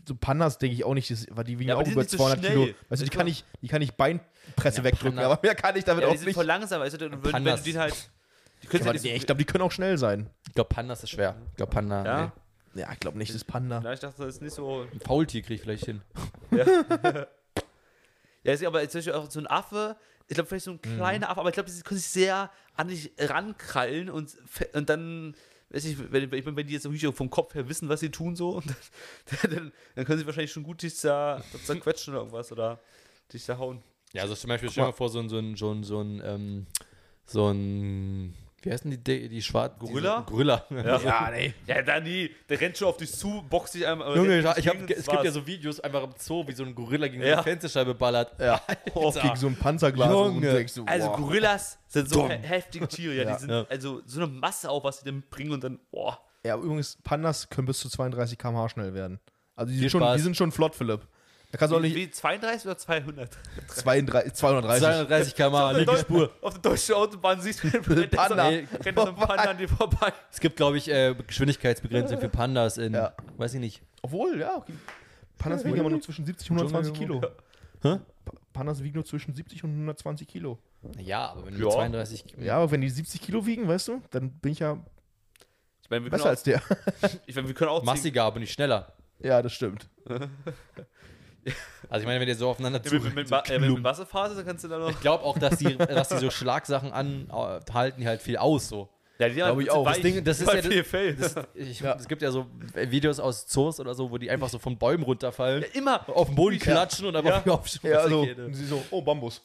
A: so Pandas denke ich auch nicht, das- weil die wiegen ja,
D: Ja, aber
A: auch
D: die
A: über
D: sind so
A: 200
D: schnell.
A: Kilo. Weißt du, die
D: Ich
A: kann ich, die kann ich Beinpresse
B: Ja,
A: wegdrücken,
B: Panda-
A: aber mehr kann ich damit
D: Ja, die
A: auch
D: sind
A: nicht.
D: voll langsam, weißt du, und wenn, wenn du
B: Pandas.
D: den halt. Die können
A: Aber
D: ja
A: die,
D: nicht
A: ich glaube, die können auch schnell sein.
B: Ich glaube, Pandas ist schwer. Ich glaube, Panda.
D: Ja?
B: Nee.
A: Ja, ich glaube nicht, das ist Panda.
D: Ja, ich dachte, das ist nicht so.
B: Ein Faultier kriege ich vielleicht hin.
D: Ja, ist ja aber zum Beispiel auch so ein Affe. Ich glaube, vielleicht so
B: Mhm.
D: ein kleiner Affe, aber ich glaube, die können sich sehr an dich rankrallen und, fe- und dann, weiß ich, wenn, wenn, wenn die jetzt natürlich auch vom Kopf her wissen, was sie tun, so, und dann, dann, dann können sie wahrscheinlich schon gut dich da, da quetschen oder irgendwas oder dich da hauen.
B: Ja, also zum Beispiel, stell dir mal vor, so ein, so ein, so ein, so ein, ähm, so ein, wie heißen die, die, die schwarzen?
D: Gorilla?
B: Gorilla.
A: Ja, nee.
D: Ja, Dani, der rennt schon auf dich zu, boxt dich einmal.
B: Junge, ich
D: rennt dich
B: ich hab,
D: gegen und
B: es gibt
D: war's.
B: ja so Videos einfach im Zoo, wie so ein Gorilla gegen
D: Ja. Oh,
B: eine Fensterscheibe ballert.
A: Ja, auch gegen so ein Panzerglas und
B: oh, Junge.
A: denkst du,
D: Also
A: boah.
D: Gorillas sind so he- heftige Tiere, ja,
A: Ja.
D: die sind
B: Ja.
D: also so eine Masse auf, was sie dann bringen und dann, boah.
A: Ja, übrigens, Pandas können bis zu 32 km/h schnell werden. Also die
B: Viel
A: sind, schon,
B: Spaß.
A: die sind schon flott, Philipp. Da kannst du auch
D: Wie-
A: nicht
D: wie 32 oder 200?
A: 32, 230.
B: 230 km/h, linke Spur.
D: Auf der deutschen Autobahn siehst du den
A: Panda.
D: Rennt so ein Panda an dir vorbei.
B: Es gibt, glaube ich, äh, Geschwindigkeitsbegrenzung für Pandas in,
A: Ja.
B: weiß ich nicht.
A: Obwohl, ja, okay. Pandas wiegen aber nur zwischen 70 und 120 Kilo.
B: Hä?
A: Pa- Pandas wiegen nur zwischen 70 und 120 Kilo.
B: Ja, aber wenn du
D: Ja.
B: mit 32.
A: Ja, aber wenn die 70 Kilo wiegen, weißt du, dann bin ich ja
D: Ich meine, wir, können
A: besser
D: auch,
A: als der.
D: ich meine, wir können auch ziehen.
B: Massiger, aber nicht schneller.
A: Ja, das stimmt.
B: Also ich meine, wenn ihr so aufeinander
D: Ja, Mit, mit,
B: zu.
D: mit, Ma- äh, mit, mit Wasserphase, dann kannst du da noch.
B: Ich glaube auch, dass die, dass die so Schlagsachen anhalten, die halt viel aus. So.
D: Ja, die
A: Glaub ich auch.
B: Das Ding- das ist ja-
D: viel Fell.
B: Das, ich,
A: Ja.
B: Es gibt ja so äh, Videos aus Zoos oder so, wo die einfach so von Bäumen runterfallen,
D: Immer.
B: auf den Boden klatschen und aber
D: Ja.
B: wieder aufs
A: Ja,
B: Wasser
A: also,
B: gehen.
A: sie so, oh, Bambus.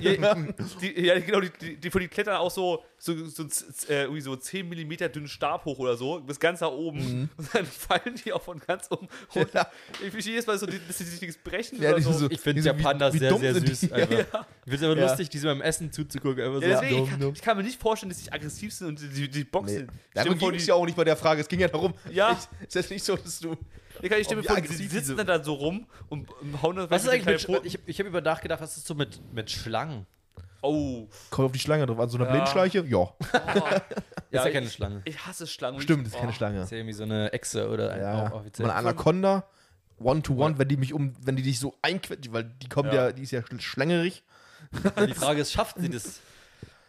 D: Ja, die, ja genau, die, die, die von den Klettern auch so, so, so, ein Z- Z- äh, irgendwie so 10 mm dünnen Stab hoch oder so, bis ganz nach oben.
A: Mhm.
D: Und dann fallen die auch von ganz oben runter. Ich finde jedes Mal so, die- dass sie sich nichts brechen
A: Ja,
D: oder
A: die
D: so.
A: sind so-
B: Ich finde
A: Diese-
B: ja Pandas
A: wie- wie
B: sehr,
A: dumm
B: sehr
A: sind die?
B: süß. einfach. Ich finde es aber
A: Ja.
B: lustig, die so beim Essen zuzugucken. Einfach so,
D: Ja, deswegen, ich,
A: dumm,
D: kann,
A: dumm.
D: ich kann mir nicht vorstellen, dass sie aggressiv sind und die, die, die
A: Nee.
D: boxen. Stell dir
A: Darum
D: vor,
A: ging
D: die-
A: es ja auch nicht bei der Frage. Es ging ja darum.
D: Ja.
A: Es ist jetzt nicht so, dass du.
D: Digga, ich stelle
A: Oh,
D: mir
A: wie
D: vor, die
A: aggressiv
D: sitzen
A: diese-
D: dann da so rum und, und hauen das
B: Was ist
D: mit den
B: eigentlich mit,
D: kleinen
B: Sch- ich, ich habe über nachgedacht, was ist so mit, mit Schlangen?
D: Oh.
A: Kommt auf die Schlange drauf an. So eine
D: Ja.
A: Blindschleiche? Ja.
B: ist ja
D: ich-
B: keine Schlange.
D: Ich hasse Schlangen.
A: Stimmt, ist keine
D: Oh.
A: Schlange.
B: Ist ja irgendwie so eine Echse oder ein,
A: Ja.
B: auch
A: Und
B: offiziell.
A: eine Anaconda, One-to-One, wenn die mich um, wenn die dich so einquetschen, weil die kommt ja,
D: Ja.
A: die ist ja schl- schlängerig.
B: Die Frage ist, schafft sie das?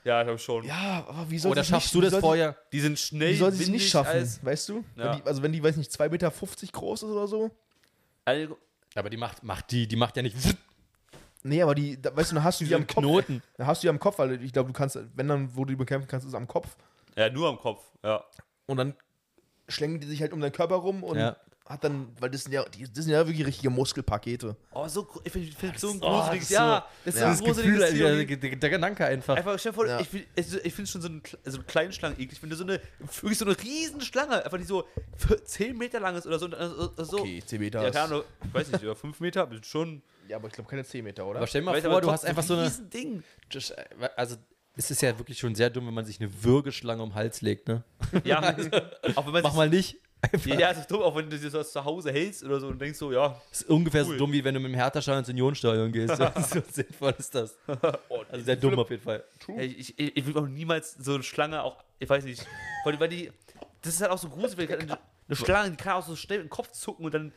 D: Ja, ich glaube schon.
A: Ja, aber wie soll
B: Oder
A: sie's
B: schaffst
A: nicht-
B: du
A: wie
B: das
A: soll sie-
B: vorher?
D: Die sind schnell.
A: Wie soll sie es nicht
D: windig
A: schaffen,
D: Als,
A: weißt du?
D: Ja.
A: Wenn die, also wenn die, weiß nicht, 2,50 Meter groß ist oder so.
D: also,
B: Aber die macht, macht die, die macht ja nicht
A: Nee, aber die, da, weißt du, dann hast du die am Kopf.
B: Knoten.
A: Dann hast du die am Kopf, weil ich glaube, du kannst, wenn dann, wo du die bekämpfen kannst, ist am Kopf.
D: ja, nur am Kopf. Ja.
A: Und dann schlängen die sich halt um deinen Körper rum und
B: Ja.
A: hat dann, weil das sind ja, die, das sind ja wirklich richtige Muskelpakete.
D: Oh, so, gro- ich finde find so ein
B: Oh, das
D: gruseliges.
B: ist so-
D: ja, das ist
A: Ja.
D: so
B: Das
D: ein gruseliges
B: Gefühl,
D: Theorie.
B: der, der, der Gedanke einfach.
D: Einfach, stell dir vor,
A: Ja.
D: ich, find- also ich finde schon so einen, kle- so einen kleinen Schlangen eklig. Wenn du so eine, wirklich so eine riesen Schlange, einfach die so für 10 Meter lang ist oder so. und dann so- so.
A: 10 Meter.
D: Oh. ja,
A: Ja,
D: keine Ahnung, ich weiß nicht, über 5 Meter, bist schon.
A: ja aber ich glaube keine 10 Meter, oder?
B: aber stell dir mal
D: Weißt
B: vor,
D: aber
B: du hast
D: trotzdem
B: einfach so eine.
D: riesen Ding.
B: Just, äh, Also, es ist ja wirklich schon sehr dumm, wenn man sich eine Würgeschlange um den Hals legt, ne?
D: Ja, auch wenn man
B: Mach
D: sich-
B: mal nicht. Einfach.
D: Ja, ja, es ist dumm, auch wenn du dir sowas zu Hause hältst oder so und denkst so, ja,
B: Ist ungefähr so
D: Cool.
B: dumm, wie wenn du mit dem Hertha-Stadion ins Unionstadion gehst. so sinnvoll ist das. Also sehr dumm auf jeden Fall.
D: Ey, Ich, ich, ich will auch niemals so eine Schlange auch, ich weiß nicht, weil, weil die, das ist halt auch so gruselig, weil eine, eine Schlange, die kann auch so schnell mit dem Kopf zucken und dann,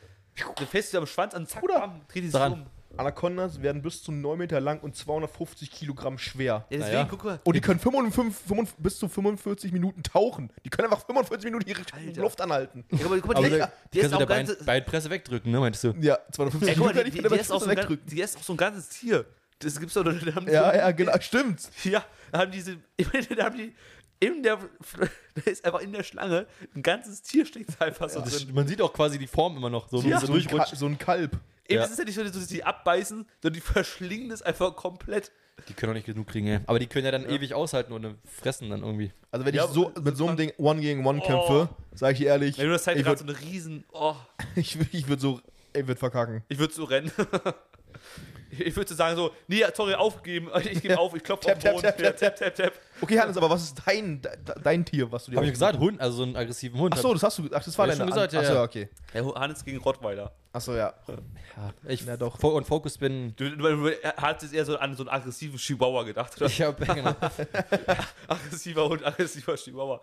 D: dann fällst du am Schwanz an, zack, bam, dreht die sich
B: Dran.
D: um.
A: Anacondas werden bis zu 9 Meter lang und 250 Kilogramm schwer.
D: Ja, deswegen,
B: Naja.
D: guck mal,
A: Und die können 55, 55 bis zu 45 Minuten tauchen. Die können einfach 45 Minuten ihre
D: Alter.
A: Luft anhalten.
D: ja, aber guck mal,
B: Aber
D: die,
B: da,
D: die,
B: die kannst
D: ist
B: du
D: auch
B: mit der
D: ganz,
B: Bein, Beinpresse wegdrücken, ne, meinst du?
A: Ja, 250
D: ey, guck mal, die, die,
A: ich
D: die,
A: kann
D: ist auch
A: damit
D: so ein, ganz-
A: wegdrücken.
D: die ist auch so ein ganzes Tier. Das gibt's doch, da haben die
A: Ja,
D: so,
A: ja, genau, stimmt.
D: Ja, da haben diese, ich meine, da haben die, in der, da ist einfach in der Schlange ein ganzes Tier steckt da einfach so drin.
B: Das, man sieht auch quasi die Form immer noch, so, wie
A: Ja.
B: sie
A: So, ein Ka-
B: durchrutscht.
A: so ein Kalb.
D: Eben,
B: Ja.
D: es ist ja nicht so, dass die abbeißen, sondern die verschlingen das einfach komplett.
B: Die können auch nicht genug kriegen, ey. Aber die können ja dann ewig aushalten und fressen dann irgendwie.
A: Also wenn
D: Ja,
A: ich so
D: aber-
A: mit so einem Ding One gegen One kämpfe, sag ich dir ehrlich,
D: Wenn du das halt
A: ich
D: gerade
A: würde
D: so eine riesen. Oh,
A: ich, würd- ich würd so, ich würde verkacken.
D: ich würde so rennen. ich würde so sagen, so, nee, sorry, aufgeben. Ich gebe auf, ich klopfe
A: Tap,
D: auf
A: tap,
D: den Boden.
A: tap,
D: Ja,
A: tap,
D: tap, tap, tap.
A: Okay, Hannes, aber was ist dein, de- dein Tier, was du dir
B: Hab ich gesagt, Hund, also so einen aggressiven Hund.
A: Ach so, das hast du, ach, das war
B: Hab ich
A: deine
B: schon gesagt,
A: An- Ach so,
B: ja, ja.
A: okay.
D: Ja, Hannes gegen Rottweiler.
A: Ach so, ja.
B: Ja, ich
A: Ja, doch.
B: Fo- und Focus bin.
D: Du, du, du hast jetzt eher so an so einen aggressiven Chihuahua gedacht, oder?
B: Ich hab, genau.
D: Aggressiver Hund, aggressiver Chihuahua.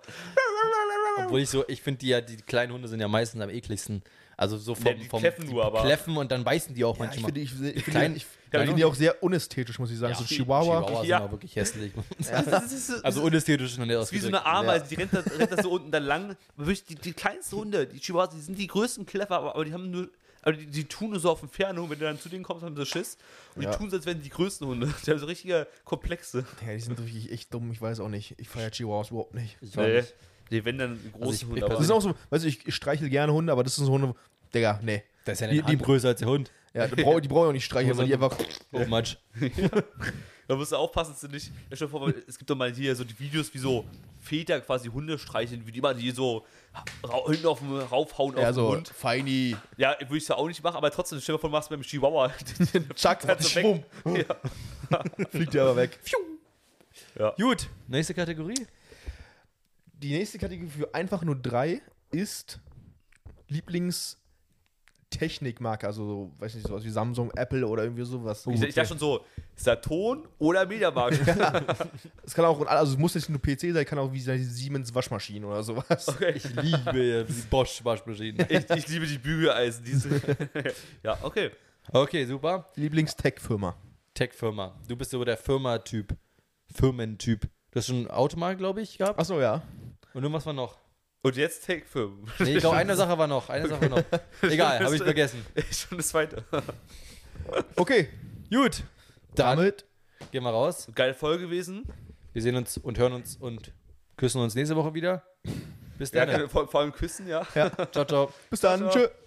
B: Obwohl ich so, ich finde die ja, die kleinen Hunde sind ja meistens am ekligsten. Also so vom,
D: Ja, die
B: vom
D: kläffen nur, aber-
B: kläffen und dann beißen die auch
A: Ja, ich
B: manchmal.
A: finde ich, find, ich,
B: Klein-
A: find, ich,
B: Ja, genau.
A: ich find die auch sehr unästhetisch, muss ich sagen.
B: Ja,
A: so Chihuahua.
B: Chihuahua
D: Ja.
B: sind auch wirklich hässlich.
D: Das ist, das ist, so- das
B: also
D: ist
B: unästhetisch und
D: wie so eine Ameise, die rennt da, rennt da so unten dann lang. Aber wirklich die, die kleinsten Hunde, die Chihuahuas, die sind die größten Kleffer, aber, aber die haben nur. Aber die, die tun nur so auf Entfernung, wenn du dann zu denen kommst, haben sie Schiss. Und
A: Ja.
D: die tun so, als wären die größten Hunde. Die haben so richtige Komplexe.
A: Ja, die sind wirklich echt dumm, ich weiß auch nicht. Ich feiere Chihuahuas überhaupt nicht.
B: Ich war
D: Nee.
B: nicht.
D: nee, wenn dann große
B: Also ich- ich
D: Hunde.
A: Das
D: Aber
A: sind auch so, weißt du, ich, ich streichel gerne Hunde, aber das sind so Hunde, Digga, nee.
B: Das ist ja
A: Die-
B: eine
A: die-
B: die, größer als der Hund.
A: Ja, die brauche brauch ich auch nicht streicheln, weil die einfach.
B: Oh Matsch.
D: da musst du aufpassen, dass du nicht. Ja, stell dir vor, weil es gibt doch mal hier so die Videos, wie so Väter quasi Hunde streicheln, wie die immer die so ra- hinten auf dem raufhauen
A: Ja,
D: auf den
A: so,
D: Hund.
A: feini.
D: Ja, würde ich ja auch nicht machen, aber trotzdem, stell dir vor, du machst beim Chihuahua.
A: Zack,
D: Kannst du
A: schwumm.
D: ja.
A: Fliegt der aber weg.
B: Gut, nächste Kategorie.
A: Die nächste Kategorie für einfach nur drei ist Lieblingstechnikmarke, also so, weiß nicht, sowas wie Samsung, Apple oder irgendwie sowas.
D: Ich, ich dachte schon so, Saturn oder Mediamarkt.
A: Es kann auch, also es muss jetzt nur PC sein, kann auch wie gesagt, Siemens Waschmaschinen oder sowas.
B: Ich liebe die Bosch-Waschmaschinen.
D: Ich, ich liebe die Bügeleisen. Diese. ja, okay.
B: Okay, super.
A: Lieblingstech-Firma.
B: Tech-Firma. Du bist so der Firma-Typ. Firmentyp. Du hast schon ein Auto mal, glaube ich, gehabt.
A: Achso, ja.
B: Und irgendwas war noch.
D: Und jetzt Take 5.
B: Nee, ich glaube, eine Sache war noch. Eine Sache war noch. Egal, habe ich vergessen.
D: Schon das zweite.
A: Okay,
B: Gut. Dann
A: damit
B: gehen wir raus.
D: Geile Folge gewesen.
B: Wir sehen uns und hören uns und küssen uns nächste Woche wieder. Bis
D: Ja,
B: dann.
D: vor, vor allem küssen, ja.
B: Ciao, ciao.
A: bis dann.
D: Ciao,
A: Tschö.
D: ciao.